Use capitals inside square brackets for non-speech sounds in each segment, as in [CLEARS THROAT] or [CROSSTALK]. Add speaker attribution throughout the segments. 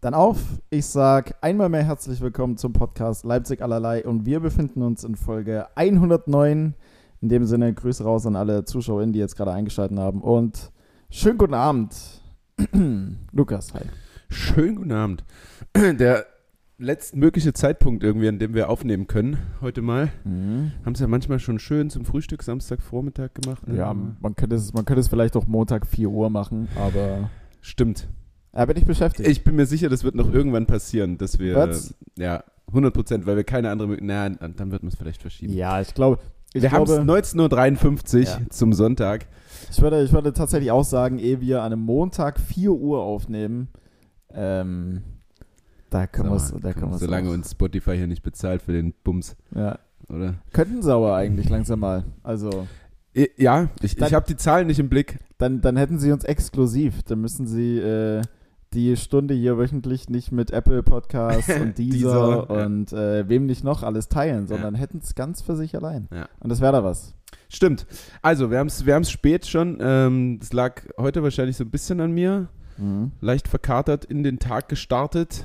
Speaker 1: dann auf. Ich sag einmal mehr herzlich willkommen zum Podcast Leipzig allerlei und wir befinden uns in Folge 109. In dem Sinne, Grüße raus an alle ZuschauerInnen, die jetzt gerade eingeschaltet haben und schönen guten Abend. [CLEARS THROAT] Lukas, hi.
Speaker 2: Schönen guten Abend. [CLEARS THROAT] Der letztmögliche Zeitpunkt irgendwie, an dem wir aufnehmen können, heute mal.
Speaker 1: Mhm.
Speaker 2: Haben es ja manchmal schon schön zum Frühstück Samstagvormittag gemacht. ne?
Speaker 1: Ja, man könnte, es, man könnte es vielleicht auch Montag 4 Uhr machen, aber
Speaker 2: Stimmt.
Speaker 1: da bin ich beschäftigt.
Speaker 2: Ich äh, bin mir sicher, das wird noch irgendwann passieren, dass wir.
Speaker 1: Was?
Speaker 2: Ja, 100 Prozent, weil wir keine andere. Mö- Na, dann wird man es vielleicht verschieben.
Speaker 1: ja, ich glaube, ich,
Speaker 2: wir haben es
Speaker 1: glaube
Speaker 2: 19.53 Uhr
Speaker 1: Ja.
Speaker 2: zum Sonntag.
Speaker 1: ich, würde, ich würde tatsächlich auch sagen, ehe wir an einem Montag 4 Uhr aufnehmen, ähm, da können wir es.
Speaker 2: Sag mal,
Speaker 1: da können wir's
Speaker 2: solange
Speaker 1: auch-
Speaker 2: uns Spotify hier nicht bezahlt für den Bums,
Speaker 1: Ja.
Speaker 2: oder?
Speaker 1: Könnten sauer eigentlich langsam mal. Also,
Speaker 2: I- Ja, ich,
Speaker 1: Dann-
Speaker 2: ich habe die Zahlen nicht im Blick.
Speaker 1: dann, dann hätten sie uns exklusiv. Dann müssen sie äh, die Stunde hier wöchentlich nicht mit Apple Podcasts
Speaker 2: [LAUGHS]
Speaker 1: und Deezer,
Speaker 2: Deezer, ja.
Speaker 1: und äh, wem nicht noch alles teilen, sondern hätten es ganz für sich allein.
Speaker 2: Ja.
Speaker 1: Und das wäre da was.
Speaker 2: Stimmt. Also, wir haben es wir haben's spät schon. Ähm, das lag heute wahrscheinlich so ein bisschen an mir.
Speaker 1: Mhm.
Speaker 2: leicht verkatert in den Tag gestartet.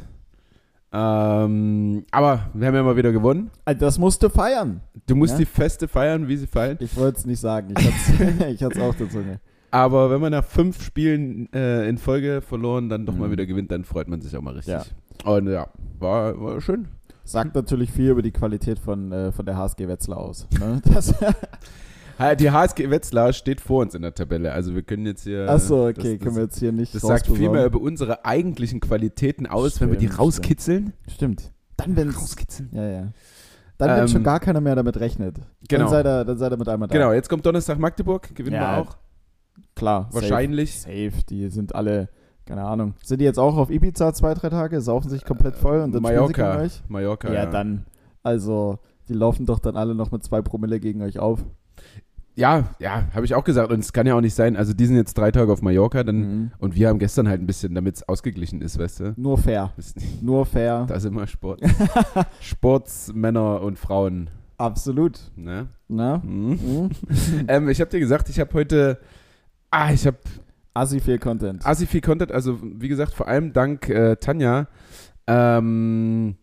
Speaker 2: Ähm, aber wir haben ja mal wieder gewonnen.
Speaker 1: Also das musst du feiern.
Speaker 2: Du musst
Speaker 1: Ja.
Speaker 2: die Feste feiern, wie sie fallen.
Speaker 1: Ich wollte es nicht sagen. Ich hatte [LAUGHS] ich hatte es auf der Zunge.
Speaker 2: Aber wenn man nach fünf Spielen äh, in Folge verloren dann doch mal
Speaker 1: Mhm.
Speaker 2: wieder gewinnt, dann freut man sich auch mal richtig.
Speaker 1: Ja.
Speaker 2: Und ja, war, war schön. Hm.
Speaker 1: Sagt natürlich viel über die Qualität von, äh, von der HSG Wetzlar aus.
Speaker 2: [LAUGHS]
Speaker 1: Ne? Das,
Speaker 2: Äh, Ha- Die HSG Wetzlar steht vor uns in der Tabelle. Also wir können jetzt hier.
Speaker 1: achso, okay,
Speaker 2: das,
Speaker 1: können wir jetzt hier nicht
Speaker 2: Das, das sagt viel
Speaker 1: rausposaunen.
Speaker 2: mehr über unsere eigentlichen Qualitäten aus, wenn wir die
Speaker 1: Stimmt,
Speaker 2: rauskitzeln.
Speaker 1: Stimmt. Dann, wenn es
Speaker 2: Rauskitzeln.
Speaker 1: Ja, ja. Dann, wenn
Speaker 2: Ähm,
Speaker 1: schon gar keiner mehr damit rechnet. Dann
Speaker 2: Genau.
Speaker 1: seid ihr, dann seid ihr mit einmal da.
Speaker 2: Genau, jetzt kommt Donnerstag Magdeburg, gewinnen
Speaker 1: Ja,
Speaker 2: wir auch.
Speaker 1: Klar.
Speaker 2: Wahrscheinlich.
Speaker 1: Safe. safe. Die sind alle, keine Ahnung. Sind die jetzt auch auf Ibiza zwei, drei Tage, saufen sich komplett voll und dann
Speaker 2: Mallorca.
Speaker 1: spielen sie gegen
Speaker 2: Mallorca.
Speaker 1: euch? Ja, dann. Also, die laufen doch dann alle noch mit zwei Promille gegen euch auf.
Speaker 2: Ja, ja, habe ich auch gesagt. Und es kann ja auch nicht sein. Also die sind jetzt drei Tage auf Mallorca, dann
Speaker 1: Mhm.
Speaker 2: und wir haben gestern halt ein bisschen, damit es ausgeglichen ist, weißt du.
Speaker 1: Nur fair.
Speaker 2: Das-
Speaker 1: Nur fair.
Speaker 2: Da sind wir
Speaker 1: [LAUGHS]
Speaker 2: Sport. Sportsmänner und Frauen.
Speaker 1: Absolut.
Speaker 2: Ne?
Speaker 1: Ne?
Speaker 2: [LAUGHS] Mhm.
Speaker 1: Mhm.
Speaker 2: ähm, ich habe dir gesagt, ich habe heute, ah, ich habe
Speaker 1: Assi viel Content.
Speaker 2: assi viel Content. Also wie gesagt, vor allem dank äh, Tanja. Ähm,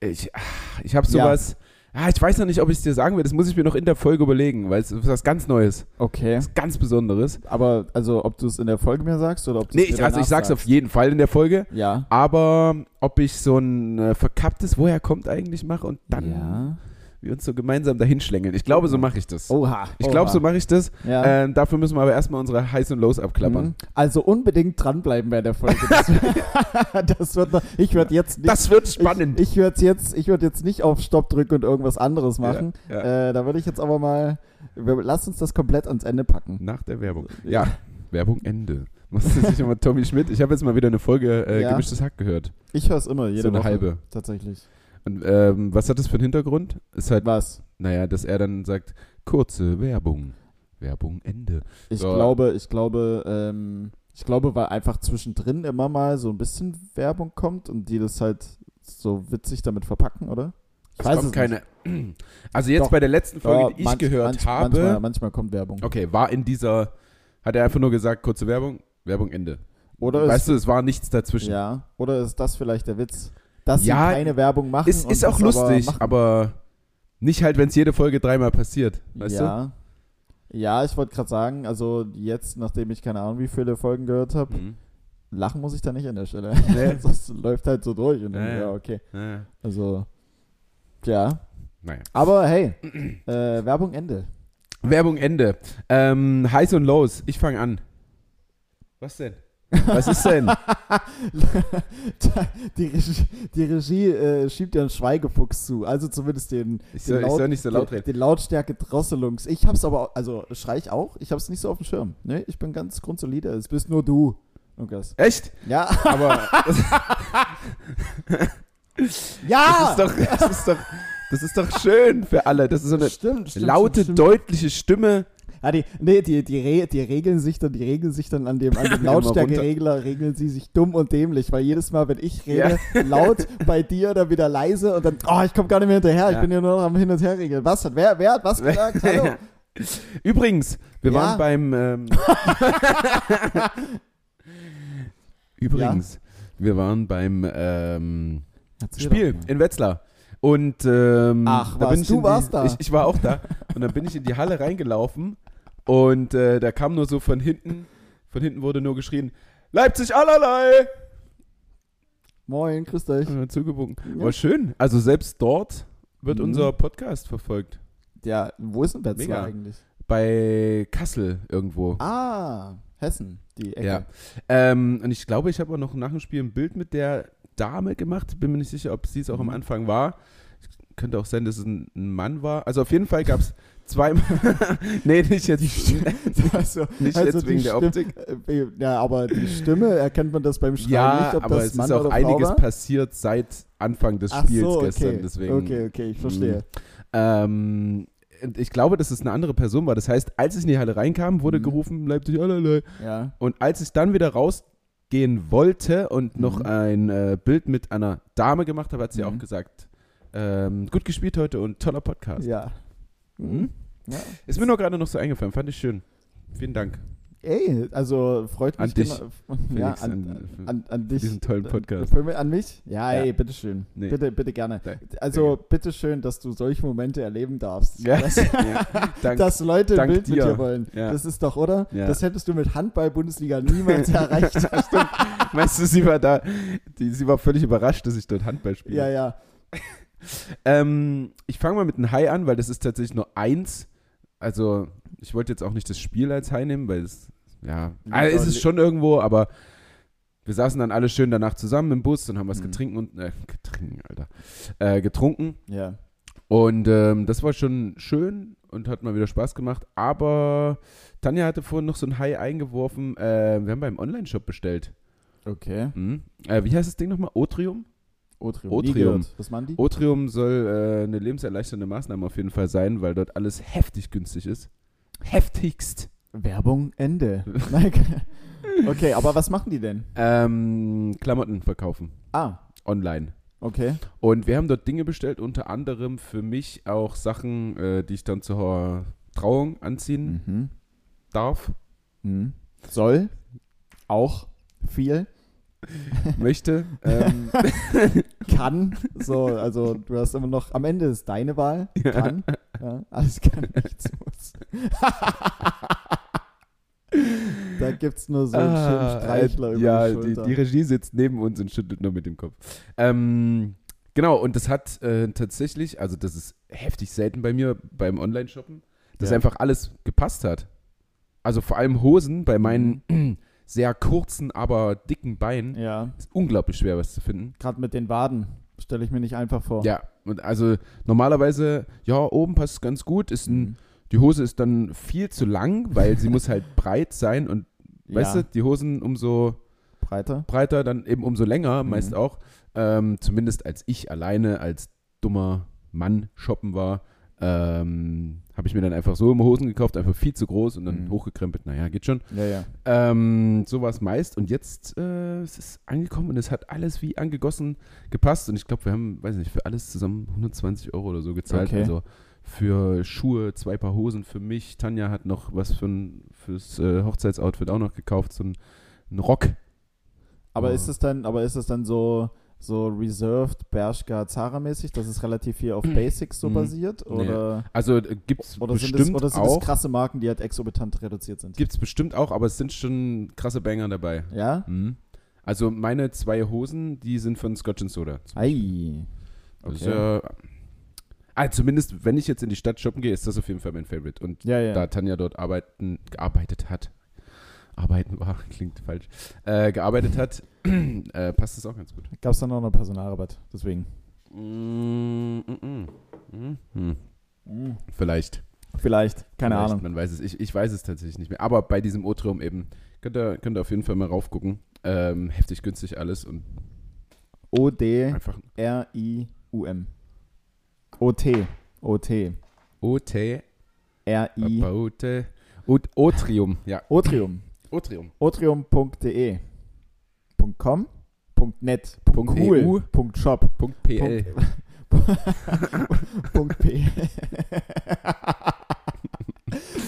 Speaker 2: ich, ah, ich habe
Speaker 1: Ja.
Speaker 2: sowas. Ah, ich weiß noch nicht, ob ich es dir sagen will. Das muss ich mir noch in der Folge überlegen, weil es ist was ganz Neues,
Speaker 1: Okay.
Speaker 2: was ganz Besonderes.
Speaker 1: Aber, also, ob du es in der Folge mir sagst oder ob du
Speaker 2: Nee,
Speaker 1: es mir
Speaker 2: ich, also ich
Speaker 1: danach
Speaker 2: sag's auf
Speaker 1: sagst.
Speaker 2: jeden Fall in der Folge.
Speaker 1: Ja.
Speaker 2: Aber ob ich so ein äh, verkapptes Woher kommt eigentlich mache und dann
Speaker 1: Ja.
Speaker 2: wir uns so gemeinsam dahin schlängeln. Ich glaube, so mache ich das.
Speaker 1: Oha.
Speaker 2: Ich glaube,
Speaker 1: oha.
Speaker 2: so mache ich das.
Speaker 1: Ja.
Speaker 2: Ähm, dafür müssen wir aber erstmal unsere Highs und Lows abklappern.
Speaker 1: Mhm. Also unbedingt dranbleiben bei der Folge.
Speaker 2: [LAUGHS]
Speaker 1: Das, [LAUGHS] das wird noch, ich werde jetzt nicht,
Speaker 2: Das wird spannend.
Speaker 1: Ich, ich würde jetzt, ich würde jetzt nicht auf Stopp drücken und irgendwas anderes machen.
Speaker 2: Ja,
Speaker 1: Äh, da würde ich jetzt aber mal, wir, lass uns das komplett ans Ende packen.
Speaker 2: Nach der Werbung. Ja, Werbung Ende. [LAUGHS] Machst du nicht immer Tommy Schmidt? Ich habe jetzt mal wieder eine Folge äh,
Speaker 1: Ja.
Speaker 2: Gemischtes Hack gehört.
Speaker 1: Ich höre es immer, jede
Speaker 2: so eine
Speaker 1: Woche.
Speaker 2: halbe.
Speaker 1: Tatsächlich.
Speaker 2: Und ähm, was hat das für einen Hintergrund? Ist halt,
Speaker 1: Was?
Speaker 2: naja, dass er dann sagt, kurze Werbung. Werbung Ende.
Speaker 1: Ich
Speaker 2: So.
Speaker 1: glaube, ich glaube, ähm, ich glaube, weil einfach zwischendrin immer mal so ein bisschen Werbung kommt und die das halt so witzig damit verpacken, oder? Ich
Speaker 2: Es kommt keine. [CLEARS THROAT] Also jetzt
Speaker 1: Doch.
Speaker 2: bei der letzten Folge,
Speaker 1: Ja,
Speaker 2: die ich
Speaker 1: manch-
Speaker 2: gehört
Speaker 1: manch-
Speaker 2: habe,
Speaker 1: Manchmal, manchmal kommt Werbung.
Speaker 2: okay, war in dieser, hat er einfach nur gesagt, kurze Werbung, Werbung Ende.
Speaker 1: Oder es
Speaker 2: weißt du, es war nichts dazwischen.
Speaker 1: Ja, oder ist das vielleicht der Witz? Dass
Speaker 2: Ja,
Speaker 1: sie keine Werbung machen.
Speaker 2: Ist,
Speaker 1: und
Speaker 2: ist auch
Speaker 1: das
Speaker 2: lustig,
Speaker 1: machen.
Speaker 2: aber, nicht halt, wenn es jede Folge dreimal passiert. Weißt du?
Speaker 1: ja. Ja, ich wollte gerade sagen, also jetzt, nachdem ich keine Ahnung, wie viele Folgen gehört habe,
Speaker 2: Mhm.
Speaker 1: lachen muss ich da nicht an der Stelle.
Speaker 2: Nee.
Speaker 1: [LAUGHS] das läuft halt so durch. Und dann,
Speaker 2: Ja,
Speaker 1: ja,
Speaker 2: ja.
Speaker 1: okay.
Speaker 2: Ja.
Speaker 1: Also, ja.
Speaker 2: Naja.
Speaker 1: Aber hey, äh, Werbung Ende.
Speaker 2: Werbung Ende. Ähm, Highs und Lows, ich fange an. Was denn? Was
Speaker 1: [LAUGHS]
Speaker 2: ist denn?
Speaker 1: die Regie, die Regie äh, schiebt ja einen Schweigefuchs zu. Also zumindest den,
Speaker 2: Ich
Speaker 1: den
Speaker 2: soll, ich soll nicht so laut
Speaker 1: den,
Speaker 2: reden.
Speaker 1: den Lautstärke Drosselungs. Ich hab's aber, au- also schrei ich auch, ich hab's nicht so auf dem Schirm. Ne, ich bin ganz grundsolide. Es bist nur du, Lukas.
Speaker 2: Echt?
Speaker 1: Ja,
Speaker 2: Aber das,
Speaker 1: ja!
Speaker 2: das, ist doch, das, ist doch, das ist doch schön für alle. Das ist so eine
Speaker 1: stimmt, stimmt.
Speaker 2: laute,
Speaker 1: stimmt, stimmt.
Speaker 2: deutliche Stimme.
Speaker 1: Ja, Ah, die, nee, die, die, Re die regeln sich dann, die regeln sich dann an dem,
Speaker 2: [LAUGHS]
Speaker 1: an dem
Speaker 2: Immer runter.
Speaker 1: Lautstärkeregler, regeln sie sich dumm und dämlich, weil jedes Mal, wenn ich rede, laut bei dir, dann wieder leise und dann, oh, ich komme gar nicht mehr hinterher, ich
Speaker 2: Ja.
Speaker 1: bin hier nur noch am Hin- und Herregeln. Was hat, wer, wer hat
Speaker 2: [LAUGHS]
Speaker 1: was gesagt? Hallo?
Speaker 2: Übrigens, wir
Speaker 1: Ja. [LAUGHS]
Speaker 2: waren beim. Ähm Übrigens, Wir waren beim ähm,
Speaker 1: Erzähl
Speaker 2: Spiel
Speaker 1: doch mal.
Speaker 2: in Wetzlar. Und ähm,
Speaker 1: Ach,
Speaker 2: da
Speaker 1: was,
Speaker 2: bin ich
Speaker 1: du
Speaker 2: in die,
Speaker 1: warst da.
Speaker 2: Ich, ich war auch da. Und dann bin ich in die Halle reingelaufen und äh, da kam nur so von hinten, von hinten wurde nur geschrien, Leipzig allerlei!
Speaker 1: Moin, grüß dich.
Speaker 2: Und dann zugewunken.
Speaker 1: Ja.
Speaker 2: War schön. Also selbst dort wird
Speaker 1: Mhm.
Speaker 2: unser Podcast verfolgt.
Speaker 1: Ja, wo ist denn Wetzlar
Speaker 2: Mega.
Speaker 1: eigentlich?
Speaker 2: Bei Kassel irgendwo.
Speaker 1: Ah, Hessen, die Ecke.
Speaker 2: Ja. Ähm, und ich glaube, ich habe auch noch nach dem Spiel ein Bild mit der Dame gemacht. Bin mir nicht sicher, ob sie es auch am
Speaker 1: Mhm.
Speaker 2: Anfang war. Es könnte auch sein, dass es ein, ein Mann war. Also auf jeden Fall
Speaker 1: [LAUGHS]
Speaker 2: gab es zweimal. [LAUGHS] nee, nicht jetzt. [LAUGHS]
Speaker 1: Also,
Speaker 2: Nicht
Speaker 1: also
Speaker 2: jetzt
Speaker 1: die
Speaker 2: wegen der
Speaker 1: Stimme-
Speaker 2: Optik.
Speaker 1: äh, [LAUGHS] Ja, aber die Stimme, erkennt man das beim Schreien
Speaker 2: Ja,
Speaker 1: nicht, ob
Speaker 2: aber
Speaker 1: das
Speaker 2: es
Speaker 1: Mann
Speaker 2: ist auch
Speaker 1: oder Frau
Speaker 2: einiges
Speaker 1: war?
Speaker 2: passiert seit Anfang des
Speaker 1: Ach
Speaker 2: Spiels
Speaker 1: so, okay.
Speaker 2: gestern. Deswegen. Mhm.
Speaker 1: Okay, okay, ich verstehe.
Speaker 2: Ähm, und ich glaube, dass es eine andere Person war. Das heißt, als ich in die Halle reinkam, wurde
Speaker 1: Mhm.
Speaker 2: gerufen, oh, Leipzig, allerlei.
Speaker 1: Ja.
Speaker 2: Und als ich dann wieder rausgehen wollte und noch
Speaker 1: Mhm.
Speaker 2: ein äh, Bild mit einer Dame gemacht habe, hat sie
Speaker 1: Mhm.
Speaker 2: auch gesagt, ähm, gut gespielt heute und toller Podcast.
Speaker 1: Ja. Hm?
Speaker 2: Mhm.
Speaker 1: ja.
Speaker 2: Ist mir nur gerade noch so eingefallen, fand ich schön. Vielen Dank
Speaker 1: Ey, also freut
Speaker 2: An
Speaker 1: mich.
Speaker 2: dich,
Speaker 1: Genau, [LAUGHS] ja,
Speaker 2: Felix,
Speaker 1: an,
Speaker 2: an-
Speaker 1: an, an
Speaker 2: für
Speaker 1: dich. Äh,
Speaker 2: diesen tollen Podcast.
Speaker 1: Für mich- An mich? Ja,
Speaker 2: Ja.
Speaker 1: ey, bitteschön.
Speaker 2: Nee.
Speaker 1: Bitte, bitte gerne.
Speaker 2: Danke.
Speaker 1: Also, bitteschön, dass du solche Momente erleben darfst.
Speaker 2: Ja.
Speaker 1: Dass,
Speaker 2: [LAUGHS] Ja. Dank.
Speaker 1: dass Leute ein
Speaker 2: dank
Speaker 1: Bild mit
Speaker 2: dir.
Speaker 1: dir wollen.
Speaker 2: Ja.
Speaker 1: Das ist doch, oder?
Speaker 2: Ja.
Speaker 1: Das hättest du mit Handball-Bundesliga
Speaker 2: [LAUGHS]
Speaker 1: niemals erreicht.
Speaker 2: Weißt du, sie war da, die, sie war völlig überrascht, dass ich dort Handball spiele.
Speaker 1: ja, ja.
Speaker 2: Ähm, ich fange mal mit einem High an, weil das ist tatsächlich nur eins. Also, ich wollte jetzt auch nicht das Spiel als High nehmen, weil es, ja,
Speaker 1: Ja,
Speaker 2: also ist
Speaker 1: aber
Speaker 2: es
Speaker 1: li-
Speaker 2: schon irgendwo, aber wir saßen dann alle schön danach zusammen im Bus und haben was
Speaker 1: Mhm.
Speaker 2: getrunken und, äh, getrunken, Alter, äh, getrunken.
Speaker 1: Ja.
Speaker 2: Und ähm, das war schon schön und hat mal wieder Spaß gemacht, aber Tanja hatte vorhin noch so ein High eingeworfen. Äh, wir haben beim Online-Shop bestellt.
Speaker 1: Okay.
Speaker 2: Mhm. Äh, wie heißt das Ding nochmal? Otrium?
Speaker 1: Otrium.
Speaker 2: Otrium.
Speaker 1: Nie gehört. Was machen die?
Speaker 2: Otrium soll äh, eine lebenserleichternde Maßnahme auf jeden Fall sein, weil dort alles heftig günstig ist. Heftigst.
Speaker 1: Werbung
Speaker 2: [LAUGHS]
Speaker 1: Ende. Nein, okay, aber was machen die denn?
Speaker 2: Ähm, Klamotten verkaufen.
Speaker 1: Ah,
Speaker 2: Online.
Speaker 1: okay.
Speaker 2: Und wir haben dort Dinge bestellt, unter anderem für mich auch Sachen, äh, die ich dann zur Trauung anziehen
Speaker 1: Mhm.
Speaker 2: darf,
Speaker 1: Mhm. Soll auch viel [LAUGHS]
Speaker 2: möchte. ähm,
Speaker 1: kann so also du hast immer noch am Ende ist deine Wahl
Speaker 2: Ja.
Speaker 1: kann ja, alles
Speaker 2: [LAUGHS]
Speaker 1: kann nichts muss [LAUGHS] da gibt's nur so einen schönen
Speaker 2: Ah,
Speaker 1: Streichler
Speaker 2: äh,
Speaker 1: über
Speaker 2: ja,
Speaker 1: die Schulter
Speaker 2: Die, die Regie sitzt neben uns und schüttelt nur mit dem Kopf. Ähm, genau, und das hat äh, tatsächlich, also das ist heftig selten bei mir beim Online-Shoppen, dass
Speaker 1: Ja.
Speaker 2: einfach alles gepasst hat. Also vor allem Hosen bei meinen [CLEARS THROAT] sehr kurzen, aber dicken Beinen.
Speaker 1: Mhm. ja
Speaker 2: Ist unglaublich schwer, was zu finden.
Speaker 1: gerade mit den Waden stelle ich mir nicht einfach vor
Speaker 2: Ja, und also normalerweise, ja, oben passt es ganz gut. Ist ein,
Speaker 1: Mhm.
Speaker 2: Die Hose ist dann viel zu lang, weil sie muss halt [LAUGHS] breit sein und,
Speaker 1: ja
Speaker 2: hm. weißt du, die Hosen um umso
Speaker 1: breiter
Speaker 2: breiter, dann eben umso länger,
Speaker 1: Mhm.
Speaker 2: meist auch. Ähm, zumindest als ich alleine als dummer Mann shoppen war, ähm, habe ich mir dann einfach so immer Hosen gekauft, einfach viel zu groß und dann
Speaker 1: Mhm.
Speaker 2: hochgekrempelt. Naja, geht schon.
Speaker 1: ja ja
Speaker 2: Ähm, so war es meist. Und jetzt äh, es ist es angekommen und es hat alles wie angegossen gepasst. Und ich glaube, wir haben, weiß nicht, für alles zusammen 120 Euro oder so gezahlt.
Speaker 1: Okay.
Speaker 2: Also für Schuhe, zwei Paar Hosen für mich. Tanja hat noch was für ein, fürs äh, Hochzeitsoutfit auch noch gekauft, so ein, ein Rock.
Speaker 1: aber
Speaker 2: Ja.
Speaker 1: ist es dann aber ist es dann so so reserved Bershka Zara mäßig dass es relativ viel auf
Speaker 2: [CLEARS THROAT]
Speaker 1: Basics so
Speaker 2: Mhm.
Speaker 1: basiert
Speaker 2: Nee.
Speaker 1: oder
Speaker 2: Also äh, gibt's
Speaker 1: Oder sind,
Speaker 2: bestimmt
Speaker 1: das, oder sind das
Speaker 2: auch.
Speaker 1: krasse Marken, die halt exorbitant reduziert sind?
Speaker 2: Gibt's bestimmt auch, aber es sind schon krasse Banger dabei.
Speaker 1: Ja?
Speaker 2: Mhm. Also meine zwei Hosen, die sind von Scotch and Soda.
Speaker 1: Ei.
Speaker 2: Das ist
Speaker 1: okay.
Speaker 2: ja- ah, zumindest wenn ich jetzt in die Stadt shoppen gehe, ist das auf jeden Fall mein Favorite. Und
Speaker 1: Ja, ja.
Speaker 2: da Tanja dort arbeiten, gearbeitet hat, arbeiten war, [LAUGHS] klingt falsch, äh, gearbeitet hat, [CLEARS THROAT] äh, passt das auch ganz gut.
Speaker 1: Gab es dann auch noch Personalrabatt, deswegen.
Speaker 2: Mm, mm, mm. Hm. Vielleicht.
Speaker 1: Vielleicht, keine
Speaker 2: Vielleicht,
Speaker 1: Ahnung.
Speaker 2: Man weiß es. Ich, ich weiß es tatsächlich nicht mehr. Aber bei diesem Otrium eben, könnt ihr, könnt ihr auf jeden Fall mal raufgucken. Ähm, heftig günstig alles und einfach
Speaker 1: O-D-R-I-U-M. O-T. O-T.
Speaker 2: OT, äh,
Speaker 1: R-I.
Speaker 2: Baute, Ot- Otrium, ja,
Speaker 1: Otrium.
Speaker 2: Otrium.
Speaker 1: Otrium.de. Punkt .com. Punkt .net. Punkt
Speaker 2: Punkt E
Speaker 1: .cool.
Speaker 2: EU.
Speaker 1: Punkt .shop.
Speaker 2: Punkt PL. [LAUGHS]
Speaker 1: Punkt, Punkt P.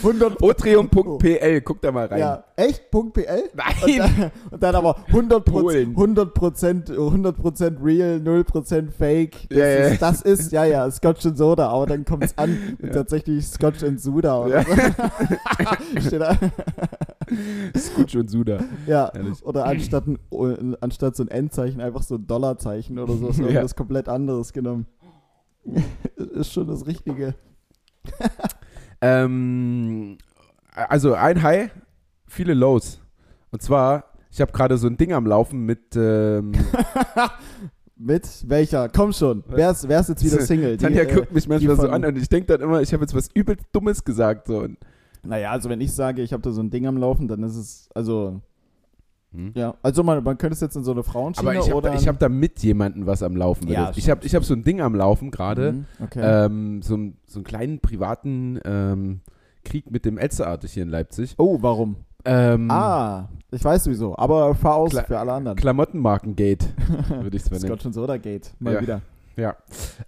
Speaker 1: 100
Speaker 2: Otrium.pl, guck da mal rein.
Speaker 1: Oh. Ja, echt? .pl? Und
Speaker 2: Nein!
Speaker 1: dann, und dann aber 100
Speaker 2: Polen.
Speaker 1: 100%, 100 real, 0% fake. Das,
Speaker 2: Ja, ja.
Speaker 1: Ist, das ist, ja, ja, Scotch and Soda, aber dann kommt es an mit tatsächlich Scotch and Soda oder
Speaker 2: Ja.
Speaker 1: so. [LAUGHS] Steht da,
Speaker 2: [LAUGHS] Scooch und Suda.
Speaker 1: ja.
Speaker 2: Ehrlich.
Speaker 1: Oder anstatt, ein, anstatt so ein Endzeichen einfach so ein Dollarzeichen oder so, ist
Speaker 2: Ja.
Speaker 1: irgendwas komplett anderes genommen. [LAUGHS] ist schon das Richtige.
Speaker 2: Ähm, also ein High, viele Lows. Und zwar, ich habe gerade so ein Ding am Laufen mit ähm,
Speaker 1: Mit welcher? Komm schon. Wer ist, wer ist jetzt
Speaker 2: [LAUGHS]
Speaker 1: wieder Single? [LAUGHS] Die,
Speaker 2: Tanja
Speaker 1: äh,
Speaker 2: guckt mich manchmal
Speaker 1: die
Speaker 2: so
Speaker 1: von-
Speaker 2: an und ich denke dann immer, ich habe jetzt was übel Dummes gesagt. So. Und,
Speaker 1: Naja, also wenn ich sage, ich habe da so ein Ding am Laufen, dann ist es, also, ja, also man, man könnte es jetzt in so eine Frauenschiene
Speaker 2: Aber ich habe
Speaker 1: oder...
Speaker 2: da, ich hab da mit jemandem was am Laufen.
Speaker 1: Ja,
Speaker 2: Ja, ich habe ich hab so ein Ding am Laufen gerade.
Speaker 1: Mhm, Okay.
Speaker 2: Ähm, so, einen- so einen kleinen privaten ähm, Krieg mit dem Elsterartig hier in Leipzig.
Speaker 1: oh, warum?
Speaker 2: Ähm,
Speaker 1: Ah, ich weiß sowieso, aber fahr aus
Speaker 2: Kla-
Speaker 1: für alle [LAUGHS] anderen.
Speaker 2: Klamottenmarkengate, würde ich es mal nennen.
Speaker 1: Scotch and Soda Gate, mal
Speaker 2: Ja.
Speaker 1: wieder.
Speaker 2: Ja.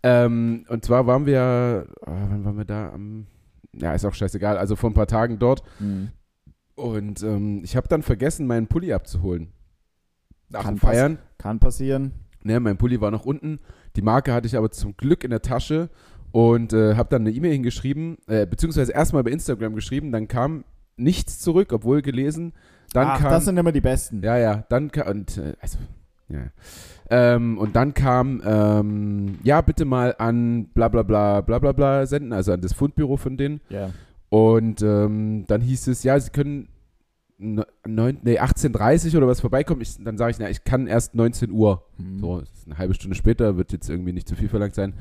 Speaker 2: Ähm, und zwar waren wir, oh, wann waren wir da? Am, ja, ist auch scheißegal. Also vor ein paar Tagen dort.
Speaker 1: Mhm.
Speaker 2: Und ähm, ich habe dann vergessen, meinen Pulli abzuholen. Nach
Speaker 1: Kann
Speaker 2: dem Feiern.
Speaker 1: Kann passieren.
Speaker 2: Ne, mein Pulli war noch unten. Die Marke hatte ich aber zum Glück in der Tasche und äh, habe dann eine E-Mail hingeschrieben, äh, beziehungsweise erstmal bei Instagram geschrieben. Dann kam nichts zurück, obwohl gelesen. Dann
Speaker 1: Ach,
Speaker 2: kam
Speaker 1: das sind immer die Besten.
Speaker 2: ja, ja, dann kam, und, äh, also, ja. Ähm, und dann kam, ähm, ja, bitte mal an bla bla bla bla bla bla senden, also an das Fundbüro von denen.
Speaker 1: Ja.
Speaker 2: Und ähm, dann hieß es, ja, sie können ne- neun- nee, 18.30 oder was vorbeikommen. Ich, dann sage ich, na, ich kann erst 19 Uhr.
Speaker 1: Mhm.
Speaker 2: So, ist eine halbe Stunde später, wird jetzt irgendwie nicht zu viel verlangt sein.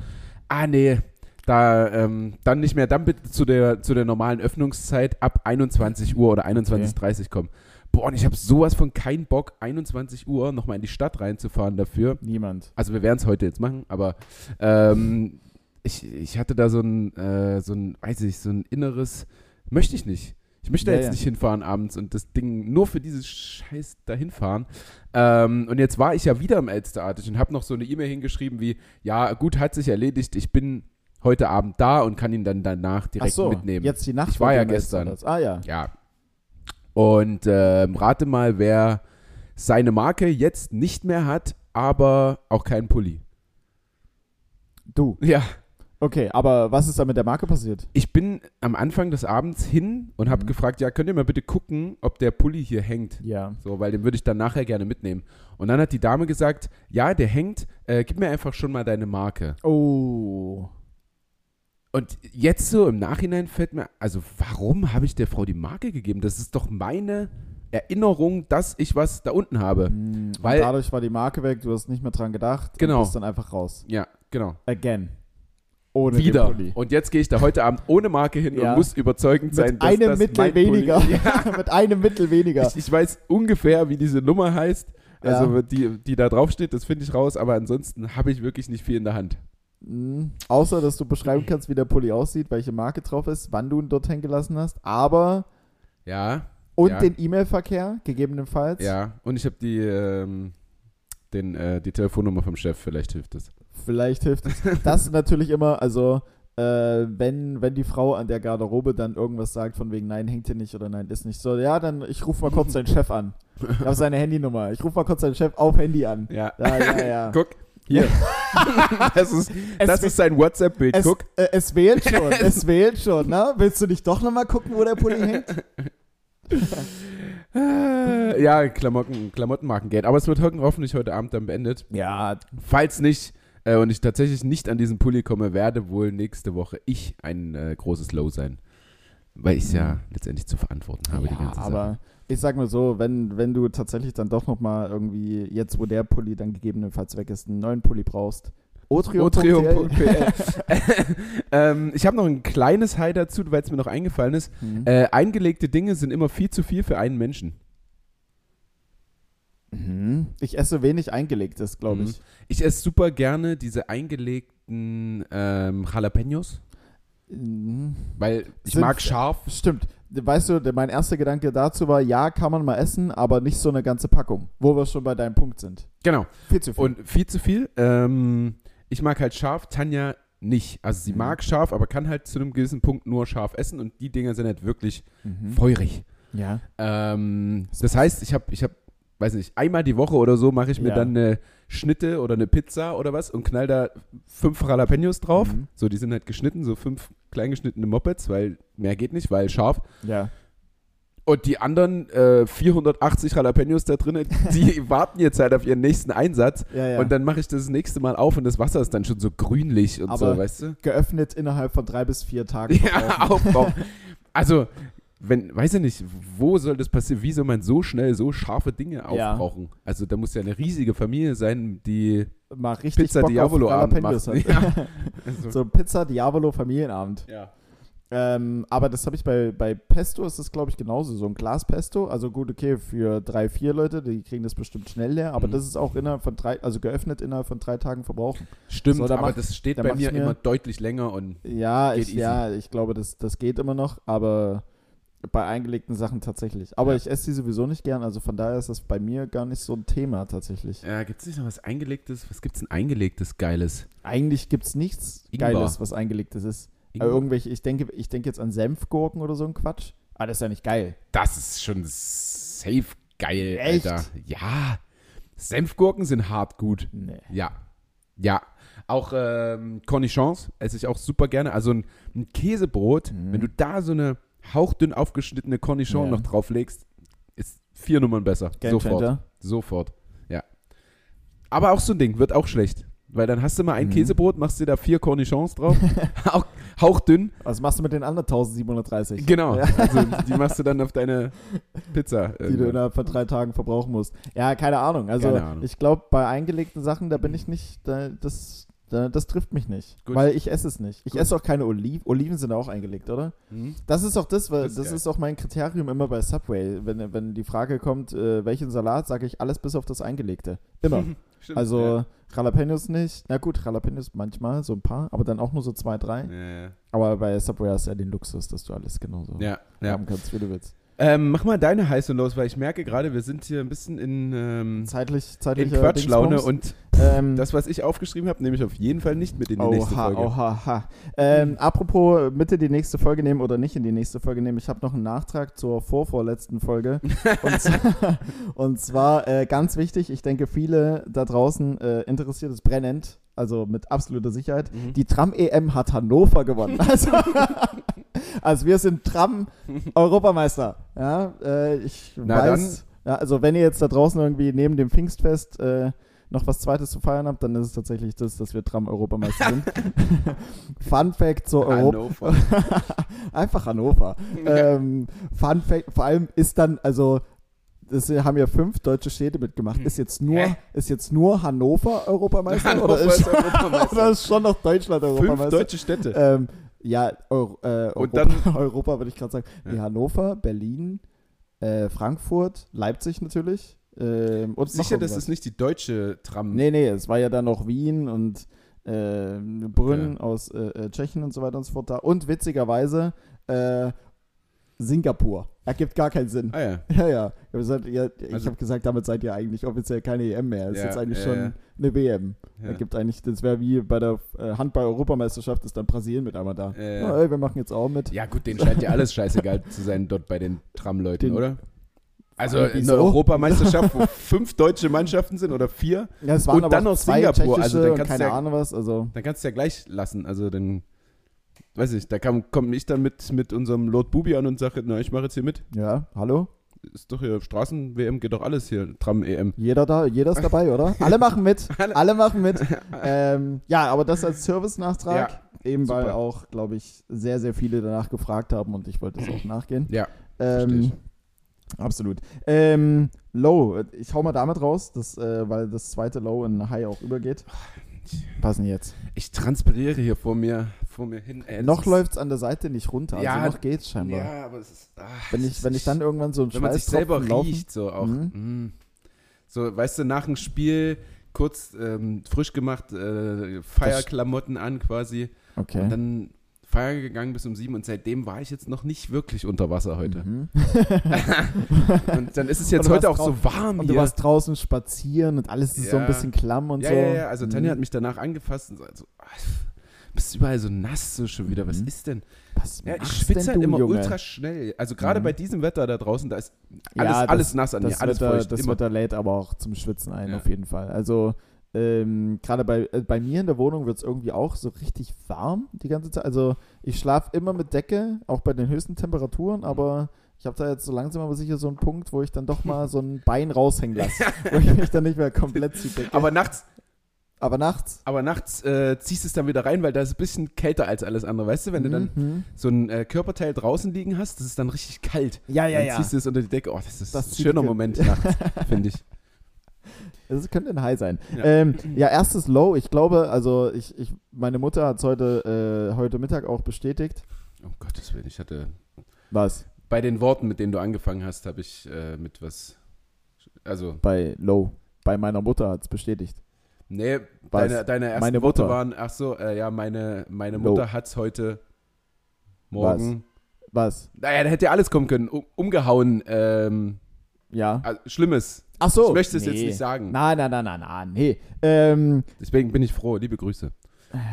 Speaker 2: Ah, nee, da, ähm, dann nicht mehr, dann bitte zu der, zu der normalen Öffnungszeit ab 21 Uhr oder 21.30 kommen. Boah, und ich habe sowas von keinen Bock, 21 Uhr nochmal in die Stadt reinzufahren dafür.
Speaker 1: Niemand.
Speaker 2: Also wir werden es heute jetzt machen, aber ähm, ich, ich hatte da so ein, äh, so ein, weiß ich, so ein inneres, möchte ich nicht. Ich möchte da
Speaker 1: Ja,
Speaker 2: jetzt
Speaker 1: ja.
Speaker 2: nicht hinfahren abends und das Ding nur für dieses Scheiß dahin fahren. Ähm, und jetzt war ich ja wieder im Elsterartig und habe noch so eine E-Mail hingeschrieben wie, ja gut, hat sich erledigt, ich bin heute Abend da und kann ihn dann danach
Speaker 1: Ach
Speaker 2: direkt
Speaker 1: so,
Speaker 2: mitnehmen.
Speaker 1: jetzt die Nacht.
Speaker 2: Ich war ja
Speaker 1: von dem Elster-
Speaker 2: gestern.
Speaker 1: Ah ja.
Speaker 2: Ja. Und ähm, rate mal, wer seine Marke jetzt nicht mehr hat, aber auch keinen Pulli. [LAUGHS]
Speaker 1: Du.
Speaker 2: Ja.
Speaker 1: Okay, aber was ist da mit der Marke passiert?
Speaker 2: Ich bin am Anfang des Abends hin und habe
Speaker 1: Mhm.
Speaker 2: gefragt, ja, könnt ihr mal bitte gucken, ob der Pulli hier hängt?
Speaker 1: Ja.
Speaker 2: So, weil den würde ich dann nachher gerne mitnehmen. Und dann hat die Dame gesagt, ja, der hängt, äh, gib mir einfach schon mal deine Marke.
Speaker 1: Oh.
Speaker 2: Und jetzt so im Nachhinein fällt mir, also warum habe ich der Frau die Marke gegeben? Das ist doch meine Erinnerung, dass ich was da unten habe.
Speaker 1: Mhm. Und
Speaker 2: Weil-
Speaker 1: dadurch war die Marke weg, du hast nicht mehr dran gedacht.
Speaker 2: Genau.
Speaker 1: Und bist dann einfach raus.
Speaker 2: Ja, genau.
Speaker 1: Again. Ohne den
Speaker 2: Wieder.
Speaker 1: Pulli.
Speaker 2: Und jetzt gehe ich da heute Abend ohne Marke hin
Speaker 1: Ja.
Speaker 2: und muss überzeugend sein,
Speaker 1: Mit einem
Speaker 2: das
Speaker 1: Mittel
Speaker 2: mein Pulli-
Speaker 1: weniger. [LAUGHS]
Speaker 2: Ja.
Speaker 1: mit einem Mittel weniger.
Speaker 2: Ich, ich weiß ungefähr, wie diese Nummer heißt. Also
Speaker 1: Ja.
Speaker 2: die, die da draufsteht, das finde ich raus, aber ansonsten habe ich wirklich nicht viel in der Hand.
Speaker 1: Mhm. Außer, dass du beschreiben kannst, wie der Pulli aussieht, welche Marke drauf ist, wann du ihn dort hängen gelassen hast, aber
Speaker 2: Ja,
Speaker 1: und
Speaker 2: Ja.
Speaker 1: den E-Mail-Verkehr, gegebenenfalls.
Speaker 2: ja. Und ich habe die, ähm, den, äh, die Telefonnummer vom Chef, vielleicht hilft das.
Speaker 1: Vielleicht hilft [LAUGHS] es. Das ist natürlich immer, also äh, wenn, wenn die Frau an der Garderobe dann irgendwas sagt von wegen, nein, hängt hier nicht oder nein, ist nicht so, ja, dann ich rufe mal kurz deinen Chef an. Ich habe seine Handynummer. Ich rufe mal kurz deinen Chef auf Handy an.
Speaker 2: Ja.
Speaker 1: Ja, ja, [LAUGHS] ja.
Speaker 2: Guck, hier. das ist, das
Speaker 1: Es-
Speaker 2: ist sein WhatsApp-Bild,
Speaker 1: Es,
Speaker 2: guck.
Speaker 1: äh, es
Speaker 2: [LAUGHS]
Speaker 1: wählt schon, es wählt schon, ne? Willst du nicht doch nochmal gucken, wo der
Speaker 2: [LAUGHS]
Speaker 1: Pulli hängt?
Speaker 2: Äh, Ja, Klamotten, Klamottenmarkengeld. Aber es wird hoffentlich heute Abend dann beendet.
Speaker 1: Ja,
Speaker 2: Falls nicht äh, und ich tatsächlich nicht an diesen Pulli komme, werde wohl nächste Woche ich ein äh, großes Low sein. Weil ich es ja letztendlich zu verantworten habe, die
Speaker 1: Mhm. ja,
Speaker 2: ganze Sache.
Speaker 1: aber ich sag mal so, wenn, wenn du tatsächlich dann doch nochmal irgendwie, jetzt wo der Pulli dann gegebenenfalls weg ist, einen neuen Pulli brauchst. Otrium.
Speaker 2: Oh, Otrium.pl. [LAUGHS] ähm, ich habe noch ein kleines High dazu, weil es mir noch eingefallen ist.
Speaker 1: [LAUGHS] Mhm.
Speaker 2: Äh, eingelegte Dinge sind immer viel zu viel für einen Menschen.
Speaker 1: Mhm. Ich esse wenig eingelegtes,
Speaker 2: Mhm.
Speaker 1: glaube ich.
Speaker 2: Ich esse super gerne diese eingelegten ähm, Jalapenos,
Speaker 1: Mhm.
Speaker 2: weil ich
Speaker 1: Sind-
Speaker 2: mag scharf.
Speaker 1: Stimmt. Weißt du, der- mein erster Gedanke dazu war, ja, kann man mal essen, aber nicht so eine ganze Packung, wo wir schon bei deinem Punkt sind.
Speaker 2: Genau.
Speaker 1: Viel zu viel.
Speaker 2: Und viel zu viel. Ähm, ich mag halt scharf. Tanja nicht. Also sie
Speaker 1: Mhm.
Speaker 2: mag scharf, aber kann halt zu einem gewissen Punkt nur scharf essen und die Dinger sind halt wirklich
Speaker 1: Mhm.
Speaker 2: feurig.
Speaker 1: Ja.
Speaker 2: Ähm, das heißt, ich habe, ich habe, weiß nicht, einmal die Woche oder so mache ich mir
Speaker 1: Ja.
Speaker 2: dann eine Schnitte oder eine Pizza oder was und knall da fünf Jalapenos drauf.
Speaker 1: Mhm.
Speaker 2: So, die sind halt geschnitten, so fünf kleingeschnittene Mopeds, weil mehr geht nicht, weil scharf.
Speaker 1: Ja.
Speaker 2: Und die anderen äh, 480 Jalapenos da drinnen, [LAUGHS] die warten jetzt halt auf ihren nächsten Einsatz.
Speaker 1: Ja, ja.
Speaker 2: Und dann mache ich das nächste Mal auf und das Wasser ist dann schon so grünlich und
Speaker 1: Aber-
Speaker 2: so, weißt du?
Speaker 1: Geöffnet innerhalb von drei bis vier Tagen.
Speaker 2: Ja, [LAUGHS]
Speaker 1: verbrauchen.
Speaker 2: Aufbau. Also, wenn, weiß ich nicht, wo soll das passieren? Wie soll man so schnell so scharfe Dinge
Speaker 1: Ja.
Speaker 2: aufbrauchen? Also, da muss ja eine riesige Familie sein, die.
Speaker 1: Mal richtig
Speaker 2: Pizza
Speaker 1: Bock
Speaker 2: Diavolo
Speaker 1: auf Jalapenos
Speaker 2: Abend
Speaker 1: hat. [LAUGHS]
Speaker 2: Also,
Speaker 1: so Pizza Diavolo Familienabend.
Speaker 2: ja.
Speaker 1: Ähm, aber das habe ich bei, bei Pesto, ist das glaube ich genauso. So ein Glas Pesto, also gut, okay, für drei, vier Leute, die kriegen das bestimmt schnell leer, aber
Speaker 2: Mhm.
Speaker 1: das ist auch innerhalb von drei, also geöffnet innerhalb von drei Tagen verbrauchen.
Speaker 2: Stimmt,
Speaker 1: So, da
Speaker 2: aber
Speaker 1: mach-
Speaker 2: das steht
Speaker 1: da
Speaker 2: bei
Speaker 1: mach
Speaker 2: mir
Speaker 1: ich mir-
Speaker 2: immer deutlich länger und.
Speaker 1: Ja,
Speaker 2: Geht
Speaker 1: ich,
Speaker 2: easy.
Speaker 1: ja, ich glaube, das, das geht immer noch, aber bei eingelegten Sachen tatsächlich. Aber
Speaker 2: Ja.
Speaker 1: ich esse die sowieso nicht gern, also von daher ist das bei mir gar nicht so ein Thema tatsächlich.
Speaker 2: Äh, gibt es nicht noch was Eingelegtes? Was gibt es denn Eingelegtes Geiles?
Speaker 1: Eigentlich gibt es nichts
Speaker 2: Ingwer.
Speaker 1: Geiles, was eingelegtes ist. Aber irgendwelche, ich denke, ich denke jetzt an Senfgurken oder so ein Quatsch. Ah, das ist ja nicht geil.
Speaker 2: Das ist schon safe geil,
Speaker 1: Echt?
Speaker 2: Alter. Ja. Senfgurken sind hart gut.
Speaker 1: Nee.
Speaker 2: Ja. Ja. Auch ähm, Cornichons esse ich auch super gerne. Also ein, ein Käsebrot,
Speaker 1: Mhm.
Speaker 2: wenn du da so eine hauchdünn aufgeschnittene Cornichon
Speaker 1: Ja.
Speaker 2: noch drauflegst, ist vier Nummern besser.
Speaker 1: Game
Speaker 2: Sofort.
Speaker 1: Changer.
Speaker 2: Sofort. Ja. Aber auch so ein Ding wird auch schlecht. Weil dann hast du mal ein
Speaker 1: Mhm.
Speaker 2: Käsebrot, machst dir da vier
Speaker 1: [LAUGHS]
Speaker 2: Cornichons drauf, hauch, hauchdünn.
Speaker 1: Was machst du mit den anderen 1730?
Speaker 2: Genau.
Speaker 1: Ja,
Speaker 2: Also die machst du dann auf deine Pizza.
Speaker 1: die du
Speaker 2: irgendwann.
Speaker 1: innerhalb von drei Tagen verbrauchen musst. Ja, keine Ahnung. Also
Speaker 2: Keine Ahnung.
Speaker 1: ich glaube, bei eingelegten Sachen, da bin ich nicht, da, das, da, das trifft mich nicht.
Speaker 2: Gut.
Speaker 1: Weil ich esse es nicht. Ich
Speaker 2: Gut.
Speaker 1: esse auch keine Oliven. Oliven sind auch eingelegt, oder?
Speaker 2: Mhm.
Speaker 1: Das ist auch das, weil
Speaker 2: Das
Speaker 1: das,
Speaker 2: ist geil.
Speaker 1: ist auch mein Kriterium immer bei Subway. Wenn, wenn die Frage kommt, äh, welchen Salat, sage ich alles bis auf das Eingelegte.
Speaker 2: [LAUGHS]
Speaker 1: Immer.
Speaker 2: Stimmt,
Speaker 1: also Jalapenos nicht. Na gut, Jalapenos manchmal, so ein paar, aber dann auch nur so zwei, drei.
Speaker 2: Ja, ja,
Speaker 1: Aber bei Subway hast du ja den Luxus, dass du alles genauso
Speaker 2: ja. ja.
Speaker 1: haben kannst, wie du willst.
Speaker 2: Ähm, mach mal deine heiße los, weil ich merke gerade, wir sind hier ein bisschen in, ähm,
Speaker 1: zeitlich,
Speaker 2: in
Speaker 1: zeitlich
Speaker 2: Quatschlaune und
Speaker 1: ähm,
Speaker 2: das, was ich aufgeschrieben habe, nehme ich auf jeden Fall nicht mit in die nächste
Speaker 1: Oha,
Speaker 2: Folge.
Speaker 1: oha, ha. Ähm, apropos, bitte die nächste Folge nehmen oder nicht in die nächste Folge nehmen. Ich habe noch einen Nachtrag zur vorvorletzten
Speaker 2: [LAUGHS]
Speaker 1: Folge. Und zwar, und zwar äh, ganz wichtig, ich denke, viele da draußen äh, interessiert es brennend, also mit absoluter Sicherheit.
Speaker 2: Mhm.
Speaker 1: Die Tram-EM hat Hannover
Speaker 2: [LAUGHS]
Speaker 1: gewonnen. Also, also wir sind Tram-Europameister. Ja, äh, ich
Speaker 2: Na
Speaker 1: weiß. Ja, also wenn ihr jetzt da draußen irgendwie neben dem Pfingstfest äh, noch was Zweites zu feiern habt, dann ist es tatsächlich das, dass wir Tram-Europameister sind. [LAUGHS] Fun Fact zur Europa.
Speaker 2: Hannover.
Speaker 1: [LAUGHS] Einfach
Speaker 2: [LAUGHS]
Speaker 1: Hannover. ähm, Fun Fact, vor allem ist dann, also das haben ja fünf deutsche Städte mitgemacht. Ist jetzt nur,
Speaker 2: Hm. Hä?
Speaker 1: ist jetzt nur Hannover Europameister
Speaker 2: Hannover
Speaker 1: oder ist,
Speaker 2: ist
Speaker 1: [LAUGHS]
Speaker 2: [LAUGHS] Europameister.
Speaker 1: oder ist schon noch Deutschland
Speaker 2: Fünf
Speaker 1: Europameister?
Speaker 2: deutsche Städte.
Speaker 1: Ähm, ja, Euro, äh,
Speaker 2: Und
Speaker 1: Europa, [LAUGHS] Europa würde ich gerade sagen.
Speaker 2: Ja.
Speaker 1: Nee, Hannover, Berlin, äh, Frankfurt, Leipzig natürlich. Ähm, und noch
Speaker 2: Sicher, das
Speaker 1: irgendwas.
Speaker 2: ist nicht die deutsche Tram.
Speaker 1: Nee, nee, es war ja dann noch Wien und äh, Brünn aus äh, äh, Tschechien und so weiter und so fort da. Und witzigerweise äh, Singapur. Ergibt gar keinen Sinn.
Speaker 2: Ah ja.
Speaker 1: [LAUGHS] Ja, ja. Ich habe gesagt, ja, ich
Speaker 2: Also-
Speaker 1: hab gesagt, damit seid ihr eigentlich offiziell keine EM mehr. Ist
Speaker 2: Ja,
Speaker 1: jetzt eigentlich
Speaker 2: ja,
Speaker 1: schon
Speaker 2: ja.
Speaker 1: eine WM.
Speaker 2: ja.
Speaker 1: Ergibt eigentlich, das wäre wie bei der äh, Handball-Europameisterschaft, ist dann Brasilien mit einmal da.
Speaker 2: Äh,
Speaker 1: Ja, ey, wir machen jetzt auch mit.
Speaker 2: ja gut, denen scheint ja alles scheißegal zu sein dort bei den Tramleuten,
Speaker 1: Den-
Speaker 2: oder? Also
Speaker 1: Wieso?
Speaker 2: in der Europameisterschaft,
Speaker 1: [LAUGHS]
Speaker 2: wo fünf deutsche Mannschaften sind oder vier,
Speaker 1: Ja, es waren
Speaker 2: Und
Speaker 1: aber
Speaker 2: dann
Speaker 1: auch
Speaker 2: noch
Speaker 1: zwei
Speaker 2: Singapur,
Speaker 1: tschechische
Speaker 2: also dann
Speaker 1: und
Speaker 2: kannst
Speaker 1: keine
Speaker 2: du ja-
Speaker 1: Ahnung was. Also,
Speaker 2: dann kannst du ja gleich lassen. Also dann, weiß ich, da kam- komme ich dann mit, mit unserem Lord Bubi an und sage, na, ich mache jetzt hier mit.
Speaker 1: ja, hallo?
Speaker 2: Ist doch hier Straßen-WM, geht doch alles hier, Tram-EM.
Speaker 1: Jeder da, jeder ist dabei, oder? Alle machen mit.
Speaker 2: [LAUGHS] Alle-
Speaker 1: Alle, machen mit. ähm, ja, aber das als Service-Nachtrag. eben weil
Speaker 2: super.
Speaker 1: auch, glaube ich, sehr, sehr viele danach gefragt haben und ich wollte es auch nachgehen.
Speaker 2: Ja, verstehe
Speaker 1: Ähm,
Speaker 2: ich.
Speaker 1: absolut. Ähm, Low, ich hau mal damit raus, dass, äh, weil das zweite Low in High auch übergeht. Was denn jetzt?
Speaker 2: Ich transpiriere hier vor mir, vor mir hin. Ey, das
Speaker 1: noch
Speaker 2: ist-
Speaker 1: läuft es an der Seite nicht runter,
Speaker 2: Ja,
Speaker 1: also noch geht's scheinbar.
Speaker 2: Ja, aber es ist. ach,
Speaker 1: Wenn,
Speaker 2: es
Speaker 1: ich,
Speaker 2: ist-
Speaker 1: wenn ich dann irgendwann so ein
Speaker 2: Wenn man sich selber riecht, so auch.
Speaker 1: Mhm.
Speaker 2: Mm. So, weißt du, nach dem Spiel kurz ähm, frisch gemacht, äh, Feierklamotten an quasi. Und
Speaker 1: Okay.
Speaker 2: dann feiern gegangen bis um sieben und seitdem war ich jetzt noch nicht wirklich unter Wasser heute. [LAUGHS]
Speaker 1: Mhm.
Speaker 2: Und dann ist es
Speaker 1: Und
Speaker 2: jetzt
Speaker 1: du
Speaker 2: heute auch
Speaker 1: warst
Speaker 2: so warm
Speaker 1: Und
Speaker 2: hier.
Speaker 1: du warst draußen spazieren und alles ist so
Speaker 2: Ja.
Speaker 1: ein bisschen klamm und
Speaker 2: ja,
Speaker 1: so.
Speaker 2: ja, ja, also Tanja
Speaker 1: Mhm.
Speaker 2: hat mich danach angefasst und so, also, ah, bist überall so nass so schon wieder. Was
Speaker 1: Mhm.
Speaker 2: ist denn?
Speaker 1: Was
Speaker 2: Ja, ich
Speaker 1: machst
Speaker 2: schwitze
Speaker 1: denn
Speaker 2: halt
Speaker 1: du,
Speaker 2: immer
Speaker 1: Junge?
Speaker 2: ultra schnell. Also gerade
Speaker 1: Mhm.
Speaker 2: bei diesem Wetter da draußen, da ist
Speaker 1: Ja,
Speaker 2: alles,
Speaker 1: das-
Speaker 2: alles nass an
Speaker 1: das
Speaker 2: mir, alles
Speaker 1: Wetter,
Speaker 2: feucht.
Speaker 1: das
Speaker 2: immer.
Speaker 1: Wetter lädt aber auch zum Schwitzen ein,
Speaker 2: Ja.
Speaker 1: auf jeden Fall. Also ähm, gerade bei, äh, bei mir in der Wohnung wird es irgendwie auch so richtig warm die ganze Zeit. Also ich schlafe immer mit Decke, auch bei den höchsten
Speaker 2: Mhm.
Speaker 1: Temperaturen, aber ich habe da jetzt so langsam aber sicher so einen Punkt, wo ich dann
Speaker 2: [LAUGHS]
Speaker 1: doch mal so ein Bein raushängen lasse, wo ich mich dann nicht mehr komplett
Speaker 2: [LAUGHS]
Speaker 1: zudecke.
Speaker 2: aber nachts,
Speaker 1: aber nachts.
Speaker 2: aber nachts äh, ziehst du es dann wieder rein, weil da ist ein bisschen kälter als alles andere. Weißt du, wenn du dann
Speaker 1: Mhm.
Speaker 2: so ein äh, Körperteil draußen liegen hast, das ist dann richtig kalt.
Speaker 1: ja, ja,
Speaker 2: dann
Speaker 1: ja.
Speaker 2: ziehst du es unter die Decke. Oh, das ist
Speaker 1: Das
Speaker 2: ein
Speaker 1: zieht
Speaker 2: schöner
Speaker 1: die-
Speaker 2: [LAUGHS] Moment nachts, finde ich.
Speaker 1: Es könnte ein High sein.
Speaker 2: Ja.
Speaker 1: Ja, ähm, ja erstes Low. Ich glaube, also ich, ich, meine Mutter hat es heute, äh, heute Mittag auch bestätigt.
Speaker 2: Um Gottes Willen, ich hatte.
Speaker 1: Was?
Speaker 2: Bei den Worten, mit denen du angefangen hast, habe ich äh, mit was. Also,
Speaker 1: bei Low. Bei meiner Mutter hat es bestätigt.
Speaker 2: nee,
Speaker 1: Was?
Speaker 2: deine, deine ersten
Speaker 1: Meine
Speaker 2: Worte
Speaker 1: Mutter.
Speaker 2: waren, ach so, äh, ja, meine, meine
Speaker 1: No.
Speaker 2: Mutter hat's heute morgen.
Speaker 1: Was?
Speaker 2: Naja, da hätte ja alles kommen können. Um, umgehauen, ähm,
Speaker 1: Ja.
Speaker 2: also Schlimmes.
Speaker 1: Ach so.
Speaker 2: ich möchte es jetzt
Speaker 1: Nee.
Speaker 2: nicht sagen.
Speaker 1: Nein, nein, nein, nein, nein. Nee. Ähm,
Speaker 2: Deswegen bin ich froh. Liebe Grüße.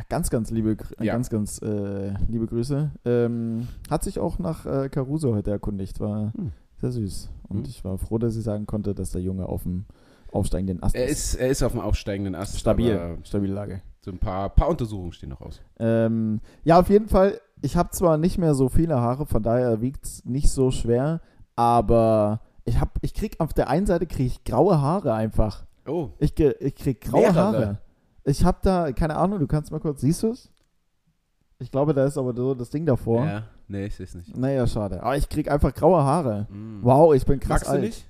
Speaker 1: ganz, ganz liebe, Gr-
Speaker 2: Ja.
Speaker 1: ganz, ganz äh, liebe Grüße. Ähm, hat sich auch nach äh, Caruso heute erkundigt. War
Speaker 2: Hm.
Speaker 1: sehr süß. Und
Speaker 2: Hm.
Speaker 1: ich war froh, dass sie sagen konnte, dass der Junge auf dem aufsteigenden Ast
Speaker 2: Er ist, er ist auf dem aufsteigenden Ast.
Speaker 1: Stabil.
Speaker 2: aber
Speaker 1: Stabile Lage.
Speaker 2: So ein paar, paar Untersuchungen stehen noch aus.
Speaker 1: Ähm, ja, auf jeden Fall. Ich habe zwar nicht mehr so viele Haare, von daher wiegt es nicht so schwer, aber ich, hab, ich krieg auf der einen Seite krieg ich graue Haare einfach.
Speaker 2: Oh,
Speaker 1: Ich, ge- ich krieg graue
Speaker 2: Mehrere.
Speaker 1: Haare. Ich hab da, keine Ahnung, du kannst mal kurz, siehst du es? Ich glaube, da ist aber so das Ding davor.
Speaker 2: ja. Nee, ich sehe es nicht.
Speaker 1: Naja, schade. Aber ich krieg einfach graue Haare.
Speaker 2: Mhm.
Speaker 1: Wow, ich bin krass
Speaker 2: Magst
Speaker 1: alt.
Speaker 2: du nicht?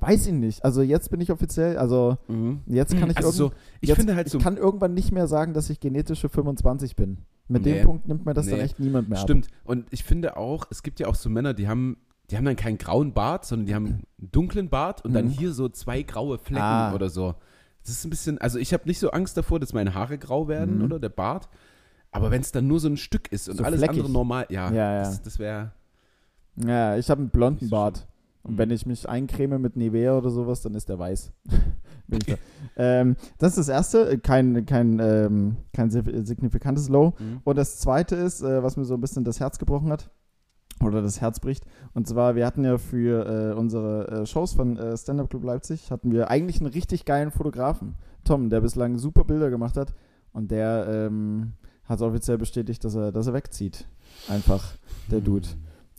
Speaker 1: Weiß ich nicht. Also jetzt bin ich offiziell, also
Speaker 2: Mhm.
Speaker 1: jetzt kann ich,
Speaker 2: also so,
Speaker 1: irgend-
Speaker 2: ich
Speaker 1: jetzt,
Speaker 2: finde halt so,
Speaker 1: ich kann irgendwann nicht mehr sagen, dass ich genetische 25 bin. Mit
Speaker 2: Nee.
Speaker 1: dem Punkt nimmt mir das dann
Speaker 2: Nee.
Speaker 1: echt niemand mehr
Speaker 2: stimmt. Und ich finde auch, es gibt ja auch so Männer, die haben, die haben dann keinen grauen Bart, sondern die haben einen dunklen Bart und dann
Speaker 1: Mhm.
Speaker 2: hier so zwei graue Flecken
Speaker 1: Ah.
Speaker 2: oder so. Das ist ein bisschen, also ich habe nicht so Angst davor, dass meine Haare grau werden
Speaker 1: Mhm.
Speaker 2: oder der Bart. Aber wenn es dann nur so ein Stück ist und
Speaker 1: So
Speaker 2: alles
Speaker 1: fleckig.
Speaker 2: andere normal, ja,
Speaker 1: Ja, ja.
Speaker 2: das, das wäre.
Speaker 1: ab. Ja, ich habe einen blonden
Speaker 2: Nicht so schlimm.
Speaker 1: Bart. Und
Speaker 2: Mhm.
Speaker 1: wenn ich mich eincreme mit Nivea oder sowas, dann ist der
Speaker 2: [LAUGHS]
Speaker 1: weiß. Bin ich da. ähm, das ist das erste, kein, kein, ähm, kein sig- signifikantes Low.
Speaker 2: Mhm.
Speaker 1: Und das zweite ist, äh, was mir so ein bisschen das Herz gebrochen hat. Oder das Herz bricht. Und zwar, wir hatten ja für äh, unsere äh, Shows von äh, Stand Up Club Leipzig, hatten wir eigentlich einen richtig geilen Fotografen. Tom, der bislang super Bilder gemacht hat. Und der ähm, hat offiziell bestätigt, dass er, dass er wegzieht. Einfach, der
Speaker 2: Mhm.
Speaker 1: Dude.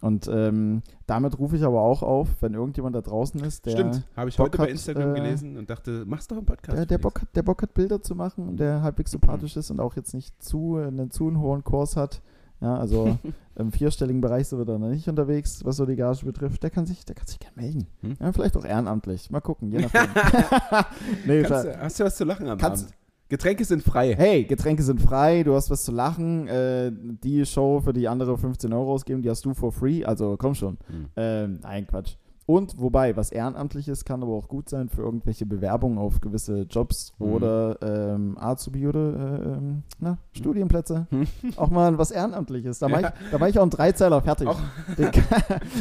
Speaker 1: Und ähm, damit rufe ich aber auch auf, wenn irgendjemand da draußen ist, der,
Speaker 2: Stimmt, habe ich
Speaker 1: Bock
Speaker 2: heute bei
Speaker 1: hat,
Speaker 2: Instagram
Speaker 1: äh,
Speaker 2: gelesen und dachte, mach's doch einen Podcast.
Speaker 1: der, der,
Speaker 2: Felix.
Speaker 1: Bock hat, der Bock hat, Bilder zu machen und der halbwegs sympathisch ist und auch jetzt nicht zu, einen zu einen hohen Kurs hat. Ja, also im vierstelligen Bereich sind wir da noch nicht unterwegs, was so die Gage betrifft. Der kann sich, der kann sich gerne melden.
Speaker 2: Hm?
Speaker 1: Ja, vielleicht auch ehrenamtlich. Mal gucken, je nachdem. [LAUGHS] nee,
Speaker 2: Kannst,
Speaker 1: klar.
Speaker 2: du- hast du was zu lachen am
Speaker 1: Kannst-
Speaker 2: Abend? Getränke sind frei.
Speaker 1: Hey, Getränke sind frei, du hast was zu lachen. Äh, die Show, für die andere 15 Euro ausgeben, die hast du for free. Also komm schon.
Speaker 2: Mhm.
Speaker 1: Ähm, nein, Quatsch. Und wobei, was ehrenamtliches kann aber auch gut sein für irgendwelche Bewerbungen auf gewisse Jobs
Speaker 2: Mhm.
Speaker 1: oder ähm, Azubi oder äh, ähm, na, Studienplätze.
Speaker 2: Mhm.
Speaker 1: Auch mal was Ehrenamtliches. Da, war
Speaker 2: Hm. Ja.
Speaker 1: ich, da war ich auch ein Dreizeiler fertig.
Speaker 2: Auch-
Speaker 1: den kann,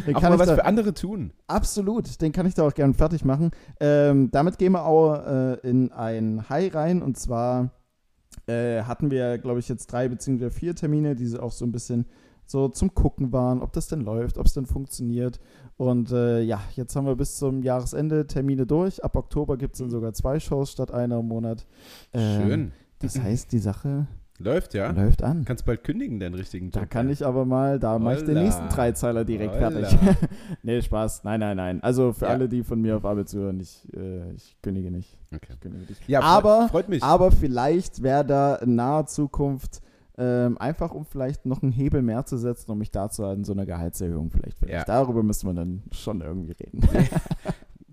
Speaker 1: den
Speaker 2: Auch
Speaker 1: kann
Speaker 2: mal
Speaker 1: ich
Speaker 2: was
Speaker 1: da,
Speaker 2: für andere tun.
Speaker 1: absolut, den kann ich da auch gern fertig machen. Ähm, damit gehen wir auch äh, in ein High rein und zwar äh, hatten wir, glaube ich, jetzt drei beziehungsweise vier Termine, die so auch so ein bisschen so zum Gucken waren, ob das denn läuft, ob es denn funktioniert. Und äh, ja, jetzt haben wir bis zum Jahresende Termine durch. Ab Oktober gibt es dann sogar zwei Shows statt einer im Monat. Ähm,
Speaker 2: Schön.
Speaker 1: Das heißt, die Sache
Speaker 2: Läuft, ja?
Speaker 1: läuft an.
Speaker 2: Kannst bald kündigen, deinen richtigen Job.
Speaker 1: Da kann ich aber mal, da mache ich den
Speaker 2: Holla.
Speaker 1: nächsten Dreizeiler direkt
Speaker 2: Holla.
Speaker 1: fertig. nee, Spaß. Nein, nein, nein. Also für
Speaker 2: Ja.
Speaker 1: alle, die von mir auf Arbeit zuhören, ich, äh, ich kündige nicht.
Speaker 2: Okay.
Speaker 1: Ich kündige nicht.
Speaker 2: Ja, fre-
Speaker 1: Aber-
Speaker 2: freut mich.
Speaker 1: Aber vielleicht wäre da in naher Zukunft ähm, einfach, um vielleicht noch einen Hebel mehr zu setzen, um mich dazu an so eine Gehaltserhöhung vielleicht. vielleicht. Darüber müssen wir dann schon irgendwie reden.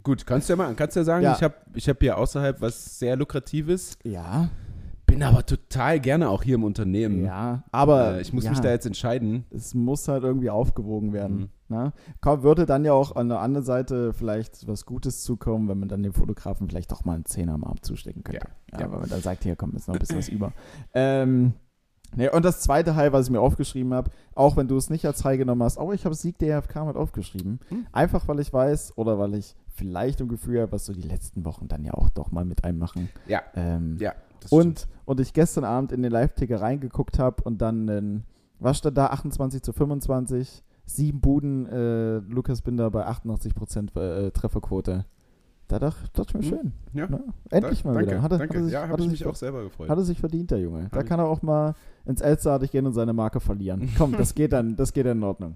Speaker 2: Gut, kannst du ja mal, kannst du ja sagen,
Speaker 1: Ja.
Speaker 2: ich habe ich hab hier außerhalb was sehr lukratives,
Speaker 1: ja,
Speaker 2: bin aber total gerne auch hier im Unternehmen.
Speaker 1: ja. Aber
Speaker 2: Äh, ich muss
Speaker 1: ja,
Speaker 2: mich da jetzt entscheiden.
Speaker 1: es muss halt irgendwie aufgewogen werden.
Speaker 2: Mhm.
Speaker 1: Na? Komm, würde dann ja auch an der anderen Seite vielleicht was Gutes zukommen, wenn man dann dem Fotografen vielleicht auch mal einen Zehner am Abend zustecken könnte. Ja,
Speaker 2: ja.
Speaker 1: weil man dann sagt, hier kommt jetzt noch ein bisschen was über. Ähm, nee, und das zweite Teil, was ich mir aufgeschrieben habe, auch oh, wenn du es nicht als Teil genommen hast, aber ich habe Sieg der EFK mit aufgeschrieben.
Speaker 2: Hm.
Speaker 1: Einfach, weil ich weiß oder weil ich vielleicht im Gefühl habe, was so die letzten Wochen dann ja auch doch mal mit einem machen.
Speaker 2: Ja.
Speaker 1: Ähm,
Speaker 2: Ja. das
Speaker 1: und, und ich gestern Abend in den Live-Ticker reingeguckt habe und dann, ähm, was stand da, 28 zu 25, sieben Buden, äh, Lukas Binder bei 88% äh, äh, Trefferquote. Da dachte, dachte ich mir,
Speaker 2: Mhm.
Speaker 1: schön.
Speaker 2: Ja.
Speaker 1: ne?
Speaker 2: stimmt.
Speaker 1: Endlich mal
Speaker 2: danke,
Speaker 1: wieder. Hat er,
Speaker 2: danke.
Speaker 1: Hat er sich,
Speaker 2: ja,
Speaker 1: hat
Speaker 2: habe
Speaker 1: er
Speaker 2: ich
Speaker 1: sich,
Speaker 2: mich auch selber gefreut.
Speaker 1: hat er sich verdient, der Junge. Da
Speaker 2: Hab ich-
Speaker 1: kann er auch mal ins Elsterartig gehen und seine Marke
Speaker 2: [LAUGHS]
Speaker 1: verlieren. Komm, das geht dann, das geht dann in Ordnung.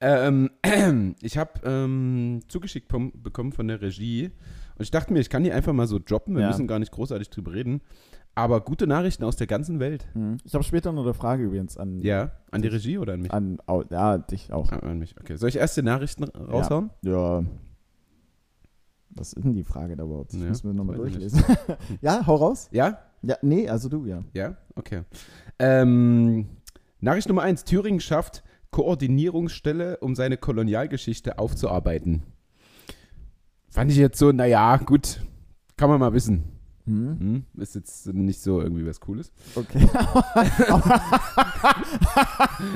Speaker 2: Ähm, [CLEARS THROAT] ich habe ähm, zugeschickt pom- bekommen von der Regie und ich dachte mir, ich kann die einfach mal so droppen. Wir
Speaker 1: Ja.
Speaker 2: müssen gar nicht großartig drüber reden. Aber gute Nachrichten aus der ganzen Welt.
Speaker 1: Hm. Ich habe später noch eine Frage übrigens an,
Speaker 2: Ja, an die Regie oder an mich?
Speaker 1: an au, ja, dich auch.
Speaker 2: Ah, an mich. Okay, soll ich erst die Nachrichten ra- raushauen?
Speaker 1: Ja. Was ist denn die Frage da überhaupt? Ich
Speaker 2: Ja,
Speaker 1: muss mir nochmal
Speaker 2: weiß ich nicht.
Speaker 1: durchlesen. [LAUGHS] ja, hau raus.
Speaker 2: Ja?
Speaker 1: Ja, nee, also du, ja.
Speaker 2: Ja? Okay. Ähm, Nachricht Nummer eins. Thüringen schafft Koordinierungsstelle, um seine Kolonialgeschichte aufzuarbeiten. Fand ich jetzt so, naja, gut, kann man mal wissen.
Speaker 1: Hm?
Speaker 2: Hm? Ist jetzt nicht so irgendwie was Cooles.
Speaker 1: [LAUGHS] Okay.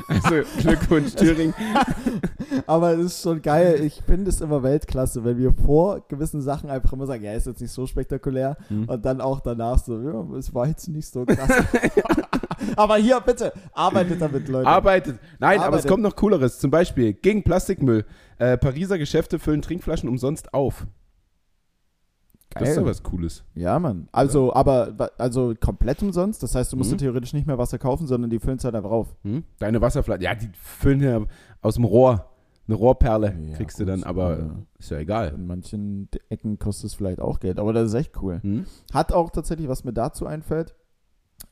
Speaker 2: Also Glückwunsch
Speaker 1: [LAUGHS]
Speaker 2: Thüringen.
Speaker 1: Aber es ist schon geil. Ich finde es immer Weltklasse, wenn wir vor gewissen Sachen einfach immer sagen, ja, ist jetzt nicht so spektakulär.
Speaker 2: Hm.
Speaker 1: Und dann auch danach so, ja, es war jetzt nicht so krass. [LAUGHS] Aber hier, bitte, arbeitet damit, Leute.
Speaker 2: Arbeitet. Nein, aber es
Speaker 1: Arbeitet.
Speaker 2: kommt noch cooleres. Zum Beispiel gegen Plastikmüll. Äh, Pariser Geschäfte füllen Trinkflaschen umsonst auf. Das ist
Speaker 1: Geil.
Speaker 2: doch was Cooles.
Speaker 1: Ja, Mann. Also, aber wa- also komplett umsonst. Das heißt, du musst
Speaker 2: Mhm.
Speaker 1: dir theoretisch nicht mehr Wasser kaufen, sondern die füllen es halt einfach auf.
Speaker 2: Hm? Deine Wasserflasche. Ja, die füllen ja aus dem Rohr. Eine Rohrperle
Speaker 1: Ja,
Speaker 2: kriegst
Speaker 1: gut,
Speaker 2: du dann, aber
Speaker 1: aber-
Speaker 2: ist ja egal.
Speaker 1: In manchen D- Ecken kostet es vielleicht auch Geld, aber das ist echt cool.
Speaker 2: Hm?
Speaker 1: Hat auch tatsächlich, was mir dazu einfällt,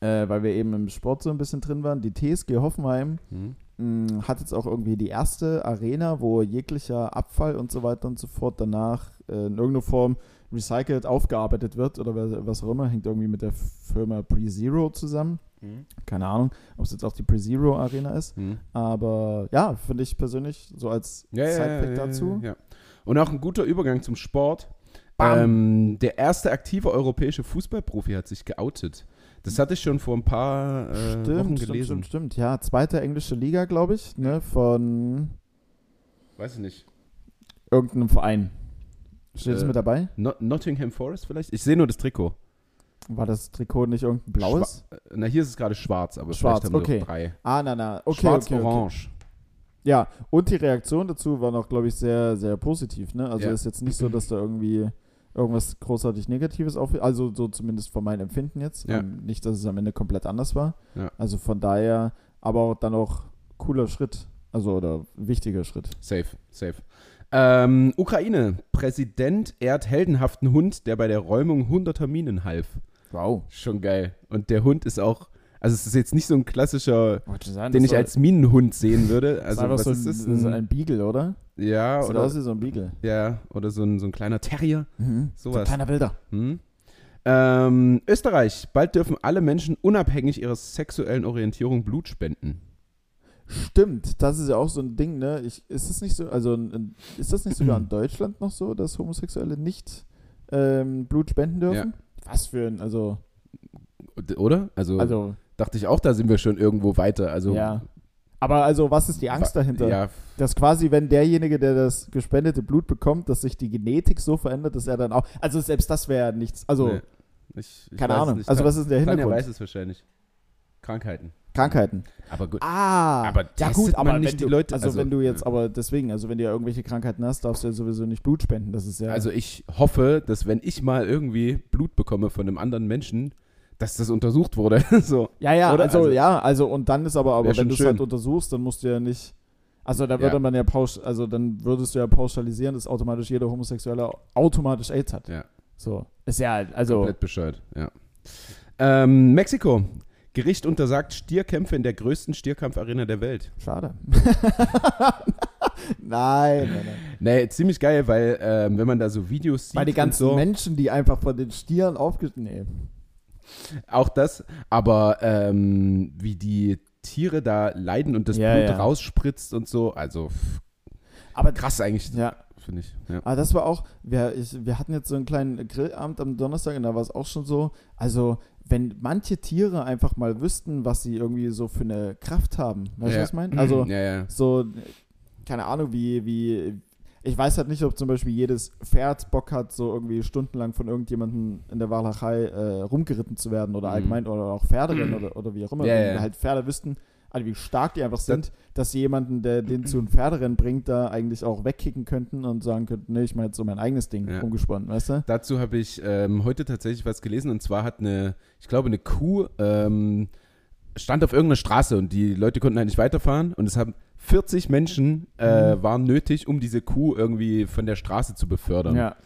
Speaker 1: äh, weil wir eben im Sport so ein bisschen drin waren, die TSG Hoffenheim
Speaker 2: Hm?
Speaker 1: mh, hat jetzt auch irgendwie die erste Arena, wo jeglicher Abfall und so weiter und so fort danach äh, in irgendeiner Form recycelt, aufgearbeitet wird oder was- was auch immer, hängt irgendwie mit der Firma PreZero zusammen.
Speaker 2: Mhm.
Speaker 1: Keine Ahnung, ob es jetzt auch die PreZero Arena ist.
Speaker 2: Hm?
Speaker 1: Aber ja, finde ich persönlich so als
Speaker 2: Ja, ja, ja,
Speaker 1: Sidefact
Speaker 2: ja,
Speaker 1: dazu.
Speaker 2: Ja. Und auch ein guter Übergang zum Sport.
Speaker 1: Bam.
Speaker 2: Ähm, der erste aktive europäische Fußballprofi hat sich geoutet. Das hatte ich schon vor ein paar äh, Wochen
Speaker 1: Stimmt, stimmt,
Speaker 2: gelesen.
Speaker 1: stimmt, stimmt. Ja, zweite englische Liga, glaube ich, ne, von
Speaker 2: Weiß ich nicht.
Speaker 1: irgendeinem Verein. Steht es
Speaker 2: Äh,
Speaker 1: mit dabei?
Speaker 2: No Nottingham Forest vielleicht? Ich sehe nur das Trikot.
Speaker 1: War das Trikot nicht irgendein blaues?
Speaker 2: Schwa- äh, Na, hier ist es gerade schwarz, aber
Speaker 1: Schwarz,
Speaker 2: vielleicht haben sie
Speaker 1: okay.
Speaker 2: auch drei.
Speaker 1: ah, na, na. Okay, okay, okay.
Speaker 2: Schwarz-orange.
Speaker 1: Ja, und die Reaktion dazu war noch, glaube ich, sehr, sehr positiv, ne? Also
Speaker 2: Ja.
Speaker 1: ist jetzt nicht so, dass da irgendwie irgendwas großartig Negatives auf, also so zumindest von meinem Empfinden jetzt.
Speaker 2: Ja.
Speaker 1: Ähm, nicht, dass es am Ende komplett anders war.
Speaker 2: Ja.
Speaker 1: Also von daher, aber auch dann auch cooler Schritt. Also, oder wichtiger Schritt.
Speaker 2: Safe, safe. Ähm, Ukraine. Präsident ehrt heldenhaften Hund, der bei der Räumung hunderter Minen half.
Speaker 1: Wow.
Speaker 2: Schon geil. Und der Hund ist auch, also es ist jetzt nicht so ein klassischer,
Speaker 1: Wollte sagen,
Speaker 2: den
Speaker 1: das
Speaker 2: ich
Speaker 1: war-
Speaker 2: als Minenhund sehen
Speaker 1: Also,
Speaker 2: würde. Also
Speaker 1: ist einfach
Speaker 2: was
Speaker 1: so ein,
Speaker 2: ist das?
Speaker 1: das ist ein Beagle, oder?
Speaker 2: ja,
Speaker 1: Sieht
Speaker 2: oder,
Speaker 1: aus wie so ein Beagle.
Speaker 2: ja, oder so ein, so ein kleiner Terrier.
Speaker 1: So ein
Speaker 2: Mhm. Sowas.
Speaker 1: kleiner Wilder.
Speaker 2: Hm. Ähm, Österreich. Bald dürfen alle Menschen unabhängig ihrer sexuellen Orientierung Blut spenden.
Speaker 1: Stimmt, das ist ja auch so ein Ding, ne? Ich, ist das nicht so, also in- in- ist das nicht
Speaker 2: [CLEARS THROAT]
Speaker 1: sogar in Deutschland noch so, dass Homosexuelle nicht ähm, Blut spenden dürfen? Was für ein, also,
Speaker 2: Oder? Also,
Speaker 1: also,
Speaker 2: dachte ich auch, da sind wir schon irgendwo weiter. Also,
Speaker 1: ja. Aber also, was ist die Angst
Speaker 2: wa-
Speaker 1: dahinter?
Speaker 2: Ja,
Speaker 1: Dass quasi, wenn derjenige, der das gespendete Blut bekommt, dass sich die Genetik so verändert, dass er dann auch, also selbst das wäre ja nichts, also,
Speaker 2: nee. ich, ich
Speaker 1: keine
Speaker 2: weiß es
Speaker 1: Ahnung.
Speaker 2: Nicht.
Speaker 1: Also, was ist denn der
Speaker 2: Tanja
Speaker 1: Hintergrund?
Speaker 2: weiß es wahrscheinlich. Krankheiten.
Speaker 1: Krankheiten.
Speaker 2: Aber gut.
Speaker 1: Ah,
Speaker 2: Aber
Speaker 1: ja
Speaker 2: testet
Speaker 1: gut,
Speaker 2: man
Speaker 1: aber
Speaker 2: nicht
Speaker 1: wenn
Speaker 2: die
Speaker 1: du,
Speaker 2: Leute?
Speaker 1: Also,
Speaker 2: Also,
Speaker 1: wenn du jetzt,
Speaker 2: ja.
Speaker 1: aber deswegen, also wenn du ja irgendwelche Krankheiten hast, darfst du ja sowieso nicht Blut spenden. Das ist ja.
Speaker 2: Also ich hoffe, dass wenn ich mal irgendwie Blut bekomme von einem anderen Menschen, dass das untersucht wurde. [LAUGHS] so.
Speaker 1: ja, ja,
Speaker 2: oder?
Speaker 1: also,
Speaker 2: Also-
Speaker 1: ja, also und dann ist aber, aber wenn
Speaker 2: Wär schon
Speaker 1: du es halt
Speaker 2: schön.
Speaker 1: untersuchst, dann musst du ja nicht. Also da würde
Speaker 2: Ja.
Speaker 1: man ja pausch, also dann würdest du ja pauschalisieren, dass automatisch jeder Homosexuelle automatisch AIDS hat.
Speaker 2: Ja.
Speaker 1: So. Ist ja halt, also.
Speaker 2: Komplett bescheuert, ja. Ähm, Mexiko. Gericht untersagt Stierkämpfe in der größten Stierkampfarena der Welt.
Speaker 1: Schade. [LAUGHS] nein, nein, nein.
Speaker 2: Nee, ziemlich geil, weil ähm, wenn man da so Videos sieht
Speaker 1: Weil die
Speaker 2: und
Speaker 1: ganzen
Speaker 2: so,
Speaker 1: Menschen, die einfach von den Stieren aufge. Nee.
Speaker 2: auch das, aber ähm, wie die Tiere da leiden und das
Speaker 1: Ja,
Speaker 2: Blut
Speaker 1: ja.
Speaker 2: rausspritzt und so, also pff,
Speaker 1: Aber
Speaker 2: krass eigentlich,
Speaker 1: ja,
Speaker 2: finde ich. Ja.
Speaker 1: Aber Ah, das war auch, wir, ich, wir hatten jetzt so einen kleinen Grillabend am Donnerstag und da war es auch schon so, also wenn manche Tiere einfach mal wüssten, was sie irgendwie so für eine Kraft haben, weißt du,
Speaker 2: ja.
Speaker 1: was ich meine? Also
Speaker 2: ja, ja.
Speaker 1: so, keine Ahnung, wie, wie, ich weiß halt nicht, ob zum Beispiel jedes Pferd Bock hat, so irgendwie stundenlang von irgendjemandem in der Walachei äh, rumgeritten zu werden oder
Speaker 2: Mhm.
Speaker 1: allgemein oder auch Pferderennen oder, oder wie auch immer.
Speaker 2: Ja,
Speaker 1: Wenn
Speaker 2: ja.
Speaker 1: halt Pferde wüssten, also wie stark die einfach sind, dass sie jemanden, der den zu einem Pferderennen bringt, da eigentlich auch wegkicken könnten und sagen könnten, nee, ich mache jetzt so mein eigenes Ding
Speaker 2: Ja.
Speaker 1: umgesponnen, weißt du?
Speaker 2: Dazu habe ich ähm, heute tatsächlich was gelesen und zwar hat eine, ich glaube, eine Kuh ähm, stand auf irgendeiner Straße und die Leute konnten halt nicht weiterfahren und es haben 40 Menschen
Speaker 1: Mhm.
Speaker 2: äh, waren nötig, um diese Kuh irgendwie von der Straße zu befördern.
Speaker 1: Ja.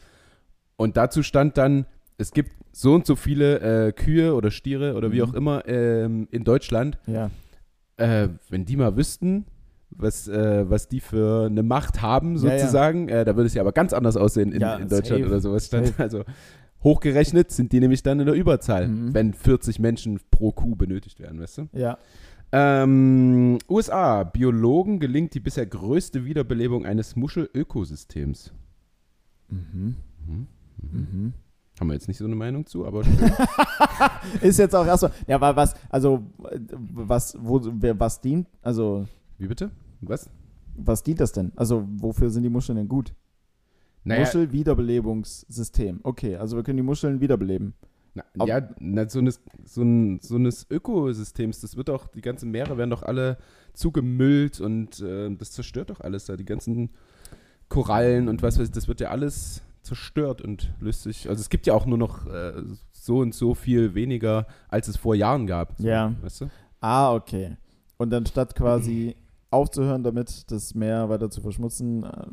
Speaker 2: Und dazu stand dann, es gibt so und so viele äh, Kühe oder Stiere oder wie
Speaker 1: Mhm.
Speaker 2: auch immer ähm, in Deutschland.
Speaker 1: Ja.
Speaker 2: Äh, wenn die mal wüssten, was, äh, was die für eine Macht haben,
Speaker 1: Ja, ja.
Speaker 2: sozusagen, Äh, da würde es ja aber ganz anders aussehen in,
Speaker 1: Ja,
Speaker 2: in Deutschland
Speaker 1: safe,
Speaker 2: oder sowas. Stand.
Speaker 1: safe.
Speaker 2: [LAUGHS] Also hochgerechnet sind die nämlich dann in der Überzahl,
Speaker 1: Mhm.
Speaker 2: wenn 40 Menschen pro Kuh benötigt werden, weißt du?
Speaker 1: Ja.
Speaker 2: Ähm, USA, Biologen gelingt die bisher größte Wiederbelebung eines Muschelökosystems.
Speaker 1: Mhm.
Speaker 2: Mhm.
Speaker 1: Mhm.
Speaker 2: Haben wir jetzt nicht so eine Meinung zu,
Speaker 1: [LAUGHS]
Speaker 2: aber schön.
Speaker 1: Ist jetzt auch erstmal. Ja, aber was, also äh, was, wo, wer, was dient, also
Speaker 2: Wie bitte? Was?
Speaker 1: was dient das denn? Also wofür sind die Muscheln denn gut?
Speaker 2: Naja,
Speaker 1: Muschelwiederbelebungssystem. Okay, also wir können die Muscheln wiederbeleben.
Speaker 2: na,
Speaker 1: ob-
Speaker 2: ja, na, so, eines, so, ein, so eines Ökosystems, das wird doch, die ganzen Meere werden doch alle zugemüllt und äh, das zerstört doch alles da, die ganzen Korallen und was weiß ich, das wird ja alles zerstört und löst sich, also es gibt ja auch nur noch äh, so und so viel weniger, als es vor Jahren gab. So,
Speaker 1: Ja.
Speaker 2: Weißt du?
Speaker 1: Ah, okay. Und dann statt quasi aufzuhören damit, das Meer weiter zu verschmutzen, äh,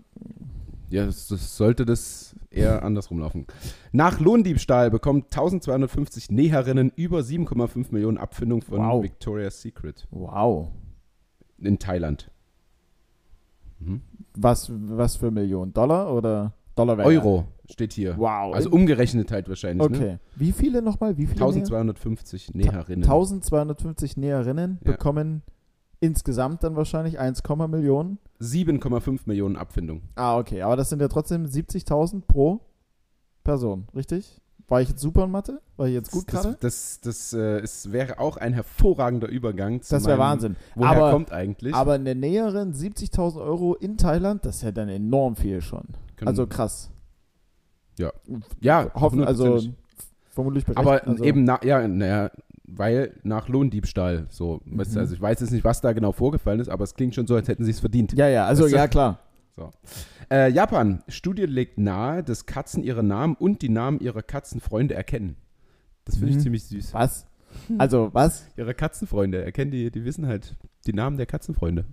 Speaker 2: Ja, das, das sollte das eher andersrum laufen. Nach Lohndiebstahl bekommt 1250 Näherinnen über 7,5 Millionen Abfindung von
Speaker 1: Wow.
Speaker 2: Victoria's Secret
Speaker 1: wow.
Speaker 2: in Thailand. Mhm.
Speaker 1: Was, was für Millionen? Dollar oder Dollar
Speaker 2: Euro steht hier.
Speaker 1: Wow.
Speaker 2: Also umgerechnet halt wahrscheinlich. Ne?
Speaker 1: okay. Wie viele nochmal? Wie viele?
Speaker 2: 1250 Näherinnen.
Speaker 1: 1250 Näherinnen
Speaker 2: Ja.
Speaker 1: bekommen insgesamt dann wahrscheinlich 1, Millionen.
Speaker 2: 7,5 Millionen Abfindung.
Speaker 1: Ah, okay. Aber das sind ja trotzdem 70.000 pro Person, richtig? War ich jetzt super in Mathe? War ich jetzt gut
Speaker 2: das
Speaker 1: gerade?
Speaker 2: das, das, das äh, ist, wäre auch ein hervorragender Übergang. Zu
Speaker 1: Das wäre
Speaker 2: meinem-
Speaker 1: Wahnsinn.
Speaker 2: Woher
Speaker 1: aber,
Speaker 2: kommt eigentlich?
Speaker 1: aber eine Näherin 70.000 Euro in Thailand, das ist ja dann enorm viel schon.
Speaker 2: Können-
Speaker 1: also krass.
Speaker 2: Genau. ja,
Speaker 1: Hoffen, also
Speaker 2: hundertprozentig.
Speaker 1: vermutlich berechnet.
Speaker 2: Aber
Speaker 1: also,
Speaker 2: eben, na, ja, naja, weil nach Lohndiebstahl so. Weißt du,
Speaker 1: Mhm.
Speaker 2: also ich weiß jetzt nicht, was da genau vorgefallen ist, aber es klingt schon so, als hätten sie es verdient.
Speaker 1: Ja, ja, also
Speaker 2: Weißt du?
Speaker 1: ja, klar.
Speaker 2: Äh, Japan. Studie legt nahe, dass Katzen ihre Namen und die Namen ihrer Katzenfreunde erkennen. Das finde ich
Speaker 1: Mhm.
Speaker 2: ziemlich süß.
Speaker 1: Was? Also, was?
Speaker 2: Ihre Katzenfreunde erkennen die, die wissen halt die Namen der Katzenfreunde.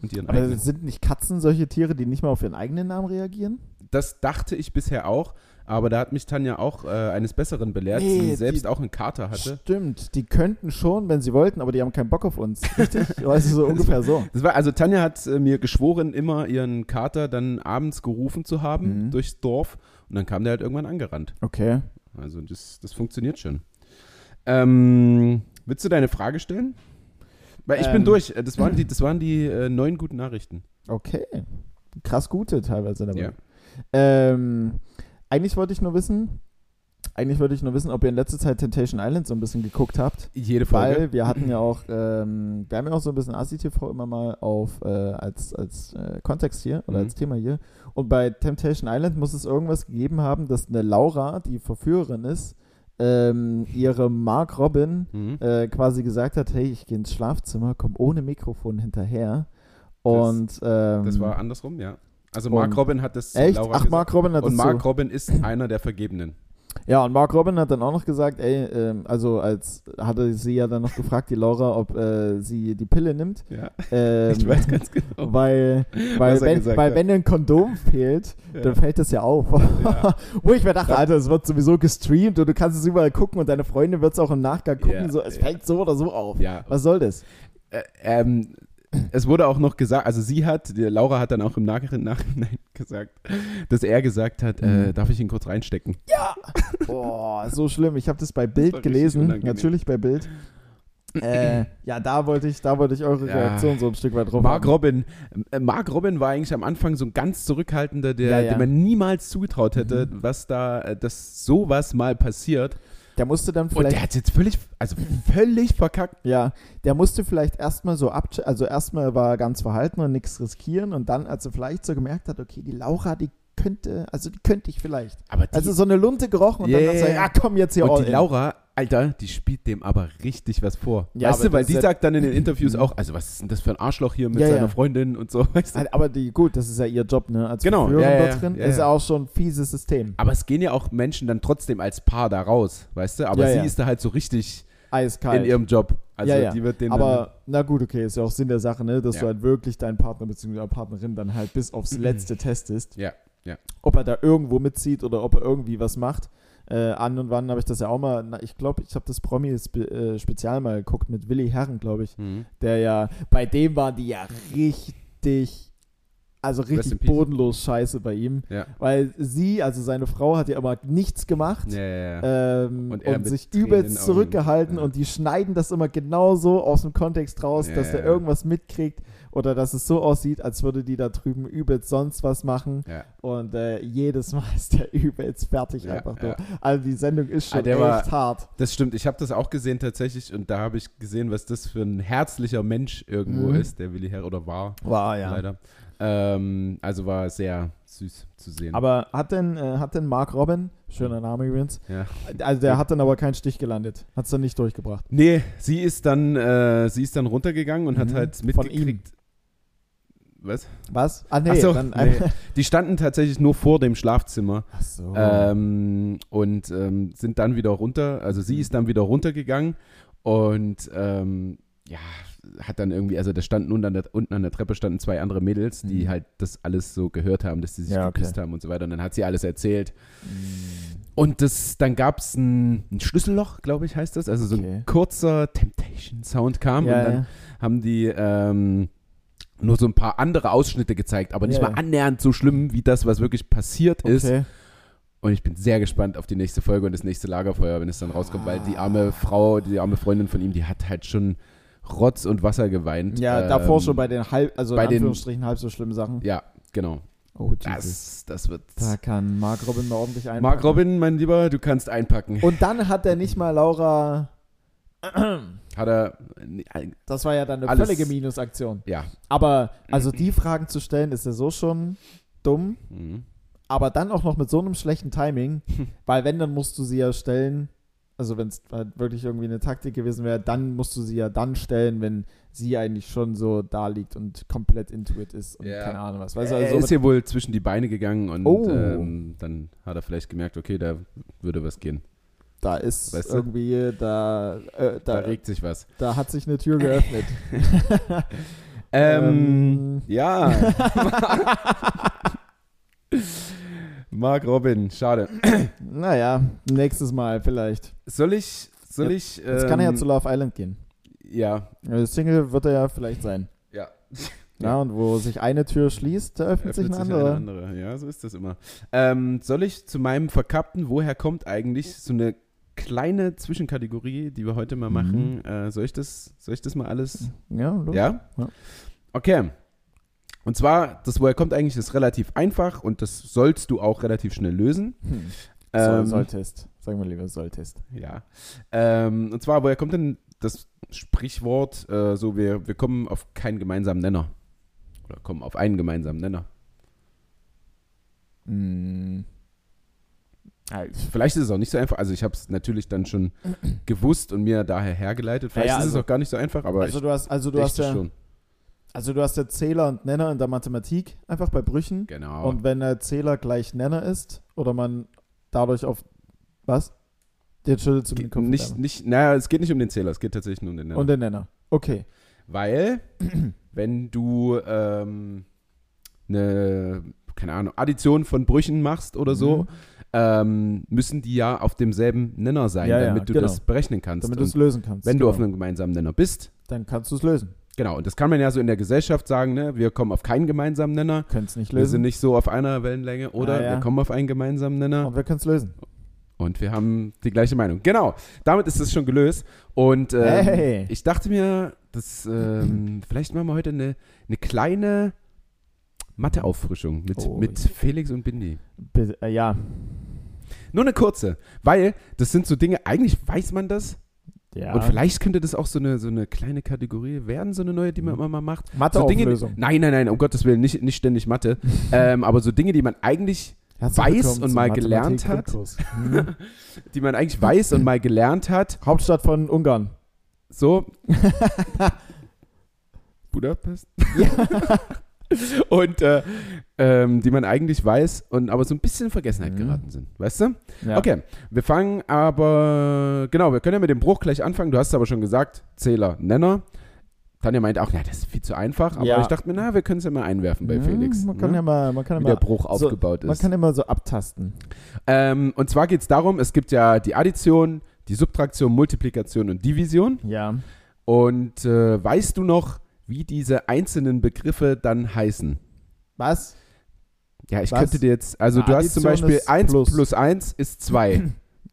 Speaker 2: Und ihren
Speaker 1: Aber
Speaker 2: eigenen.
Speaker 1: Also sind nicht Katzen solche Tiere, die nicht mal auf ihren eigenen Namen reagieren?
Speaker 2: Das dachte ich bisher auch, aber da hat mich Tanja auch äh, eines Besseren belehrt,
Speaker 1: Nee,
Speaker 2: die
Speaker 1: die-
Speaker 2: selbst auch einen Kater hatte.
Speaker 1: Stimmt, die könnten schon, wenn sie wollten, aber die haben keinen Bock auf uns. Richtig?
Speaker 2: [LAUGHS]
Speaker 1: weißt du, so ungefähr so.
Speaker 2: Das war, also Tanja hat äh, mir geschworen, immer ihren Kater dann abends gerufen zu haben
Speaker 1: Mhm.
Speaker 2: durchs Dorf und dann kam der halt irgendwann angerannt.
Speaker 1: Okay.
Speaker 2: Also das, das funktioniert schon. Ähm, willst du deine Frage stellen? Weil ich bin
Speaker 1: Ähm.
Speaker 2: durch. Äh, Das waren die, das waren die äh, neun guten Nachrichten.
Speaker 1: Okay. Krass gute teilweise dabei.
Speaker 2: Ja.
Speaker 1: Ähm, eigentlich wollte ich nur wissen, eigentlich wollte ich nur wissen, ob ihr in letzter Zeit Temptation Island so ein bisschen geguckt habt.
Speaker 2: Jede Folge.
Speaker 1: Weil wir hatten ja auch, ähm, wir haben ja auch so ein bisschen ASI-TV immer mal auf, äh, als, als äh, Kontext hier oder
Speaker 2: Mhm.
Speaker 1: als Thema hier. Und bei Temptation Island muss es irgendwas gegeben haben, dass eine Laura, die Verführerin ist, ähm, ihre Mark Robin
Speaker 2: mhm.
Speaker 1: äh, quasi gesagt hat, hey, ich gehe ins Schlafzimmer, komm ohne Mikrofon hinterher. Und ähm,
Speaker 2: Das war andersrum, ja. Also
Speaker 1: und-
Speaker 2: Mark Robin hat das zu
Speaker 1: echt?
Speaker 2: Laura
Speaker 1: Ach,
Speaker 2: gesagt.
Speaker 1: Mark Robin hat
Speaker 2: und
Speaker 1: das
Speaker 2: Mark
Speaker 1: so.
Speaker 2: Robin ist einer der Vergebenen.
Speaker 1: Ja, und Mark Robin hat dann auch noch gesagt, ey, ähm, also als hatte sie ja dann noch gefragt, die Laura, ob äh, sie die Pille
Speaker 2: [LAUGHS]
Speaker 1: nimmt.
Speaker 2: Ja,
Speaker 1: Ähm,
Speaker 2: ich weiß
Speaker 1: [LAUGHS]
Speaker 2: ganz genau.
Speaker 1: Weil, weil,
Speaker 2: Was er
Speaker 1: wenn,
Speaker 2: gesagt
Speaker 1: weil
Speaker 2: hat.
Speaker 1: wenn ein Kondom fehlt, dann fällt das ja auf. [LAUGHS] Wo ich mir dachte, Alter, es wird sowieso gestreamt und du kannst es überall gucken und deine Freundin wird es auch im Nachgang gucken.
Speaker 2: Ja,
Speaker 1: so, es
Speaker 2: ja.
Speaker 1: fällt so oder so auf.
Speaker 2: Ja,
Speaker 1: Was soll das?
Speaker 2: Äh, ähm, es wurde auch noch gesagt, also sie hat, die Laura hat dann auch im Nachhinein, Nachhinein [LAUGHS] gesagt, dass er gesagt hat, äh,
Speaker 1: Mhm.
Speaker 2: darf ich ihn kurz reinstecken?
Speaker 1: Boah, so schlimm. Ich habe das bei
Speaker 2: war
Speaker 1: Bild
Speaker 2: richtig
Speaker 1: gelesen.
Speaker 2: unangenehm.
Speaker 1: Natürlich bei Bild. Äh, ja, da wollte ich, da wollte ich eure
Speaker 2: Ja.
Speaker 1: Reaktion so ein Stück weit drauf.
Speaker 2: Mark
Speaker 1: haben.
Speaker 2: Robin, äh, Mark Robin war eigentlich am Anfang so ein ganz zurückhaltender, der,
Speaker 1: Ja, ja.
Speaker 2: Mhm. dem man niemals zugetraut hätte, was da, äh, dass sowas mal passiert.
Speaker 1: Der musste dann
Speaker 2: Und
Speaker 1: vielleicht.
Speaker 2: der hat jetzt völlig, also völlig verkackt.
Speaker 1: Ja, der musste vielleicht erstmal so ab, also erstmal war er ganz verhalten und nichts riskieren und dann, als er vielleicht so gemerkt hat, okay, die Laura, die könnte, also die könnte ich vielleicht.
Speaker 2: Aber die,
Speaker 1: Also so eine Lunte gerochen und
Speaker 2: Ja,
Speaker 1: dann hat er
Speaker 2: ja, ja.
Speaker 1: gesagt, ja komm jetzt hier all
Speaker 2: und die
Speaker 1: in.
Speaker 2: Laura, Alter, die spielt dem aber richtig was vor.
Speaker 1: Ja,
Speaker 2: weißt
Speaker 1: aber
Speaker 2: du, weil
Speaker 1: das
Speaker 2: die
Speaker 1: ist ja-
Speaker 2: sagt dann in den Interviews auch, also was ist denn das für ein Arschloch hier mit
Speaker 1: Ja,
Speaker 2: seiner
Speaker 1: ja.
Speaker 2: Freundin und so, weißt du?
Speaker 1: Aber die, gut, das ist ja ihr Job, ne? Als
Speaker 2: Genau,
Speaker 1: Verführerin
Speaker 2: ja, ja,
Speaker 1: da
Speaker 2: ja,
Speaker 1: drin
Speaker 2: ja,
Speaker 1: ist
Speaker 2: ja.
Speaker 1: auch schon ein fieses System.
Speaker 2: Aber es gehen ja auch Menschen dann trotzdem als Paar da raus, weißt du? Aber
Speaker 1: Ja,
Speaker 2: sie
Speaker 1: ja.
Speaker 2: ist da halt so richtig
Speaker 1: Eiskalt.
Speaker 2: in ihrem Job. Also
Speaker 1: Ja, ja.
Speaker 2: die wird den
Speaker 1: aber na gut, okay, ist ja auch Sinn der Sache, ne, dass
Speaker 2: Ja.
Speaker 1: du halt wirklich deinen Partner bzw. deine Partnerin dann halt bis
Speaker 2: [CLEARS THROAT]
Speaker 1: aufs Letzte testest.
Speaker 2: Ja, ja.
Speaker 1: Ob er da irgendwo mitzieht oder ob er irgendwie was macht. Äh, an und wann habe ich das ja auch mal, na, ich glaube, ich habe das Promi-Spezial mal geguckt mit Willi Herren, glaube ich,
Speaker 2: dann, Mhm.
Speaker 1: der ja, bei dem waren die ja richtig, also
Speaker 2: in
Speaker 1: richtig
Speaker 2: peace.
Speaker 1: bodenlos scheiße bei ihm,
Speaker 2: Ja.
Speaker 1: weil sie, also seine Frau, hat ja immer nichts gemacht
Speaker 2: Ja, ja, ja.
Speaker 1: ähm,
Speaker 2: Und
Speaker 1: und,
Speaker 2: er mit
Speaker 1: sich
Speaker 2: Tränen in den
Speaker 1: übelst
Speaker 2: Augen.
Speaker 1: zurückgehalten
Speaker 2: Ja.
Speaker 1: und die schneiden das immer genauso aus dem Kontext raus,
Speaker 2: Ja,
Speaker 1: dass der
Speaker 2: ja.
Speaker 1: irgendwas mitkriegt oder dass es so aussieht, als würde die da drüben übelst sonst was machen
Speaker 2: ja.
Speaker 1: und äh, jedes Mal ist der [LAUGHS] übelst fertig
Speaker 2: Ja,
Speaker 1: einfach
Speaker 2: ja.
Speaker 1: nur. Also die Sendung ist schon
Speaker 2: Ah, der
Speaker 1: echt
Speaker 2: war-
Speaker 1: hart.
Speaker 2: Das stimmt, ich habe das auch gesehen tatsächlich und da habe ich gesehen, was das für ein herzlicher Mensch irgendwo
Speaker 1: Mhm.
Speaker 2: ist, der Willi Herr oder war,
Speaker 1: War ja.
Speaker 2: leider. Ähm, also war sehr süß zu sehen.
Speaker 1: Aber hat denn, äh, hat denn Mark Robin, schöner Name übrigens,
Speaker 2: ja.
Speaker 1: also der hat dann aber keinen Stich gelandet, hat es dann nicht durchgebracht.
Speaker 2: Nee, sie ist dann, äh, sie ist dann runtergegangen und hat
Speaker 1: Mhm.
Speaker 2: halt
Speaker 1: Von
Speaker 2: mitgekriegt. Was?
Speaker 1: Was? Ah, nee,
Speaker 2: Ach so,
Speaker 1: dann,
Speaker 2: nee. Die standen tatsächlich nur vor dem Schlafzimmer
Speaker 1: [LAUGHS] Ach so.
Speaker 2: ähm, und ähm, sind dann wieder runter, also sie ist dann wieder runtergegangen und ähm, ja, hat dann irgendwie, also da standen unten an, der, unten an der Treppe standen zwei andere Mädels, die
Speaker 1: Mhm.
Speaker 2: halt das alles so gehört haben, dass sie sich
Speaker 1: Ja, okay. Mhm.
Speaker 2: geküsst haben und so weiter. Und dann hat sie alles erzählt. Und das, dann gab es ein, ein Schlüsselloch, glaube ich, heißt das. Also so
Speaker 1: Okay.
Speaker 2: ein kurzer Temptation-Sound kam und
Speaker 1: ja,
Speaker 2: dann
Speaker 1: ja.
Speaker 2: haben die ähm, nur so ein paar andere Ausschnitte gezeigt, aber nicht
Speaker 1: Ja,
Speaker 2: mal
Speaker 1: ja.
Speaker 2: annähernd so schlimm, wie das, was wirklich passiert ist.
Speaker 1: Okay.
Speaker 2: Und ich bin sehr gespannt auf die nächste Folge und das nächste Lagerfeuer, wenn es dann rauskommt, weil die arme Frau, die arme Freundin von ihm, die hat halt schon Rotz und Wasser geweint.
Speaker 1: Ja,
Speaker 2: Ähm,
Speaker 1: davor schon bei den halb, also
Speaker 2: bei
Speaker 1: in
Speaker 2: den-
Speaker 1: Anführungsstrichen halb so schlimmen Sachen.
Speaker 2: Ja, genau.
Speaker 1: Oh,
Speaker 2: Das, das wird.
Speaker 1: Da kann Mark Robin mal ordentlich einpacken.
Speaker 2: Mark Robin, mein Lieber, du kannst einpacken.
Speaker 1: Und dann hat er nicht mal Laura.
Speaker 2: Hat er. nee, ein-
Speaker 1: Das war ja dann eine
Speaker 2: Alles.
Speaker 1: völlige Minusaktion.
Speaker 2: Ja.
Speaker 1: Aber, also die Fragen zu stellen, ist ja so schon dumm.
Speaker 2: Mhm.
Speaker 1: Aber dann auch noch mit so einem schlechten
Speaker 2: [LAUGHS]
Speaker 1: Timing. weil, wenn, dann musst du sie ja stellen. Also, wenn es halt wirklich irgendwie eine Taktik gewesen wäre, dann musst du sie ja dann stellen, wenn sie eigentlich schon so da liegt und komplett intuit ist und
Speaker 2: Ja.
Speaker 1: keine Ahnung was. Weißt
Speaker 2: Also,
Speaker 1: du,
Speaker 2: er
Speaker 1: also
Speaker 2: ist hier wohl zwischen die Beine gegangen und
Speaker 1: Oh.
Speaker 2: ähm, dann hat er vielleicht gemerkt, okay, da würde was gehen.
Speaker 1: Da ist
Speaker 2: Weißt du?
Speaker 1: irgendwie, da, äh,
Speaker 2: Da,
Speaker 1: da, da,
Speaker 2: regt sich was.
Speaker 1: hat sich eine Tür
Speaker 2: [LAUGHS]
Speaker 1: geöffnet. Ähm,
Speaker 2: Ähm, [LAUGHS] ja. Mark Robin, schade.
Speaker 1: naja, nächstes Mal vielleicht.
Speaker 2: Soll ich, soll ich.
Speaker 1: Jetzt kann er ja
Speaker 2: ähm,
Speaker 1: zu Love Island gehen.
Speaker 2: Ja,
Speaker 1: Also Single wird er ja vielleicht sein.
Speaker 2: ja.
Speaker 1: [LAUGHS] Ja, und wo sich eine Tür schließt, da öffnet, sich eine andere.
Speaker 2: Ja, so ist das immer. Ähm, soll ich zu meinem verkappten, woher kommt eigentlich so eine kleine Zwischenkategorie, die wir
Speaker 1: Mhm.
Speaker 2: heute mal machen? Äh, soll ich das, soll ich das mal alles?
Speaker 1: Ja, los.
Speaker 2: Ja?
Speaker 1: Ja.
Speaker 2: Okay. Und zwar, das woher kommt eigentlich, ist relativ einfach und das sollst du auch relativ schnell lösen.
Speaker 1: Hm.
Speaker 2: Ähm,
Speaker 1: Soll, solltest. Sagen wir lieber solltest.
Speaker 2: Ja. Ähm, und zwar, woher kommt denn das Sprichwort, äh, so wir, wir kommen auf keinen gemeinsamen Nenner? Oder kommen auf einen gemeinsamen Nenner?
Speaker 1: Hm. Ah, ich-
Speaker 2: Vielleicht ist es auch nicht so einfach. Also ich habe es natürlich
Speaker 1: [CLEARS THROAT]
Speaker 2: dann schon gewusst und mir daher hergeleitet. Vielleicht
Speaker 1: Ja, ja,
Speaker 2: ist
Speaker 1: also-
Speaker 2: es auch gar nicht so einfach, aber
Speaker 1: Also du hast, also
Speaker 2: ich
Speaker 1: du hast
Speaker 2: dachte
Speaker 1: ja,
Speaker 2: schon.
Speaker 1: also du hast ja Zähler und Nenner in der Mathematik einfach bei Brüchen.
Speaker 2: Genau.
Speaker 1: Und wenn der Zähler gleich Nenner ist oder man dadurch auf was? Den schüttelt zum
Speaker 2: Ge-
Speaker 1: Kopf.
Speaker 2: nicht, nicht, naja, es geht nicht um den Zähler, es geht tatsächlich nur um den Nenner.
Speaker 1: Und den Nenner. Okay. [CLEARS THROAT]
Speaker 2: Weil, wenn du ähm, eine, keine Ahnung, Addition von Brüchen machst oder so,
Speaker 1: Mhm.
Speaker 2: ähm, müssen die ja auf demselben Nenner sein,
Speaker 1: Ja, ja,
Speaker 2: damit du
Speaker 1: genau.
Speaker 2: das berechnen kannst.
Speaker 1: Damit du es
Speaker 2: und
Speaker 1: lösen kannst.
Speaker 2: wenn du
Speaker 1: genau.
Speaker 2: auf einem gemeinsamen Nenner bist,
Speaker 1: Dann kannst du es lösen.
Speaker 2: genau, und das kann man ja so in der Gesellschaft sagen, ne? wir kommen auf keinen gemeinsamen Nenner,
Speaker 1: Können es nicht
Speaker 2: wir
Speaker 1: lösen.
Speaker 2: sind nicht so auf einer Wellenlänge oder
Speaker 1: Ah, ja.
Speaker 2: wir kommen auf einen gemeinsamen Nenner
Speaker 1: und wir können es lösen.
Speaker 2: und wir haben die gleiche Meinung. Genau, damit ist es schon gelöst und ähm,
Speaker 1: Hey.
Speaker 2: ich dachte mir,
Speaker 1: [CLEARS THROAT]
Speaker 2: das, ähm, vielleicht machen wir heute eine, eine kleine Matheauffrischung mit,
Speaker 1: Oh,
Speaker 2: mit
Speaker 1: ja.
Speaker 2: Felix und Bindi.
Speaker 1: Bitte, äh, ja.
Speaker 2: Nur eine kurze, weil das sind so Dinge, eigentlich weiß man das.
Speaker 1: Ja.
Speaker 2: Und vielleicht könnte das auch so eine, so eine kleine Kategorie werden, so eine neue, die
Speaker 1: Mhm.
Speaker 2: man immer mal macht. So Dinge,
Speaker 1: Matheauflösung.
Speaker 2: nein, nein, nein, um Gottes Willen, nicht, nicht
Speaker 1: [LAUGHS]
Speaker 2: ständig Mathe. ähm, aber so Dinge, die man eigentlich,
Speaker 1: Herzlich
Speaker 2: weiß
Speaker 1: willkommen
Speaker 2: und
Speaker 1: zum
Speaker 2: mal gelernt
Speaker 1: Mathematik-Grundkurs. Mhm.
Speaker 2: die man eigentlich weiß und mal gelernt hat,
Speaker 1: [LAUGHS] Hauptstadt von Ungarn. [LAUGHS]
Speaker 2: so. Budapest. [LAUGHS] und äh, ähm, die man eigentlich weiß und aber so ein bisschen in Vergessenheit
Speaker 1: Mhm.
Speaker 2: geraten sind. Weißt du?
Speaker 1: Ja.
Speaker 2: Okay, wir fangen aber, genau, wir können ja mit dem Bruch gleich anfangen. Du hast es aber schon gesagt, Zähler, Nenner. Tanja meinte auch, na, das ist viel zu einfach. Aber
Speaker 1: Ja.
Speaker 2: ich dachte mir, na, wir können es ja mal einwerfen bei
Speaker 1: Mhm,
Speaker 2: Felix.
Speaker 1: Man kann
Speaker 2: ne?
Speaker 1: ja mal, man kann
Speaker 2: Wie
Speaker 1: ja
Speaker 2: der
Speaker 1: mal,
Speaker 2: Bruch aufgebaut
Speaker 1: man
Speaker 2: ist.
Speaker 1: kann immer so abtasten.
Speaker 2: Ähm, und zwar geht es darum, es gibt ja die Addition, die Subtraktion, Multiplikation und Division.
Speaker 1: Ja.
Speaker 2: Und äh, weißt du noch, wie diese einzelnen Begriffe dann heißen?
Speaker 1: Was?
Speaker 2: Ja, ich
Speaker 1: Was?
Speaker 2: könnte dir jetzt, also du hast zum
Speaker 1: Addition
Speaker 2: Beispiel
Speaker 1: ist
Speaker 2: 1
Speaker 1: plus.
Speaker 2: plus 1 ist 2.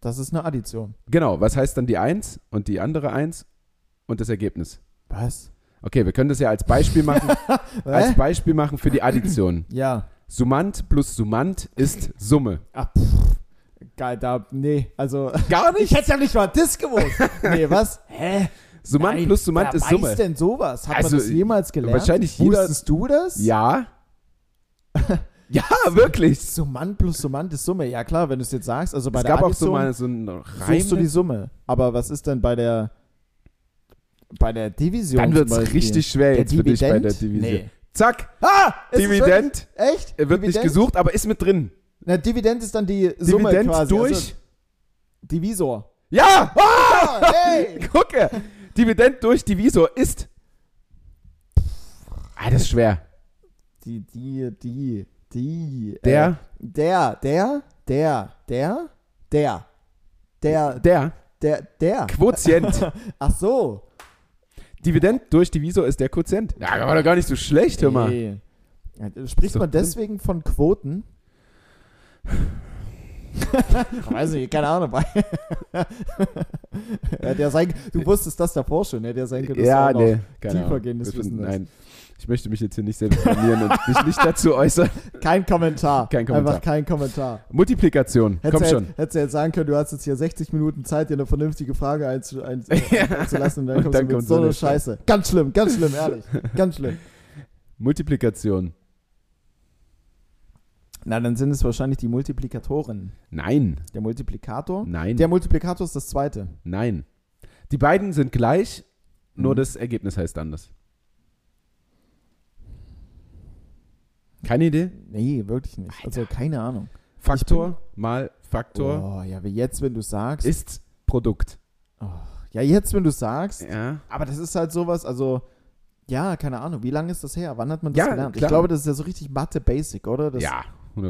Speaker 1: Das ist eine Addition.
Speaker 2: genau, was heißt dann die 1 und die andere 1 und das Ergebnis?
Speaker 1: Was?
Speaker 2: Okay, wir können das ja als Beispiel machen,
Speaker 1: [LAUGHS]
Speaker 2: als
Speaker 1: Hä?
Speaker 2: Beispiel machen für die Addition.
Speaker 1: ja.
Speaker 2: Summand plus Summand ist Summe.
Speaker 1: Ah, pff. Geil, da, nee, also. [LAUGHS]
Speaker 2: Gar
Speaker 1: Ich hätte ja nicht mal das gewusst. Nee, was? [LAUGHS] Hä?
Speaker 2: Summand
Speaker 1: Nein,
Speaker 2: plus Summand
Speaker 1: wer
Speaker 2: ist
Speaker 1: weiß
Speaker 2: Summe.
Speaker 1: denn sowas? Hat
Speaker 2: Also,
Speaker 1: man das jemals gelernt?
Speaker 2: wahrscheinlich jeder-
Speaker 1: Wusstest du das?
Speaker 2: Ja.
Speaker 1: [LAUGHS]
Speaker 2: ja, wirklich.
Speaker 1: Summand plus Summand ist Summe. Ja, klar, wenn du es jetzt sagst. Also bei
Speaker 2: es
Speaker 1: der
Speaker 2: gab auch
Speaker 1: Addition
Speaker 2: so mal so einen Reim.
Speaker 1: suchst du die Summe. Aber was ist denn bei der, bei der Division?
Speaker 2: Dann
Speaker 1: wird
Speaker 2: wird's
Speaker 1: es
Speaker 2: richtig schwer
Speaker 1: Der
Speaker 2: jetzt für dich bei der
Speaker 1: Dividend?
Speaker 2: Division.
Speaker 1: Nee.
Speaker 2: Zack,
Speaker 1: Ah! ist es wirklich-
Speaker 2: Dividend.
Speaker 1: Echt?
Speaker 2: Er wird nicht
Speaker 1: Dividend?
Speaker 2: gesucht, aber ist mit drin.
Speaker 1: Na, Dividend ist dann die Summe
Speaker 2: Dividend
Speaker 1: quasi.
Speaker 2: durch.
Speaker 1: Also [LAUGHS] Divisor.
Speaker 2: ja! Ah!
Speaker 1: Ah, hey!
Speaker 2: [LAUGHS] Gucke! Dividend durch Divisor ist. Ah, das ist schwer.
Speaker 1: Die, die, die, die. Äh,
Speaker 2: Der,
Speaker 1: der, der, der, der, der. Der,
Speaker 2: der
Speaker 1: der, der.
Speaker 2: Quotient.
Speaker 1: [LAUGHS] Ach so.
Speaker 2: Dividend durch Divisor ist der Quotient. Ja, war doch gar nicht so schlecht, hör mal.
Speaker 1: Nee. Ja, Spricht
Speaker 2: So.
Speaker 1: man deswegen von Quoten? [LAUGHS] Weiß nicht, keine Ahnung. [LAUGHS] ja, der sein, du wusstest das davor schon, hätte ja sein können. dass
Speaker 2: ja,
Speaker 1: du auch
Speaker 2: nee.
Speaker 1: tiefergehendes
Speaker 2: Wir finden-
Speaker 1: Wissen ist.
Speaker 2: Nein, ich möchte mich jetzt hier nicht selbst blamieren und mich nicht dazu äußern.
Speaker 1: noch- Kein Kommentar.
Speaker 2: Kein Kommentar.
Speaker 1: Einfach kein Kommentar.
Speaker 2: Multiplikation, komm
Speaker 1: Hättest du,
Speaker 2: schon. [LAUGHS]
Speaker 1: jetzt, hättest du jetzt sagen können, du hast jetzt hier 60 Minuten Zeit, dir eine vernünftige Frage einzu, ein,
Speaker 2: [LAUGHS] Ja.
Speaker 1: einzulassen und dann
Speaker 2: Und
Speaker 1: kommst du
Speaker 2: dann
Speaker 1: mit so
Speaker 2: kommt so
Speaker 1: eine
Speaker 2: eine
Speaker 1: Scheiße. Ganz schlimm, ganz schlimm, ehrlich. Ganz schlimm.
Speaker 2: Multiplikation.
Speaker 1: [LAUGHS] Na, dann sind es wahrscheinlich die Multiplikatoren.
Speaker 2: Nein,
Speaker 1: Der Multiplikator?
Speaker 2: nein,
Speaker 1: Der Multiplikator ist das zweite.
Speaker 2: nein. Die beiden sind gleich, nur
Speaker 1: Mhm.
Speaker 2: das Ergebnis heißt anders. Keine Idee?
Speaker 1: Nee, wirklich nicht. Also keine Ahnung.
Speaker 2: Faktor mal Faktor
Speaker 1: Oh, ja, wie jetzt, wenn du sagst.
Speaker 2: ist Produkt.
Speaker 1: ja, jetzt, wenn du sagst.
Speaker 2: Ja.
Speaker 1: Aber das ist halt sowas, also, ja, keine Ahnung. Wie lange ist das her? Wann hat man das
Speaker 2: Ja,
Speaker 1: gelernt?
Speaker 2: klar.
Speaker 1: Ich glaube, das ist ja so richtig Mathe-Basic, oder? Das,
Speaker 2: ja.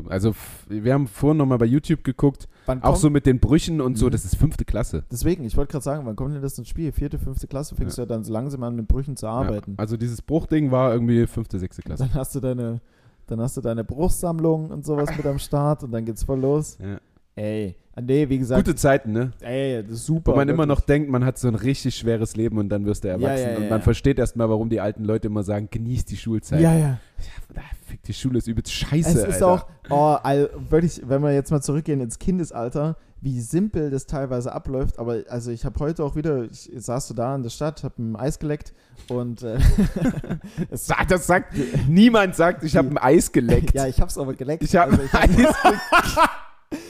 Speaker 2: Also f- wir haben vorhin nochmal bei YouTube geguckt,
Speaker 1: Wann
Speaker 2: auch
Speaker 1: kommt,
Speaker 2: so mit den Brüchen und so,
Speaker 1: Mhm.
Speaker 2: das ist fünfte Klasse.
Speaker 1: Deswegen, ich wollte gerade sagen, wann kommt denn das ins Spiel? Vierte, fünfte Klasse fängst du ja dann so langsam an, mit Brüchen zu arbeiten.
Speaker 2: Ja, also dieses Bruchding war irgendwie fünfte, sechste Klasse.
Speaker 1: [LAUGHS] Dann hast du deine, dann hast du deine Bruchsammlung und sowas mit am Start und dann geht's voll los.
Speaker 2: Ja.
Speaker 1: Ey, ah, nee, wie gesagt,
Speaker 2: Gute Zeiten, ne?
Speaker 1: ey, das ist super.
Speaker 2: Wo man immer
Speaker 1: wirklich.
Speaker 2: noch denkt, man hat so ein richtig schweres Leben und dann wirst du erwachsen.
Speaker 1: ja,
Speaker 2: und
Speaker 1: ja, ja.
Speaker 2: man versteht erstmal, warum die alten Leute immer sagen, genieß die Schulzeit.
Speaker 1: Ja, ja.
Speaker 2: Ah, Fick, die Schule ist übelst scheiße,
Speaker 1: Es ist
Speaker 2: Alter.
Speaker 1: auch, oh, all, wirklich, wenn wir jetzt mal zurückgehen ins Kindesalter, wie simpel das teilweise abläuft. Aber also ich habe heute auch wieder, ich saß so da in der Stadt, habe ein Eis geleckt und äh, es,
Speaker 2: Sa- Das sagt, niemand sagt, ich habe ein Eis
Speaker 1: [LAUGHS]
Speaker 2: geleckt.
Speaker 1: ja, ich habe es aber geleckt.
Speaker 2: ich habe
Speaker 1: also
Speaker 2: ein
Speaker 1: [LAUGHS]
Speaker 2: Eis geleckt.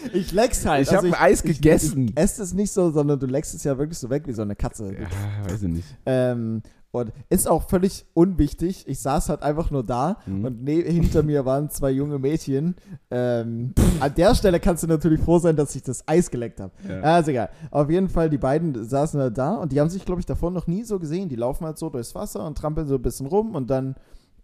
Speaker 1: ich, ich leck's halt.
Speaker 2: Ich hab ein Eis gegessen.
Speaker 1: Ich, ich esse es nicht so, sondern du leckst es ja wirklich so weg wie so eine Katze.
Speaker 2: Ja, weiß ich nicht.
Speaker 1: Ähm, und ist auch völlig unwichtig. Ich saß halt einfach nur da
Speaker 2: Mhm.
Speaker 1: und ne hinter mir waren zwei junge Mädchen. Ähm, an der Stelle kannst du natürlich froh sein, dass ich das Eis geleckt habe.
Speaker 2: Ja.
Speaker 1: Ja. Also egal. Auf jeden Fall, die beiden saßen halt da und die haben sich, glaube ich, davor noch nie so gesehen. Die laufen halt so durchs Wasser und trampeln so ein bisschen rum und dann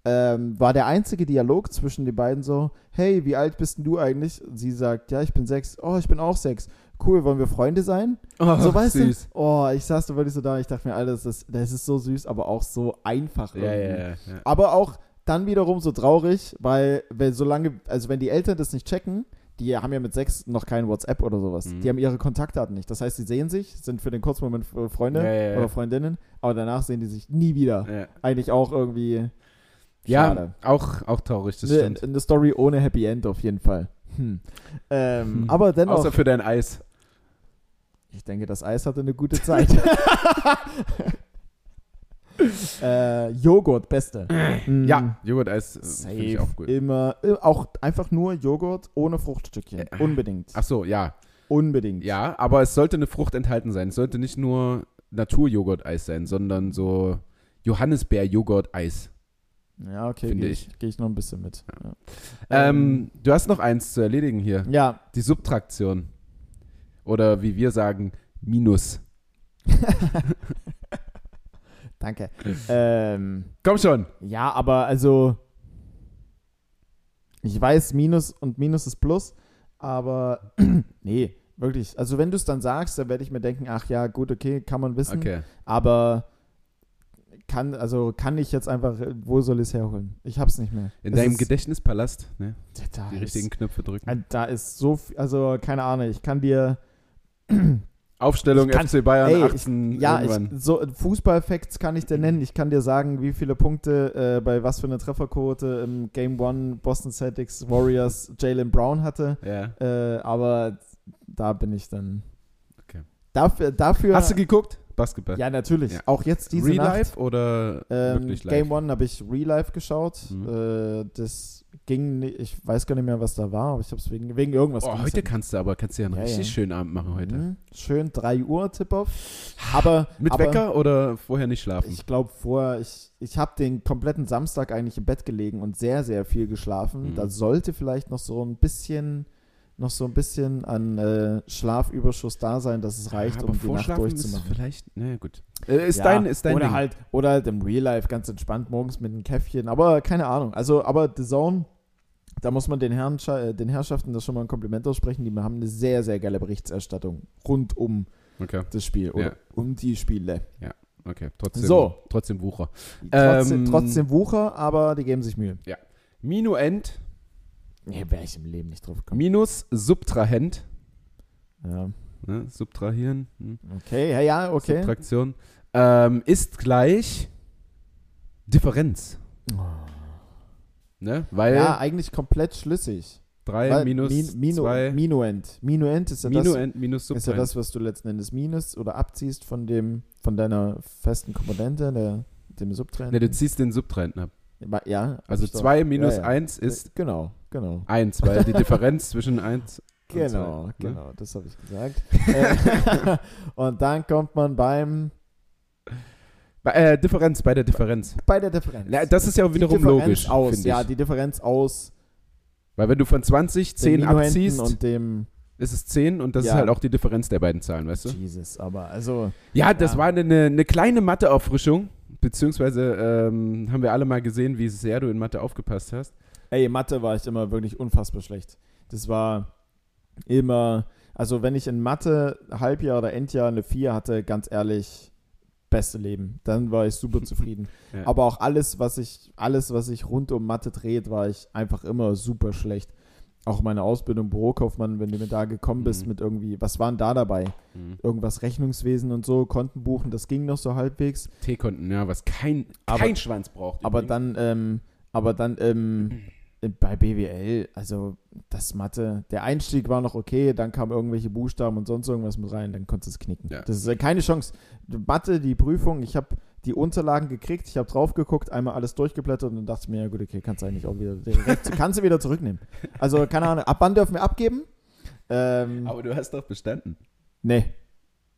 Speaker 1: ähm, war der einzige Dialog zwischen den beiden so, hey, wie alt bist denn du eigentlich? Und sie sagt, ja, ich bin sechs. Oh, ich bin auch sechs. Cool, wollen wir Freunde sein?
Speaker 2: Oh,
Speaker 1: so weißt
Speaker 2: süß.
Speaker 1: du, oh, ich saß da wirklich so da, ich dachte mir, Alter, das ist, das ist so süß, aber auch so einfach
Speaker 2: Ja,
Speaker 1: irgendwie.
Speaker 2: ja, ja, ja.
Speaker 1: Aber auch dann wiederum so traurig, weil wenn solange, also wenn die Eltern das nicht checken, die haben ja mit sechs noch kein WhatsApp oder sowas.
Speaker 2: Mhm.
Speaker 1: Die haben ihre Kontaktdaten nicht. Das heißt, sie sehen sich, sind für den kurzen Moment äh, Freunde
Speaker 2: Ja, ja, ja.
Speaker 1: oder Freundinnen, aber danach sehen die sich nie wieder.
Speaker 2: Ja,
Speaker 1: Eigentlich auch irgendwie
Speaker 2: ja
Speaker 1: schade.
Speaker 2: auch, auch traurig, das
Speaker 1: Eine
Speaker 2: stimmt.
Speaker 1: eine Story ohne Happy End auf jeden Fall. Hm. Ähm, Aber dennoch,
Speaker 2: Hm. Außer für dein Eis.
Speaker 1: ich denke, das Eis hatte eine gute
Speaker 2: [LAUGHS]
Speaker 1: Zeit. äh, Joghurt, beste. Mm,
Speaker 2: Ja, Joghurt-Eis äh, finde ich
Speaker 1: Safe.
Speaker 2: auch gut.
Speaker 1: Immer, äh, auch einfach nur Joghurt ohne Fruchtstückchen.
Speaker 2: Äh,
Speaker 1: Unbedingt.
Speaker 2: Ach so, ja.
Speaker 1: Unbedingt.
Speaker 2: Ja, aber es sollte eine Frucht enthalten sein. Es sollte nicht nur Naturjoghurt-Eis sein, sondern so Johannisbeer-Joghurt-Eis.
Speaker 1: Ja, okay,
Speaker 2: Finde
Speaker 1: gehe ich. Geh ich noch ein bisschen mit. Ja,
Speaker 2: Ähm, du hast noch eins zu erledigen hier.
Speaker 1: Ähm, ja.
Speaker 2: Die Subtraktion. Oder wie wir sagen, Minus. [CLEARS THROAT]
Speaker 1: danke. ähm,
Speaker 2: Komm schon.
Speaker 1: ja, aber also, ich weiß, Minus und Minus ist Plus, aber [CLEARS THROAT] nee, wirklich. Also wenn du es dann sagst, dann werde ich mir denken, ach ja, gut, okay, kann man wissen,
Speaker 2: Okay.
Speaker 1: aber kann, also kann ich jetzt einfach, wo soll ich es herholen? Ich hab's nicht mehr. Es
Speaker 2: In deinem
Speaker 1: ist- Ah, Also,
Speaker 2: Gedächtnispalast, ne?
Speaker 1: Da
Speaker 2: Die
Speaker 1: ist-
Speaker 2: richtigen Knöpfe drücken.
Speaker 1: Da ist so viel, also keine Ahnung, ich kann dir
Speaker 2: Aufstellung
Speaker 1: Ich kann-
Speaker 2: FC Bayern
Speaker 1: Ey, ich-
Speaker 2: 18
Speaker 1: Ja,
Speaker 2: irgendwann.
Speaker 1: ich, so Fußball-Facts kann ich dir nennen. Ich kann dir sagen, wie viele Punkte äh, bei was für eine Trefferquote im Game One Boston Celtics Warriors Jalen Brown hatte.
Speaker 2: ja.
Speaker 1: Äh, aber da bin ich dann.
Speaker 2: Okay.
Speaker 1: Dafür, dafür
Speaker 2: Hast du geguckt? Basketball.
Speaker 1: ja, natürlich.
Speaker 2: Ja.
Speaker 1: Auch jetzt diese
Speaker 2: Real
Speaker 1: Nacht.
Speaker 2: Life oder
Speaker 1: Ähm,
Speaker 2: wirklich live?
Speaker 1: Game One habe ich Real Life geschaut.
Speaker 2: Mhm.
Speaker 1: Äh, das ging, ni- ich weiß gar nicht mehr, was da war, aber ich habe es wegen, wegen irgendwas
Speaker 2: oh,
Speaker 1: ging's
Speaker 2: heute
Speaker 1: dann.
Speaker 2: kannst du aber, kannst du ja einen
Speaker 1: Ja,
Speaker 2: richtig
Speaker 1: ja.
Speaker 2: schönen Abend machen heute.
Speaker 1: Mhm. Schön 3 Uhr Tip-Off. Aber
Speaker 2: Mit
Speaker 1: aber,
Speaker 2: Wecker oder vorher nicht schlafen?
Speaker 1: Ich glaube vorher, ich, ich habe den kompletten Samstag eigentlich im Bett gelegen und sehr, sehr viel geschlafen.
Speaker 2: Mhm.
Speaker 1: Da sollte vielleicht noch so ein bisschen, noch so ein bisschen an äh, Schlafüberschuss da sein, dass es reicht,
Speaker 2: aber
Speaker 1: um die Nacht
Speaker 2: vorschlafen ist
Speaker 1: durchzumachen.
Speaker 2: vielleicht, na ja, gut. Äh, ist
Speaker 1: Ja,
Speaker 2: dein, ist dein
Speaker 1: oder
Speaker 2: Ding.
Speaker 1: halt, oder halt im Real Life ganz entspannt morgens mit einem Käffchen. Aber keine Ahnung. Also, aber The Zone, da muss man den Herren, äh, den Herrschaften das schon mal ein Kompliment aussprechen. Die haben eine sehr, sehr geile Berichterstattung rund um
Speaker 2: Okay,
Speaker 1: das Spiel oder
Speaker 2: Ja.
Speaker 1: um die Spiele.
Speaker 2: okay. Trotzdem,
Speaker 1: So.
Speaker 2: trotzdem Wucher.
Speaker 1: Trotzdem,
Speaker 2: Ähm,
Speaker 1: trotzdem Wucher, aber die geben sich Mühe.
Speaker 2: Minuend
Speaker 1: Nee, wäre ich im Leben nicht drauf gekommen.
Speaker 2: minus Subtrahent.
Speaker 1: Ja.
Speaker 2: Ne? Subtrahieren. Hm.
Speaker 1: Okay, ja, ja, okay.
Speaker 2: Subtraktion. Ähm, ist gleich Differenz. Ne? Weil
Speaker 1: Ja, eigentlich komplett schlüssig.
Speaker 2: 3
Speaker 1: Weil
Speaker 2: äh, minus
Speaker 1: Min- Minu-
Speaker 2: 2
Speaker 1: Minuend. Minuend ist ja,
Speaker 2: Minuend minus
Speaker 1: das, ist ja
Speaker 2: Subtrahent.
Speaker 1: das, was du letzten Endes minus oder abziehst von dem, von deiner festen Komponente, der, dem Subtrahent.
Speaker 2: ne, du ziehst den Subtrahenten ab.
Speaker 1: ja, hab
Speaker 2: Also
Speaker 1: ich doch.
Speaker 2: 2 minus
Speaker 1: Ja, ja.
Speaker 2: 1 ist
Speaker 1: Genau, genau.
Speaker 2: 1, weil die Differenz zwischen 1
Speaker 1: Genau,
Speaker 2: ne?
Speaker 1: genau, das habe ich
Speaker 2: [LAUGHS]
Speaker 1: gesagt. Äh, [LAUGHS] und dann kommt man beim
Speaker 2: äh, Differenz bei der Differenz.
Speaker 1: bei der Differenz.
Speaker 2: Na, das ist ja wiederum
Speaker 1: Differenz
Speaker 2: logisch,
Speaker 1: aus,
Speaker 2: finde
Speaker 1: ja,
Speaker 2: ich.
Speaker 1: die Differenz aus
Speaker 2: Weil wenn du von 20
Speaker 1: den
Speaker 2: 10
Speaker 1: Minuenden
Speaker 2: abziehst,
Speaker 1: und dem
Speaker 2: ist es 10 und das
Speaker 1: Ja.
Speaker 2: ist halt auch die Differenz der beiden Zahlen, weißt du?
Speaker 1: Jesus, aber also
Speaker 2: Ja, das
Speaker 1: Ja.
Speaker 2: war eine, eine kleine Matheauffrischung, beziehungsweise ähm, haben wir alle mal gesehen, wie sehr du in Mathe aufgepasst hast.
Speaker 1: Ey, Mathe war ich immer wirklich unfassbar schlecht. Das war immer, also wenn ich in Mathe Halbjahr oder Endjahr eine 4 hatte, ganz ehrlich, beste Leben. Dann war ich
Speaker 2: [LAUGHS]
Speaker 1: super zufrieden.
Speaker 2: Ja.
Speaker 1: Aber auch alles, was ich, alles, was ich rund um Mathe dreht, war ich einfach immer super schlecht. Auch meine Ausbildung Bürokaufmann, wenn du mir da gekommen bist
Speaker 2: Mhm.
Speaker 1: mit irgendwie, was waren da dabei?
Speaker 2: Mhm.
Speaker 1: Irgendwas Rechnungswesen und so, Konten buchen, das ging noch so halbwegs.
Speaker 2: T-Konten, ja, was kein,
Speaker 1: Aber-
Speaker 2: kein Schwanz braucht.
Speaker 1: Aber dann,
Speaker 2: übrigens.
Speaker 1: ähm, aber dann ähm, äh, bei BWL, also das Mathe, der Einstieg war noch okay, dann kamen irgendwelche Buchstaben und sonst irgendwas mit rein, dann konntest du es knicken.
Speaker 2: Ja.
Speaker 1: Das ist äh, keine Chance. Die Mathe, die Prüfung, ich habe die Unterlagen gekriegt, ich habe drauf geguckt, einmal alles durchgeblättert und dann dachte ich mir, ja gut, okay, kannst du eigentlich auch wieder direkt, kannst du wieder zurücknehmen. Also keine Ahnung, ab wann dürfen wir abgeben? Ähm,
Speaker 2: Aber du hast doch bestanden.
Speaker 1: nee,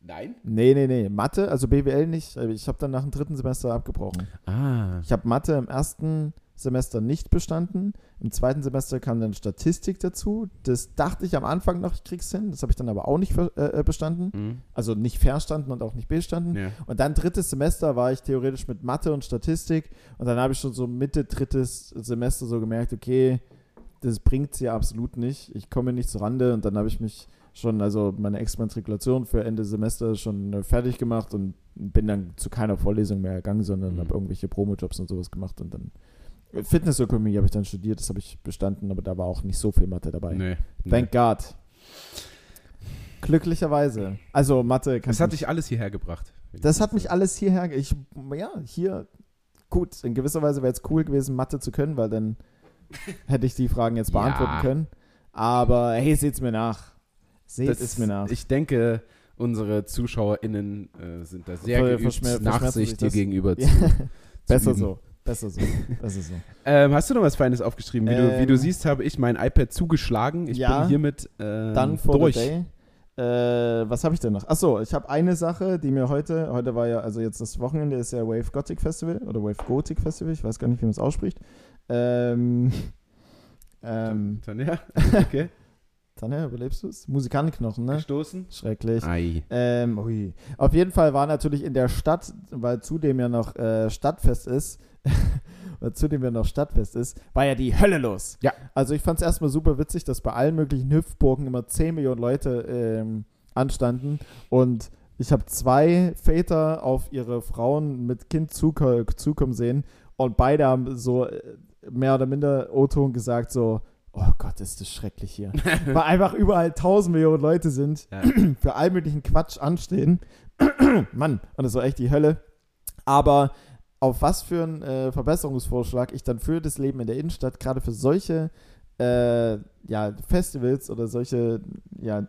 Speaker 2: Nein?
Speaker 1: nee, nee, nee. Mathe, also BWL nicht. Ich habe dann nach dem dritten Semester abgebrochen.
Speaker 2: Ah.
Speaker 1: Ich habe Mathe im ersten Semester nicht bestanden. Im zweiten Semester kam dann Statistik dazu. Das dachte ich am Anfang noch, ich krieg's hin. Das habe ich dann aber auch nicht ver- äh, äh, bestanden.
Speaker 2: Mhm.
Speaker 1: Also nicht verstanden und auch nicht bestanden.
Speaker 2: Ja.
Speaker 1: Und dann drittes Semester war ich theoretisch mit Mathe und Statistik. Und dann habe ich schon so Mitte drittes Semester so gemerkt, okay, das bringt ja absolut nicht. Ich komme nicht zur Rande. Und dann habe ich mich schon, also meine Exmatrikulation für Ende Semester schon äh, fertig gemacht und bin dann zu keiner Vorlesung mehr gegangen, sondern
Speaker 2: Mhm.
Speaker 1: habe irgendwelche Promojobs und sowas gemacht und dann äh, Fitnessökonomie habe ich dann studiert, das habe ich bestanden, aber da war auch nicht so viel Mathe dabei.
Speaker 2: Nee. nee.
Speaker 1: Thank God. Glücklicherweise. Also Mathe kann
Speaker 2: Das hat dich alles hierher gebracht.
Speaker 1: das hat mich alles hierher. ge- Ich, ja, hier. Gut, in gewisser Weise wäre es cool gewesen, Mathe zu können, weil dann hätte ich die Fragen jetzt beantworten
Speaker 2: [LAUGHS] Ja.
Speaker 1: können. Aber hey, seht's mir nach. Seht
Speaker 2: Das
Speaker 1: es mir [LAUGHS] nach.
Speaker 2: Ich denke, unsere ZuschauerInnen äh, sind da sehr
Speaker 1: Ver-
Speaker 2: geübt,
Speaker 1: verschmer- verschmerzen sich
Speaker 2: Nachsicht dir
Speaker 1: das.
Speaker 2: gegenüber zu,
Speaker 1: Ja, besser
Speaker 2: üben.
Speaker 1: so. Besser so. Besser so.
Speaker 2: Ähm, hast du noch was Feines aufgeschrieben? Wie, du, wie du
Speaker 1: Ähm,
Speaker 2: siehst, habe ich mein iPad zugeschlagen. Ich
Speaker 1: ja.
Speaker 2: bin hiermit ähm,
Speaker 1: Dann for
Speaker 2: durch.
Speaker 1: the day. Äh, was habe ich denn noch? Achso, ich habe eine Sache, die mir heute, heute war ja, also jetzt das Wochenende ist ja Wave Gothic Festival oder Wave Gothic Festival, ich weiß gar nicht, wie man es ausspricht. Ähm, [LAUGHS] ähm,
Speaker 2: Dann, ja, okay.
Speaker 1: Tanja, überlebst du es? Musikantenknochen, ne?
Speaker 2: Gestoßen.
Speaker 1: Schrecklich. [LAUGHS]
Speaker 2: Ei.
Speaker 1: Ähm, ui. Auf jeden Fall war natürlich in der Stadt, weil zudem ja noch äh, Stadtfest ist, [LAUGHS] weil zudem ja noch Stadtfest ist, war ja die Hölle los.
Speaker 2: Ja.
Speaker 1: Also ich fand es erstmal super witzig, dass bei allen möglichen Hüpfburgen immer 10 Millionen Leute ähm, anstanden und ich habe zwei Väter auf ihre Frauen mit Kind zuko- zukommen sehen und beide haben so äh, mehr oder minder O-Ton gesagt so, oh Gott, ist das schrecklich hier. Weil einfach überall tausend Millionen Leute sind
Speaker 2: Ja.
Speaker 1: [CLEARS THROAT] für all möglichen Quatsch anstehen. [CLEARS THROAT] Mann, und das war echt die Hölle. Aber auf was für einen äh, Verbesserungsvorschlag ich dann für das Leben in der Innenstadt, gerade für solche äh, ja, Festivals oder solche ja,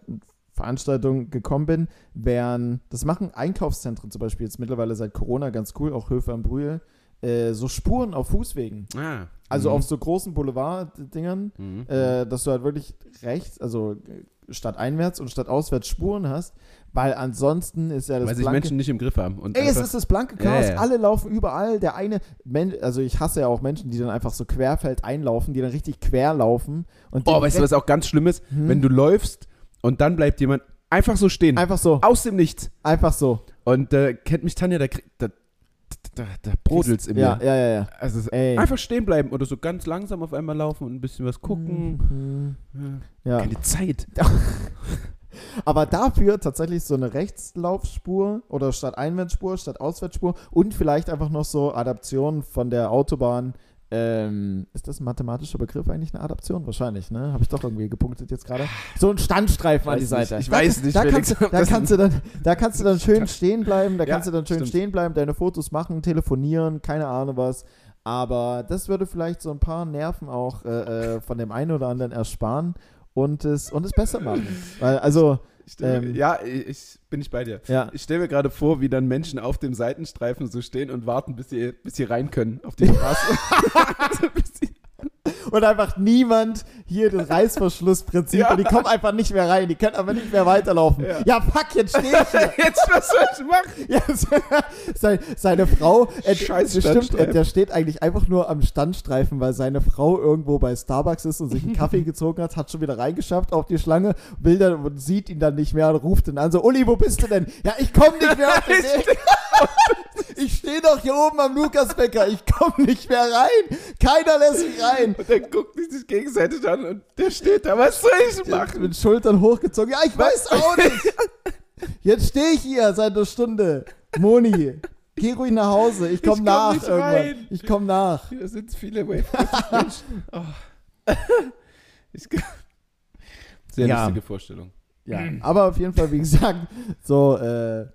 Speaker 1: Veranstaltungen gekommen bin, wären, das machen Einkaufszentren zum Beispiel jetzt mittlerweile seit Corona ganz cool, auch Höfe am Brühl, äh, so Spuren auf Fußwegen.
Speaker 2: Ah.
Speaker 1: Also
Speaker 2: Mhm.
Speaker 1: auf so großen Boulevard-Dingern
Speaker 2: Mhm.
Speaker 1: äh, dass du halt wirklich rechts, also äh, statt einwärts und statt auswärts Spuren hast, weil ansonsten ist ja das
Speaker 2: Weil sich
Speaker 1: blanke.
Speaker 2: Menschen nicht im Griff haben. Und
Speaker 1: Ey, es
Speaker 2: einfach-
Speaker 1: ist das blanke Chaos.
Speaker 2: Ja, ja.
Speaker 1: Alle laufen überall. Der eine, Men also ich hasse ja auch Menschen, die dann einfach so querfeld einlaufen, die dann richtig quer laufen. Und
Speaker 2: oh,
Speaker 1: direkt
Speaker 2: weißt du, was auch ganz schlimm ist?
Speaker 1: Hm.
Speaker 2: Wenn du läufst und dann bleibt jemand einfach so stehen.
Speaker 1: Einfach so,
Speaker 2: Aus dem Nichts.
Speaker 1: einfach so.
Speaker 2: Und äh, kennt mich Tanja, da, krieg- da, da, da brodelt's in mir.
Speaker 1: Ja, ja, ja, ja.
Speaker 2: Also es-
Speaker 1: Ey.
Speaker 2: einfach stehen bleiben oder so ganz langsam auf einmal laufen und ein bisschen was gucken.
Speaker 1: Mhm. Ja.
Speaker 2: Keine Zeit.
Speaker 1: Aber dafür tatsächlich so eine Rechtslaufspur oder statt Einwärtsspur, statt Auswärtsspur und vielleicht einfach noch so Adaptionen von der Autobahn. Ähm, ist das ein mathematischer Begriff eigentlich eine Adaption? Wahrscheinlich, ne? Habe ich doch irgendwie gepunktet jetzt gerade. So ein Standstreifen an die
Speaker 2: Weiß nicht.
Speaker 1: Seite.
Speaker 2: Ich weiß nicht,
Speaker 1: da,
Speaker 2: Felix,
Speaker 1: kannst, du-
Speaker 2: ob
Speaker 1: da,
Speaker 2: das-
Speaker 1: kannst du dann, da kannst
Speaker 2: [LAUGHS]
Speaker 1: du dann schön stehen bleiben, da
Speaker 2: Ja,
Speaker 1: kannst du dann schön
Speaker 2: stimmt.
Speaker 1: stehen bleiben, deine Fotos machen, telefonieren, keine Ahnung was. Aber das würde vielleicht so ein paar Nerven auch äh, äh, von dem einen oder anderen ersparen und es, und es besser machen. Weil, also,
Speaker 2: Ich stell mir-
Speaker 1: Ähm.
Speaker 2: ja, ich, ich bin nicht bei dir.
Speaker 1: ja.
Speaker 2: Ich stelle mir gerade vor, wie dann Menschen auf dem Seitenstreifen so stehen und warten, bis sie, bis sie rein können auf
Speaker 1: [LAUGHS]
Speaker 2: die Straße. Also bis sie-
Speaker 1: Und einfach niemand hier den Reißverschlussprinzip.
Speaker 2: Ja.
Speaker 1: Und die kommen einfach nicht mehr rein. Die können aber nicht mehr weiterlaufen. Ja,
Speaker 2: Ja.
Speaker 1: fuck, jetzt stehe ich
Speaker 2: [LAUGHS]
Speaker 1: hier.
Speaker 2: [LAUGHS] Jetzt, was soll ich machen?
Speaker 1: Ja, se- seine, seine Frau, äh,
Speaker 2: Scheiß
Speaker 1: stimmt, äh,
Speaker 2: Standstreifen.
Speaker 1: der steht eigentlich einfach nur am Standstreifen, weil seine Frau irgendwo bei Starbucks ist und sich einen
Speaker 2: [LAUGHS]
Speaker 1: Kaffee gezogen hat, hat schon wieder reingeschafft auf die Schlange, will dann und sieht ihn dann nicht mehr und ruft ihn an, so, Uli, wo bist du denn? Ja, ich komm nicht mehr
Speaker 2: [LAUGHS]
Speaker 1: auf den Weg. Ich stehe doch hier oben am Lukasbäcker, ich komm nicht mehr rein. Keiner lässt mich rein.
Speaker 2: Und dann gucken die sich gegenseitig an und der steht da. Was soll ich machen?
Speaker 1: Mit Schultern hochgezogen. Ja, ich weiß auch nicht.
Speaker 2: [LAUGHS]
Speaker 1: Jetzt stehe ich hier seit einer Stunde. Moni, geh ruhig nach Hause. Ich
Speaker 2: Ich
Speaker 1: komme
Speaker 2: komm
Speaker 1: nach
Speaker 2: nicht
Speaker 1: irgendwann.
Speaker 2: rein.
Speaker 1: Ich komme nach.
Speaker 2: Hier sind viele Wave.
Speaker 1: [LAUGHS]
Speaker 2: oh. [LAUGHS] ich kann- Sehr
Speaker 1: Ja.
Speaker 2: lustige Vorstellung.
Speaker 1: Ja. Aber auf jeden Fall, wie gesagt, so äh,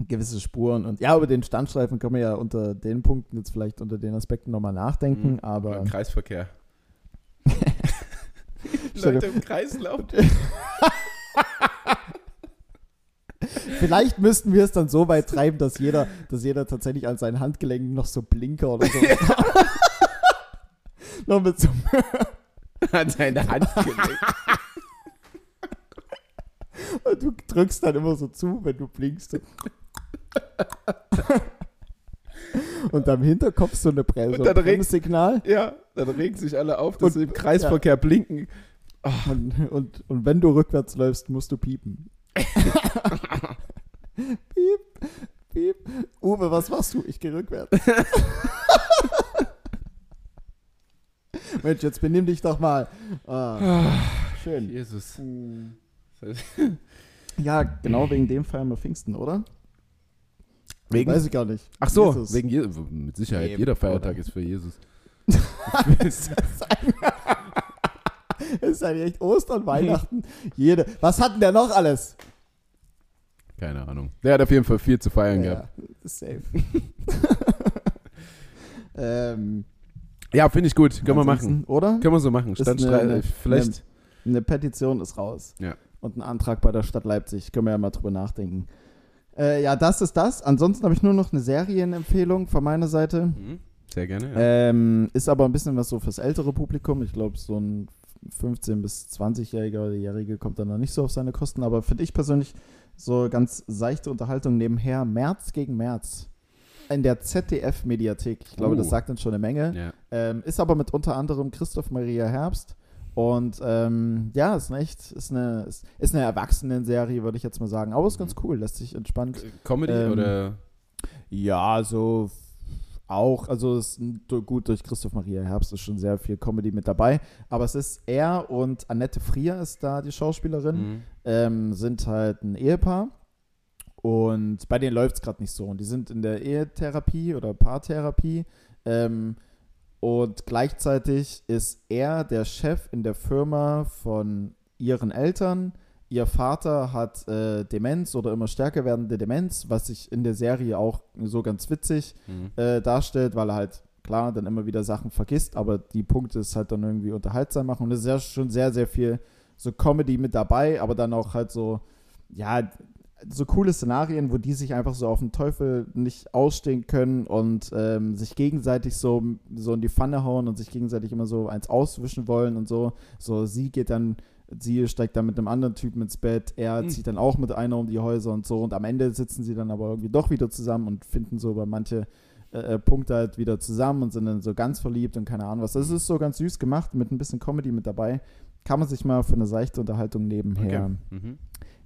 Speaker 1: gewisse Spuren. Und ja, über den Standstreifen können wir ja unter den Punkten jetzt vielleicht unter den Aspekten nochmal nachdenken.
Speaker 2: Mhm. Oder
Speaker 1: Aber [LAUGHS]
Speaker 2: Kreisverkehr. Leute
Speaker 1: Entschuldigung.
Speaker 2: im Kreis laufen.
Speaker 1: [LAUGHS] vielleicht müssten wir es dann so weit treiben, dass jeder, dass jeder tatsächlich an seinen Handgelenken noch so Blinker oder
Speaker 2: [LAUGHS]
Speaker 1: so. [LAUGHS] noch mit so
Speaker 2: An seine Hand gelegt.
Speaker 1: Und du drückst dann immer so zu, wenn du blinkst. [LAUGHS] So. Und am Hinterkopf so eine Bremse.
Speaker 2: Und dann regst-
Speaker 1: Signal.
Speaker 2: Ja, dann regen sich alle auf, dass
Speaker 1: Und-
Speaker 2: sie im Kreisverkehr blinken.
Speaker 1: Und, und, und wenn du rückwärts läufst, musst du [LAUGHS] piepen. piep, piep. Uwe, was machst du? Ich gehe [LAUGHS] rückwärts. Mensch, jetzt benimm dich doch mal. Ah, [SIGHS] schön.
Speaker 2: Jesus.
Speaker 1: Hm. Ja, genau wegen dem feiern wir Pfingsten, oder? Weiß ich gar nicht.
Speaker 2: Ach so,
Speaker 1: Jesus.
Speaker 2: wegen Jesus. Mit Sicherheit,
Speaker 1: Nee,
Speaker 2: jeder Feiertag
Speaker 1: oder?
Speaker 2: ist für Jesus.
Speaker 1: Das ist eigentlich echt Ostern, Weihnachten, jede. Was hatten der noch alles?
Speaker 2: Keine Ahnung. Der hat auf jeden Fall viel zu feiern gehabt.
Speaker 1: das ist safe. [LAUGHS] ähm,
Speaker 2: Ja, finde ich gut. Können wir
Speaker 1: ansonsten,
Speaker 2: machen.
Speaker 1: Oder?
Speaker 2: Können wir so machen.
Speaker 1: Ist
Speaker 2: Standstreit.
Speaker 1: eine- ne eine-
Speaker 2: vielleicht
Speaker 1: Eine Petition ist raus.
Speaker 2: Ja.
Speaker 1: Und ein Antrag bei der Stadt Leipzig. Können wir ja mal drüber nachdenken. Äh, ja, das ist das. Ansonsten habe ich nur noch eine Serienempfehlung von meiner Seite.
Speaker 2: Mhm. Sehr gerne. Ja.
Speaker 1: Ähm, ist aber ein bisschen was so fürs ältere Publikum. Ich glaube, so ein 15- bis 20-Jähriger oder Jährige kommt dann noch nicht so auf seine Kosten. Aber finde ich persönlich so ganz seichte Unterhaltung nebenher. März gegen März. In der ZDF-Mediathek. Ich glaube,
Speaker 2: Oh.
Speaker 1: das sagt uns schon eine Menge.
Speaker 2: ja.
Speaker 1: Ähm, ist aber mit unter anderem Christoph Maria Herbst. Und ähm, ja, ist eine echt, ist eine, ist, ist eine Erwachsenenserie, würde ich jetzt mal sagen. Aber ist
Speaker 2: Mhm.
Speaker 1: ganz cool, lässt sich entspannt
Speaker 2: Comedy
Speaker 1: Ähm,
Speaker 2: oder
Speaker 1: ja, so auch, also es ist n- du- gut durch Christoph Maria Herbst ist schon sehr viel Comedy mit dabei, aber es ist er und Annette Frier ist da die Schauspielerin,
Speaker 2: Mhm.
Speaker 1: ähm, sind halt ein Ehepaar und bei denen läuft es gerade nicht so und die sind in der Ehetherapie oder Paartherapie ähm, und gleichzeitig ist er der Chef in der Firma von ihren Eltern ihr Vater hat äh, Demenz oder immer stärker werdende Demenz, was sich in der Serie auch so ganz witzig
Speaker 2: Mhm.
Speaker 1: äh, darstellt, weil er halt klar dann immer wieder Sachen vergisst, aber die Punkte es halt dann irgendwie unterhaltsam machen und es ist ja schon sehr, sehr viel so Comedy mit dabei, aber dann auch halt so, ja, so coole Szenarien, wo die sich einfach so auf den Teufel nicht ausstehen können und ähm, sich gegenseitig so, so in die Pfanne hauen und sich gegenseitig immer so eins auswischen wollen und so. So, sie geht dann, sie steigt dann mit einem anderen Typen ins Bett, er
Speaker 2: Mhm.
Speaker 1: zieht dann auch mit einer um die Häuser und so und am Ende sitzen sie dann aber irgendwie doch wieder zusammen und finden so über manche äh, äh, Punkte halt wieder zusammen und sind dann so ganz verliebt und keine Ahnung was. Das ist so ganz süß gemacht mit ein bisschen Comedy mit dabei. Kann man sich mal für eine seichte Unterhaltung nebenher
Speaker 2: Okay. Mhm.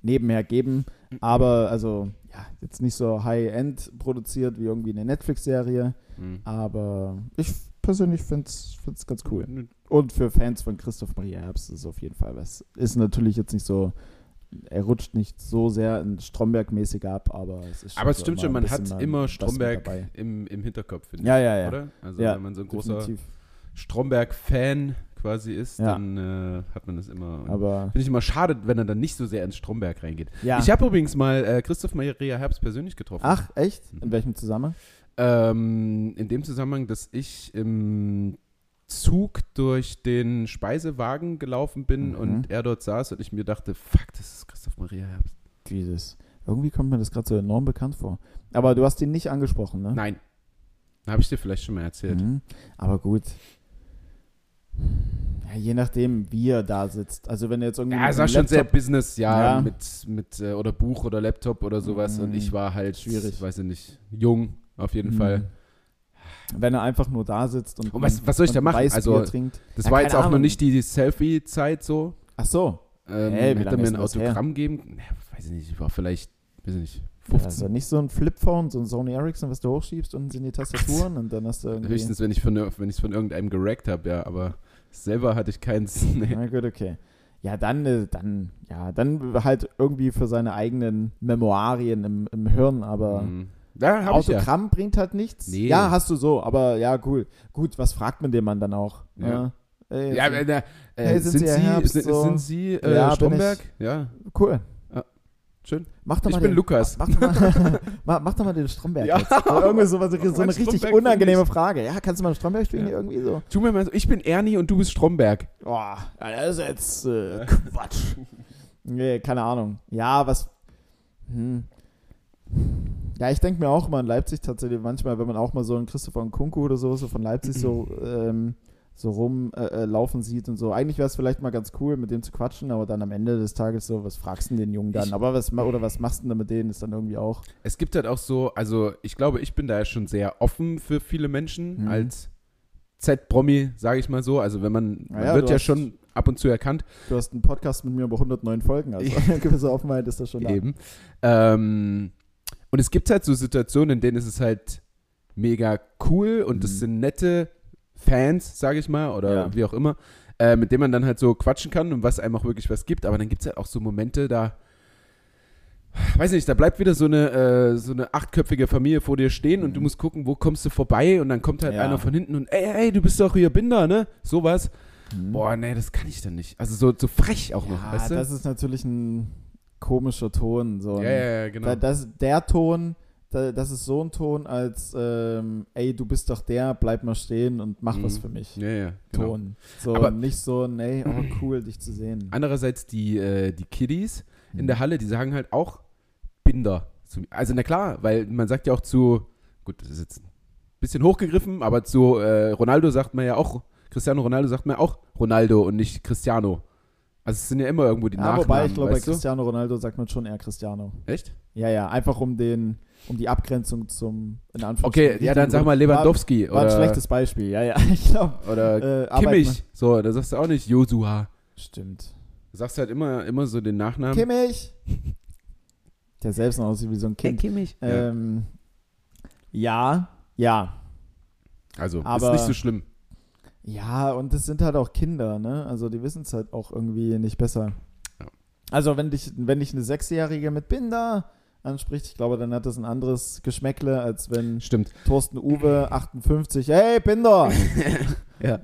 Speaker 1: nebenher geben. Aber also, ja, jetzt nicht so High-End produziert wie irgendwie eine Netflix-Serie.
Speaker 2: Mhm.
Speaker 1: Aber ich persönlich finde es ganz cool.
Speaker 2: Mhm.
Speaker 1: Und für Fans von Christoph Maria Herbst ist es auf jeden Fall was. Ist natürlich jetzt nicht so, er rutscht nicht so sehr in Stromberg-mäßig ab, aber es ist schon
Speaker 2: Aber es
Speaker 1: so
Speaker 2: stimmt schon,
Speaker 1: immer ein
Speaker 2: man hat
Speaker 1: bisschen mal
Speaker 2: immer
Speaker 1: was mit
Speaker 2: Stromberg
Speaker 1: dabei.
Speaker 2: im, im Hinterkopf, finde
Speaker 1: Ja, ja,
Speaker 2: ich.
Speaker 1: ja.
Speaker 2: Oder? Also
Speaker 1: Ja,
Speaker 2: wenn man so ein großer
Speaker 1: Definitiv.
Speaker 2: Stromberg-Fan quasi ist,
Speaker 1: Ja.
Speaker 2: dann äh, hat man das immer. Finde
Speaker 1: Aber
Speaker 2: ich immer schade, wenn er dann nicht so sehr ins Stromberg reingeht.
Speaker 1: ja.
Speaker 2: Ich habe übrigens mal äh, Christoph Maria Herbst persönlich getroffen.
Speaker 1: Ach, echt? In welchem Zusammenhang?
Speaker 2: Ähm, in dem Zusammenhang, dass ich im Zug durch den Speisewagen gelaufen bin
Speaker 1: Mhm.
Speaker 2: und er dort saß und ich mir dachte, fuck, das ist Christoph Maria Herbst.
Speaker 1: Jesus. Irgendwie kommt mir das gerade so enorm bekannt vor. Aber du hast ihn nicht angesprochen, ne?
Speaker 2: Nein. Habe ich dir vielleicht schon mal erzählt.
Speaker 1: Mhm. Aber gut. Ja, je nachdem, wie er da sitzt. Also wenn er jetzt irgendwie
Speaker 2: Ja,
Speaker 1: mit
Speaker 2: es war
Speaker 1: dem
Speaker 2: schon sehr
Speaker 1: Laptop-
Speaker 2: Business, ja,
Speaker 1: Ja.
Speaker 2: mit, mit äh, oder Buch oder Laptop oder sowas
Speaker 1: Mhm.
Speaker 2: und ich war halt,
Speaker 1: Schwierig.
Speaker 2: weiß ich nicht, jung auf jeden Fall.
Speaker 1: Mhm. Wenn er einfach nur da sitzt und,
Speaker 2: Und was- was soll ich
Speaker 1: und
Speaker 2: da machen?
Speaker 1: Weißbier
Speaker 2: Also-
Speaker 1: trinkt.
Speaker 2: Das
Speaker 1: Ja,
Speaker 2: war
Speaker 1: keine
Speaker 2: jetzt auch noch
Speaker 1: Ahnung.
Speaker 2: nicht die Selfie-Zeit so.
Speaker 1: Ach so,
Speaker 2: Ähm,
Speaker 1: Hey, wie lange
Speaker 2: hätte er mir
Speaker 1: ist
Speaker 2: ein
Speaker 1: denn das her?
Speaker 2: Autogramm geben, naja, weiß ich nicht, ich war vielleicht, weiß ich nicht,
Speaker 1: Ja, also
Speaker 2: 15.
Speaker 1: nicht so ein Flipphone, so ein Sony Ericsson, was du hochschiebst und in die Tastaturen und dann hast du irgendwie.
Speaker 2: Höchstens, wenn ich von, wenn ich's von irgendeinem gerackt habe, ja, aber selber hatte ich keins. [LAUGHS] Nee.
Speaker 1: Na gut, okay. Ja, dann, äh, dann, ja, dann halt irgendwie für seine eigenen Memoirien im, im Hirn, aber.
Speaker 2: Mhm. Ja, hab ich ja.
Speaker 1: Autogramm bringt halt nichts.
Speaker 2: Nee.
Speaker 1: Ja, hast du so, aber ja, cool. Gut, was fragt man den Mann dann auch?
Speaker 2: Ja.
Speaker 1: Ja. Ey,
Speaker 2: Ja,
Speaker 1: so-
Speaker 2: äh, na, äh,
Speaker 1: Hey, sind
Speaker 2: sind,
Speaker 1: Sie Herr
Speaker 2: Sie,
Speaker 1: Herbst,
Speaker 2: sind,
Speaker 1: so?
Speaker 2: sind Sie äh,
Speaker 1: Ja, bin ich.
Speaker 2: Stromberg? Ja,
Speaker 1: cool.
Speaker 2: schön.
Speaker 1: Mach doch
Speaker 2: Ich
Speaker 1: mal
Speaker 2: bin
Speaker 1: den,
Speaker 2: Lukas.
Speaker 1: Mach doch
Speaker 2: [LAUGHS]
Speaker 1: mal, [LAUGHS] mach, mach doch mal den Stromberg.
Speaker 2: Ja.
Speaker 1: Jetzt. Oder Irgendwie so,
Speaker 2: [LAUGHS]
Speaker 1: was, so
Speaker 2: Mach mal
Speaker 1: eine richtig
Speaker 2: Stromberg,
Speaker 1: unangenehme
Speaker 2: find
Speaker 1: Frage. Ja, kannst du mal einen Stromberg spielen?
Speaker 2: Ja.
Speaker 1: Irgendwie so.
Speaker 2: Tu mir mal so, ich bin Ernie und du bist Stromberg.
Speaker 1: Boah, das ist jetzt äh, Quatsch. Nee, keine Ahnung. Ja, was. Hm. Ja, ich denke mir auch immer in Leipzig tatsächlich manchmal, wenn man auch mal so einen Christopher Nkunku oder so, so von Leipzig
Speaker 2: [CLEARS THROAT]
Speaker 1: so, ähm, so rumlaufen äh, laufen sieht und so. Eigentlich wäre es vielleicht mal ganz cool, mit dem zu quatschen, aber dann am Ende des Tages so, was fragst du denn den Jungen dann?
Speaker 2: Ich-
Speaker 1: aber was, ma- oder was machst du denn mit denen? Ist dann irgendwie auch.
Speaker 2: [LAUGHS] Es gibt halt auch so, also ich glaube, ich bin da ja schon sehr offen für viele Menschen
Speaker 1: Mhm.
Speaker 2: als Z-Promi, sage ich mal so. Also wenn man, man
Speaker 1: Naja,
Speaker 2: wird
Speaker 1: du
Speaker 2: ja
Speaker 1: hast-
Speaker 2: schon ab und zu erkannt,
Speaker 1: Du hast einen Podcast mit mir über 109 Folgen, also eine [LAUGHS] gewisse Offenheit ist da schon da.
Speaker 2: eben. Ähm, und es gibt halt so Situationen, in denen ist es halt mega cool und
Speaker 1: Mhm.
Speaker 2: es sind nette Fans, sage ich mal, oder
Speaker 1: Ja.
Speaker 2: wie auch immer, äh, mit denen man dann halt so quatschen kann und was einem auch wirklich was gibt. Aber dann gibt es halt auch so Momente, da weiß nicht, da bleibt wieder so eine, äh, so eine achtköpfige Familie vor dir stehen und du musst gucken, wo kommst du vorbei und dann kommt halt
Speaker 1: Mhm. Ja.
Speaker 2: einer von hinten und ey, ey, du bist doch hier Binder, ne? Sowas.
Speaker 1: Mhm.
Speaker 2: Boah, nee, das kann ich dann nicht. Also so, so frech auch noch,
Speaker 1: ja,
Speaker 2: weißt du?
Speaker 1: das ist natürlich ein komischer Ton. So
Speaker 2: ja,
Speaker 1: ein-
Speaker 2: ja, ja, genau.
Speaker 1: Da- Das, der Ton da, das ist so ein Ton als, ähm, ey, du bist doch der, bleib mal stehen und mach
Speaker 2: Mhm.
Speaker 1: was für mich.
Speaker 2: Ja, ja. Genau.
Speaker 1: Ton. So,
Speaker 2: Aber-
Speaker 1: nicht so, nee,
Speaker 2: [CLEARS THROAT]
Speaker 1: oh cool, dich zu sehen.
Speaker 2: Andererseits die, äh, die Kiddies in
Speaker 1: Mhm.
Speaker 2: der Halle, die sagen halt auch Binder. Zu, also na klar, weil man sagt ja auch zu, gut, das ist jetzt ein bisschen hochgegriffen, aber zu äh, Ronaldo sagt man ja auch, Cristiano Ronaldo sagt man ja auch Ronaldo und nicht Cristiano. Also es sind ja immer irgendwo die
Speaker 1: ja,
Speaker 2: Nachnamen,
Speaker 1: wobei ich glaube, bei
Speaker 2: weißt du?
Speaker 1: Cristiano Ronaldo sagt man schon eher Cristiano.
Speaker 2: Echt?
Speaker 1: Ja, ja, einfach um den, um die Abgrenzung zum, in Anführungszeichen.
Speaker 2: Okay, ja, dann sag mal
Speaker 1: War,
Speaker 2: Lewandowski
Speaker 1: war ein
Speaker 2: oder,
Speaker 1: schlechtes Beispiel, ja, [LAUGHS] ja, ich glaube.
Speaker 2: oder
Speaker 1: Äh, arbeit mal-
Speaker 2: Kimmich. So, da sagst du auch nicht Josua.
Speaker 1: Stimmt.
Speaker 2: Du sagst halt immer, immer so den Nachnamen.
Speaker 1: Kimmich! Der selbst noch aussieht wie so ein Kind.
Speaker 2: Kimmich. Ja.
Speaker 1: Ähm, ja, ja,
Speaker 2: Also, ist
Speaker 1: aber-
Speaker 2: nicht so schlimm.
Speaker 1: Ja, und das sind halt auch Kinder, ne? Also die wissen es halt auch irgendwie nicht besser.
Speaker 2: Ja.
Speaker 1: Also wenn dich, wenn dich eine Sechsjährige mit Binder anspricht, ich glaube, dann hat das ein anderes Geschmäckle, als wenn
Speaker 2: Stimmt.
Speaker 1: Thorsten Uwe 58, hey Binder,
Speaker 2: Ja.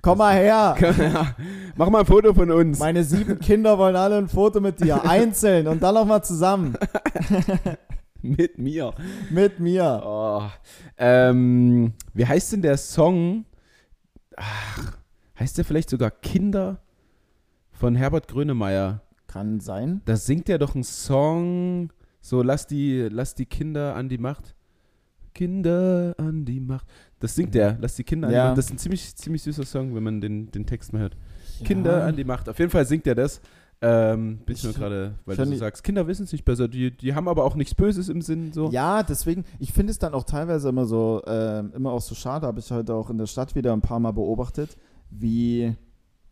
Speaker 1: komm mal her.
Speaker 2: [LAUGHS] Mach mal ein Foto von uns.
Speaker 1: Meine sieben Kinder wollen alle ein Foto mit dir, einzeln und dann nochmal zusammen
Speaker 2: [LAUGHS] Mit mir.
Speaker 1: mit mir.
Speaker 2: Oh. Ähm, wie heißt denn der Song? Ach, heißt der vielleicht sogar Kinder von Herbert Grönemeyer?
Speaker 1: Kann sein.
Speaker 2: Da singt er doch einen Song, so lass die, lass die Kinder an die Macht. Kinder an die Macht. Das singt er, lass die Kinder an
Speaker 1: Ja.
Speaker 2: die Macht. Das ist ein ziemlich, ziemlich süßer Song, wenn man den, den Text mal hört. Kinder an die Macht. Auf jeden Fall singt er das. Ähm, bin ich
Speaker 1: Ich
Speaker 2: nur
Speaker 1: find-
Speaker 2: gerade, weil
Speaker 1: ich
Speaker 2: du
Speaker 1: find
Speaker 2: so
Speaker 1: die-
Speaker 2: sagst, Kinder wissen es nicht besser, die, die haben aber auch nichts Böses im Sinn. So.
Speaker 1: Ja, deswegen, ich finde es dann auch teilweise immer so, ähm, immer auch so schade, habe ich heute auch in der Stadt wieder ein paar Mal beobachtet, wie,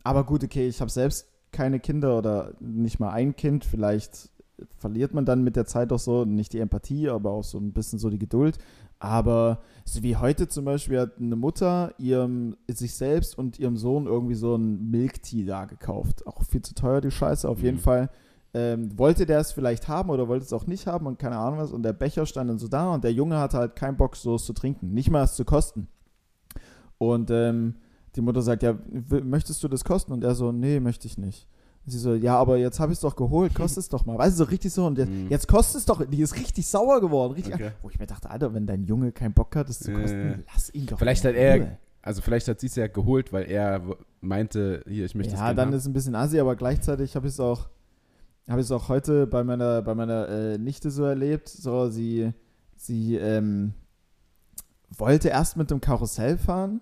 Speaker 1: aber gut, okay, ich habe selbst keine Kinder oder nicht mal ein Kind, vielleicht verliert man dann mit der Zeit auch so, nicht die Empathie, aber auch so ein bisschen so die Geduld, aber so wie heute zum Beispiel hat eine Mutter ihrem, sich selbst und ihrem Sohn irgendwie so einen Milk-Tea da gekauft, auch viel zu teuer die Scheiße, auf jeden
Speaker 2: Mhm.
Speaker 1: Fall ähm, wollte der es vielleicht haben oder wollte es auch nicht haben und keine Ahnung was. Und der Becher stand dann so da und der Junge hatte halt keinen Bock, so es zu trinken, nicht mal es zu kosten. Und ähm, die Mutter sagt, ja, w- möchtest du das kosten? Und er so, nee, möchte ich nicht. Und sie so, ja, aber jetzt habe ich es doch
Speaker 2: [LAUGHS]
Speaker 1: geholt, kostet es doch mal. Weißt du, so richtig so. Und jetzt,
Speaker 2: Mhm.
Speaker 1: jetzt kostet es doch. Die ist richtig sauer geworden. Richtig
Speaker 2: Okay.
Speaker 1: Wo ich mir dachte, Alter, wenn dein Junge keinen Bock hat, es zu
Speaker 2: Ja,
Speaker 1: kosten,
Speaker 2: ja.
Speaker 1: lass ihn doch.
Speaker 2: Vielleicht
Speaker 1: in
Speaker 2: hat er-
Speaker 1: Ruhe.
Speaker 2: Also vielleicht hat sie es ja geholt, weil er w- meinte, hier, ich möchte
Speaker 1: ja,
Speaker 2: es
Speaker 1: dann ist ein bisschen assi, aber gleichzeitig habe ich es auch, habe ich es auch heute bei meiner, bei meiner äh, Nichte so erlebt. So, sie, sie ähm, wollte erst mit dem Karussell fahren.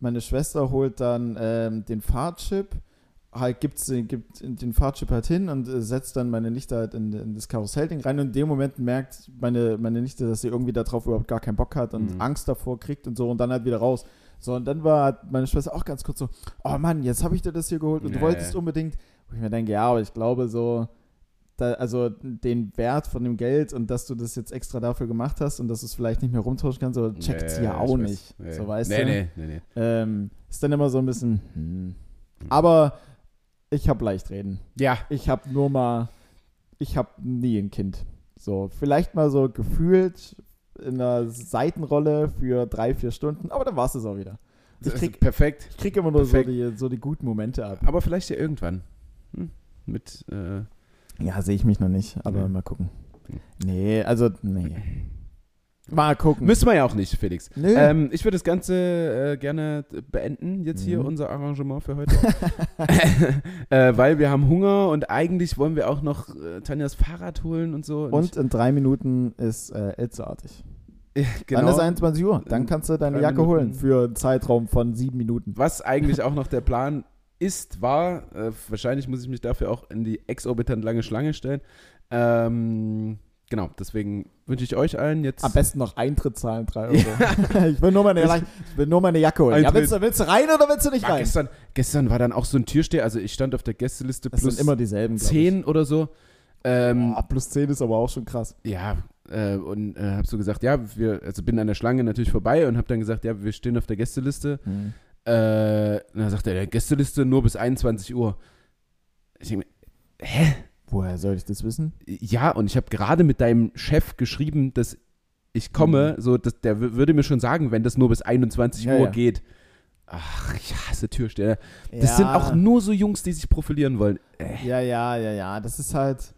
Speaker 1: Meine Schwester holt dann ähm, den Fahrtchip, halt gibt, sie, gibt den Fahrtchip halt hin und äh, setzt dann meine Nichte halt in, in das Karussellding rein. Und in dem Moment merkt meine, meine Nichte, dass sie irgendwie darauf überhaupt gar keinen Bock hat und
Speaker 2: Mhm.
Speaker 1: Angst davor kriegt und so und dann halt wieder raus. So, und dann war halt meine Schwester auch ganz kurz so, oh Mann, jetzt habe ich dir das hier geholt und du
Speaker 2: Ja,
Speaker 1: wolltest
Speaker 2: ja.
Speaker 1: unbedingt. Wo ich mir denke, ja, aber ich glaube so, da, also den Wert von dem Geld und dass du das jetzt extra dafür gemacht hast und dass du es vielleicht nicht mehr rumtauschen kannst, aber checkt sie ja auch nicht. So weißt
Speaker 2: nee,
Speaker 1: du.
Speaker 2: Nee, nee, nee.
Speaker 1: Ähm, ist dann immer so ein bisschen, hm. aber ich habe leicht reden.
Speaker 2: Ja,
Speaker 1: Ich habe nur mal, ich habe nie ein Kind. So, vielleicht mal so gefühlt in einer Seitenrolle für drei, vier Stunden, aber dann war es es auch wieder. Ich
Speaker 2: das ist
Speaker 1: krieg,
Speaker 2: perfekt.
Speaker 1: ich krieg immer nur so
Speaker 2: perfekt.
Speaker 1: die, so die guten Momente ab.
Speaker 2: Aber vielleicht ja irgendwann. Hm? Mit, äh,
Speaker 1: Ja, sehe ich mich noch nicht, aber
Speaker 2: Nee.
Speaker 1: mal gucken.
Speaker 2: Hm.
Speaker 1: Nee, also, nee. Mal gucken.
Speaker 2: müssen wir ja auch nicht, Felix.
Speaker 1: Nö.
Speaker 2: Ähm, ich würde das Ganze äh, gerne beenden, jetzt hier
Speaker 1: Mhm.
Speaker 2: unser Arrangement
Speaker 1: [LAUGHS]
Speaker 2: für heute. [LAUGHS] äh, weil wir haben Hunger und eigentlich wollen wir auch noch äh, Tanjas Fahrrad holen und so.
Speaker 1: und in drei Minuten ist äh, Elzeartig.
Speaker 2: ich, [LAUGHS]
Speaker 1: Dann
Speaker 2: genau,
Speaker 1: ist 21 Uhr. Dann
Speaker 2: In
Speaker 1: kannst du deine
Speaker 2: drei
Speaker 1: Jacke
Speaker 2: Minuten.
Speaker 1: holen für einen Zeitraum von sieben Minuten.
Speaker 2: was eigentlich auch noch der Plan ist, war, äh, wahrscheinlich muss ich mich dafür auch in die exorbitant lange Schlange stellen. Ähm, genau, deswegen wünsche ich euch allen jetzt. [LAUGHS]
Speaker 1: Am besten noch Eintritt zahlen, 3 Euro. ich, will nur meine,
Speaker 2: Ich-
Speaker 1: ich will nur meine Jacke holen. Ja,
Speaker 2: Eintritt.
Speaker 1: willst, du, willst du rein oder willst du nicht
Speaker 2: Ah,
Speaker 1: rein?
Speaker 2: gestern, gestern war dann auch so ein Türsteher, also ich stand auf der Gästeliste
Speaker 1: Das
Speaker 2: plus
Speaker 1: sind immer dieselben. glaub ich.
Speaker 2: 10 oder so. Ähm,
Speaker 1: Boah, plus 10 ist aber auch schon krass.
Speaker 2: ja, äh, und äh, hab so gesagt, ja, wir, also bin an der Schlange natürlich vorbei und hab dann gesagt, ja, wir stehen auf der Gästeliste. Äh, und dann sagt er, der Gästeliste nur bis 21 Uhr. Ich denk mir,
Speaker 1: Woher soll ich das wissen?
Speaker 2: ja, und ich habe gerade mit deinem Chef geschrieben, dass ich komme, so, dass, der w- würde mir schon sagen, wenn das nur bis 21
Speaker 1: Mhm. Ja,
Speaker 2: Uhr
Speaker 1: ja.
Speaker 2: geht. Ach, ich hasse Türsteher. Das sind auch
Speaker 1: nur.
Speaker 2: nur so Jungs, die sich profilieren wollen. Äh,
Speaker 1: Ja, ja, ja, ja. Das ist halt.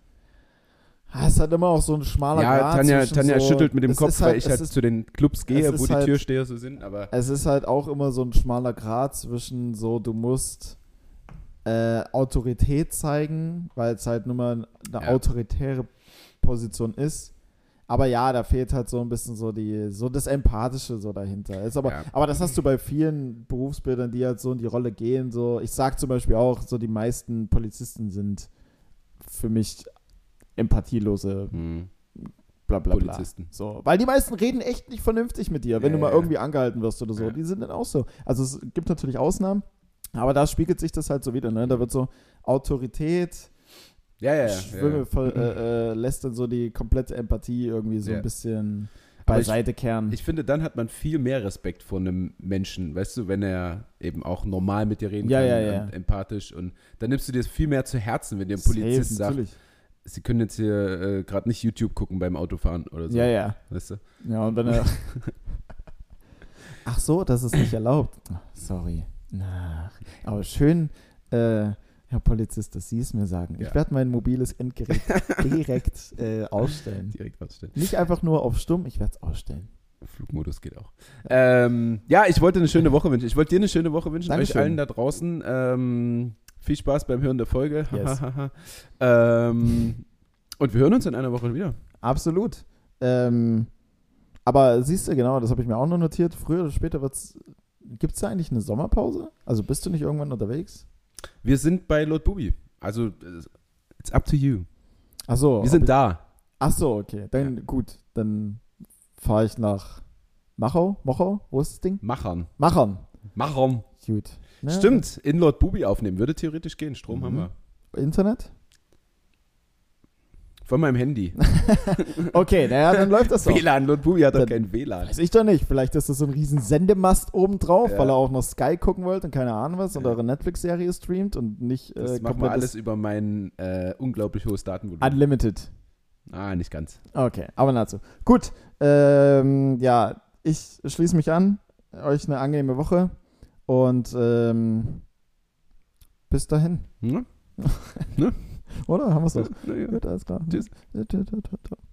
Speaker 1: Ah, Es hat immer auch so ein schmaler
Speaker 2: Ja,
Speaker 1: Grat
Speaker 2: Tanja,
Speaker 1: zwischen
Speaker 2: Tanja
Speaker 1: so,
Speaker 2: schüttelt mit dem
Speaker 1: es
Speaker 2: Kopf,
Speaker 1: ist halt,
Speaker 2: weil ich
Speaker 1: es
Speaker 2: halt
Speaker 1: ist,
Speaker 2: zu den Clubs gehe,
Speaker 1: es
Speaker 2: wo
Speaker 1: ist
Speaker 2: die
Speaker 1: halt-
Speaker 2: Türsteher so sind, aber
Speaker 1: Es ist halt auch immer so ein schmaler Grat zwischen so, du musst äh, Autorität zeigen, weil es halt nun mal eine
Speaker 2: Ja.
Speaker 1: autoritäre Position ist. Aber ja, da fehlt halt so ein bisschen so die, so das Empathische so dahinter. Ist aber,
Speaker 2: Ja.
Speaker 1: aber das hast du bei vielen Berufsbildern, die halt so in die Rolle gehen. So, ich sag zum Beispiel auch, so die meisten Polizisten sind für mich empathielose
Speaker 2: hm,
Speaker 1: bla bla bla.
Speaker 2: Polizisten.
Speaker 1: So, weil die meisten reden echt nicht vernünftig mit dir, wenn
Speaker 2: Ja,
Speaker 1: du mal
Speaker 2: ja,
Speaker 1: irgendwie angehalten wirst oder so.
Speaker 2: Ja.
Speaker 1: Die sind dann auch so. Also es gibt natürlich Ausnahmen, aber da spiegelt sich das halt so wieder. Ne? Da wird so Autorität,
Speaker 2: Ja, ja, ja.
Speaker 1: Schwimme,
Speaker 2: ja.
Speaker 1: ver- äh, äh, lässt dann so die komplette Empathie irgendwie so
Speaker 2: Ja.
Speaker 1: ein bisschen
Speaker 2: Aber ich-
Speaker 1: beiseite kehren.
Speaker 2: Ich finde, dann hat man viel mehr Respekt vor einem Menschen, weißt du, wenn er eben auch normal mit dir reden
Speaker 1: Ja,
Speaker 2: kann
Speaker 1: ja, ja.
Speaker 2: und empathisch und dann nimmst du dir es viel mehr zu Herzen, wenn dir ein
Speaker 1: Safe,
Speaker 2: Polizist sagt,
Speaker 1: natürlich.
Speaker 2: sie können jetzt hier äh, gerade nicht YouTube gucken beim Autofahren oder so.
Speaker 1: Ja, ja.
Speaker 2: Weißt du?
Speaker 1: Ja, und wenn er. [LAUGHS] Ach so, das ist nicht erlaubt. Ah, Sorry. Ach, aber schön, äh, Herr Polizist, dass Sie es mir sagen. Ich
Speaker 2: Ja.
Speaker 1: werde mein mobiles [LAUGHS] Endgerät direkt äh, ausstellen.
Speaker 2: Direkt ausstellen.
Speaker 1: Nicht einfach nur auf stumm, ich werde es ausstellen.
Speaker 2: Flugmodus geht auch. Ähm, ja, ich wollte eine schöne Woche wünschen. Ich wollte dir eine schöne Woche wünschen,
Speaker 1: Dankeschön.
Speaker 2: euch allen da draußen. Ähm, viel Spaß beim Hören der Folge.
Speaker 1: Yes.
Speaker 2: [LAUGHS] ähm, und wir hören uns in einer Woche wieder.
Speaker 1: Absolut. Ähm, aber siehst du, genau, das habe ich mir auch noch notiert. Früher oder später wird's. Gibt es da eigentlich eine Sommerpause? Also bist du nicht irgendwann unterwegs?
Speaker 2: Wir sind bei Lord Bubi. Also, äh, it's up to you.
Speaker 1: Ach so.
Speaker 2: Wir
Speaker 1: ob
Speaker 2: sind da.
Speaker 1: Ach so, okay. Dann gut, dann fahre ich nach Machau, Mochau, wo ist das Ding?
Speaker 2: Machern.
Speaker 1: Machern.
Speaker 2: Machern.
Speaker 1: Gut. Ne?
Speaker 2: Stimmt, in Lord Bubi aufnehmen. Würde theoretisch gehen. Strom
Speaker 1: Mhm.
Speaker 2: haben wir.
Speaker 1: Internet?
Speaker 2: Von meinem Handy.
Speaker 1: Okay, naja, dann läuft
Speaker 2: [LAUGHS]
Speaker 1: das doch.
Speaker 2: WLAN. Lord Bubi hat doch
Speaker 1: Dann-
Speaker 2: kein WLAN.
Speaker 1: Weiß ich doch nicht. Vielleicht ist das so ein riesen Sendemast obendrauf,
Speaker 2: Ja.
Speaker 1: weil er auch noch Sky gucken wollt und keine Ahnung was und
Speaker 2: Ja.
Speaker 1: eure Netflix-Serie streamt und nicht
Speaker 2: Das
Speaker 1: äh,
Speaker 2: machen wir
Speaker 1: komplettes
Speaker 2: alles über mein äh, unglaublich hohes Datenvolumen.
Speaker 1: Unlimited.
Speaker 2: ah, nicht ganz.
Speaker 1: Okay, aber dazu. Gut, ähm, ja, ich schließe mich an. Euch eine angenehme Woche und ähm, bis dahin,
Speaker 2: Hm?
Speaker 1: oder? Haben wir es doch.
Speaker 2: Na ja.
Speaker 1: Gut, alles klar.
Speaker 2: Tschüss.
Speaker 1: Tschüss.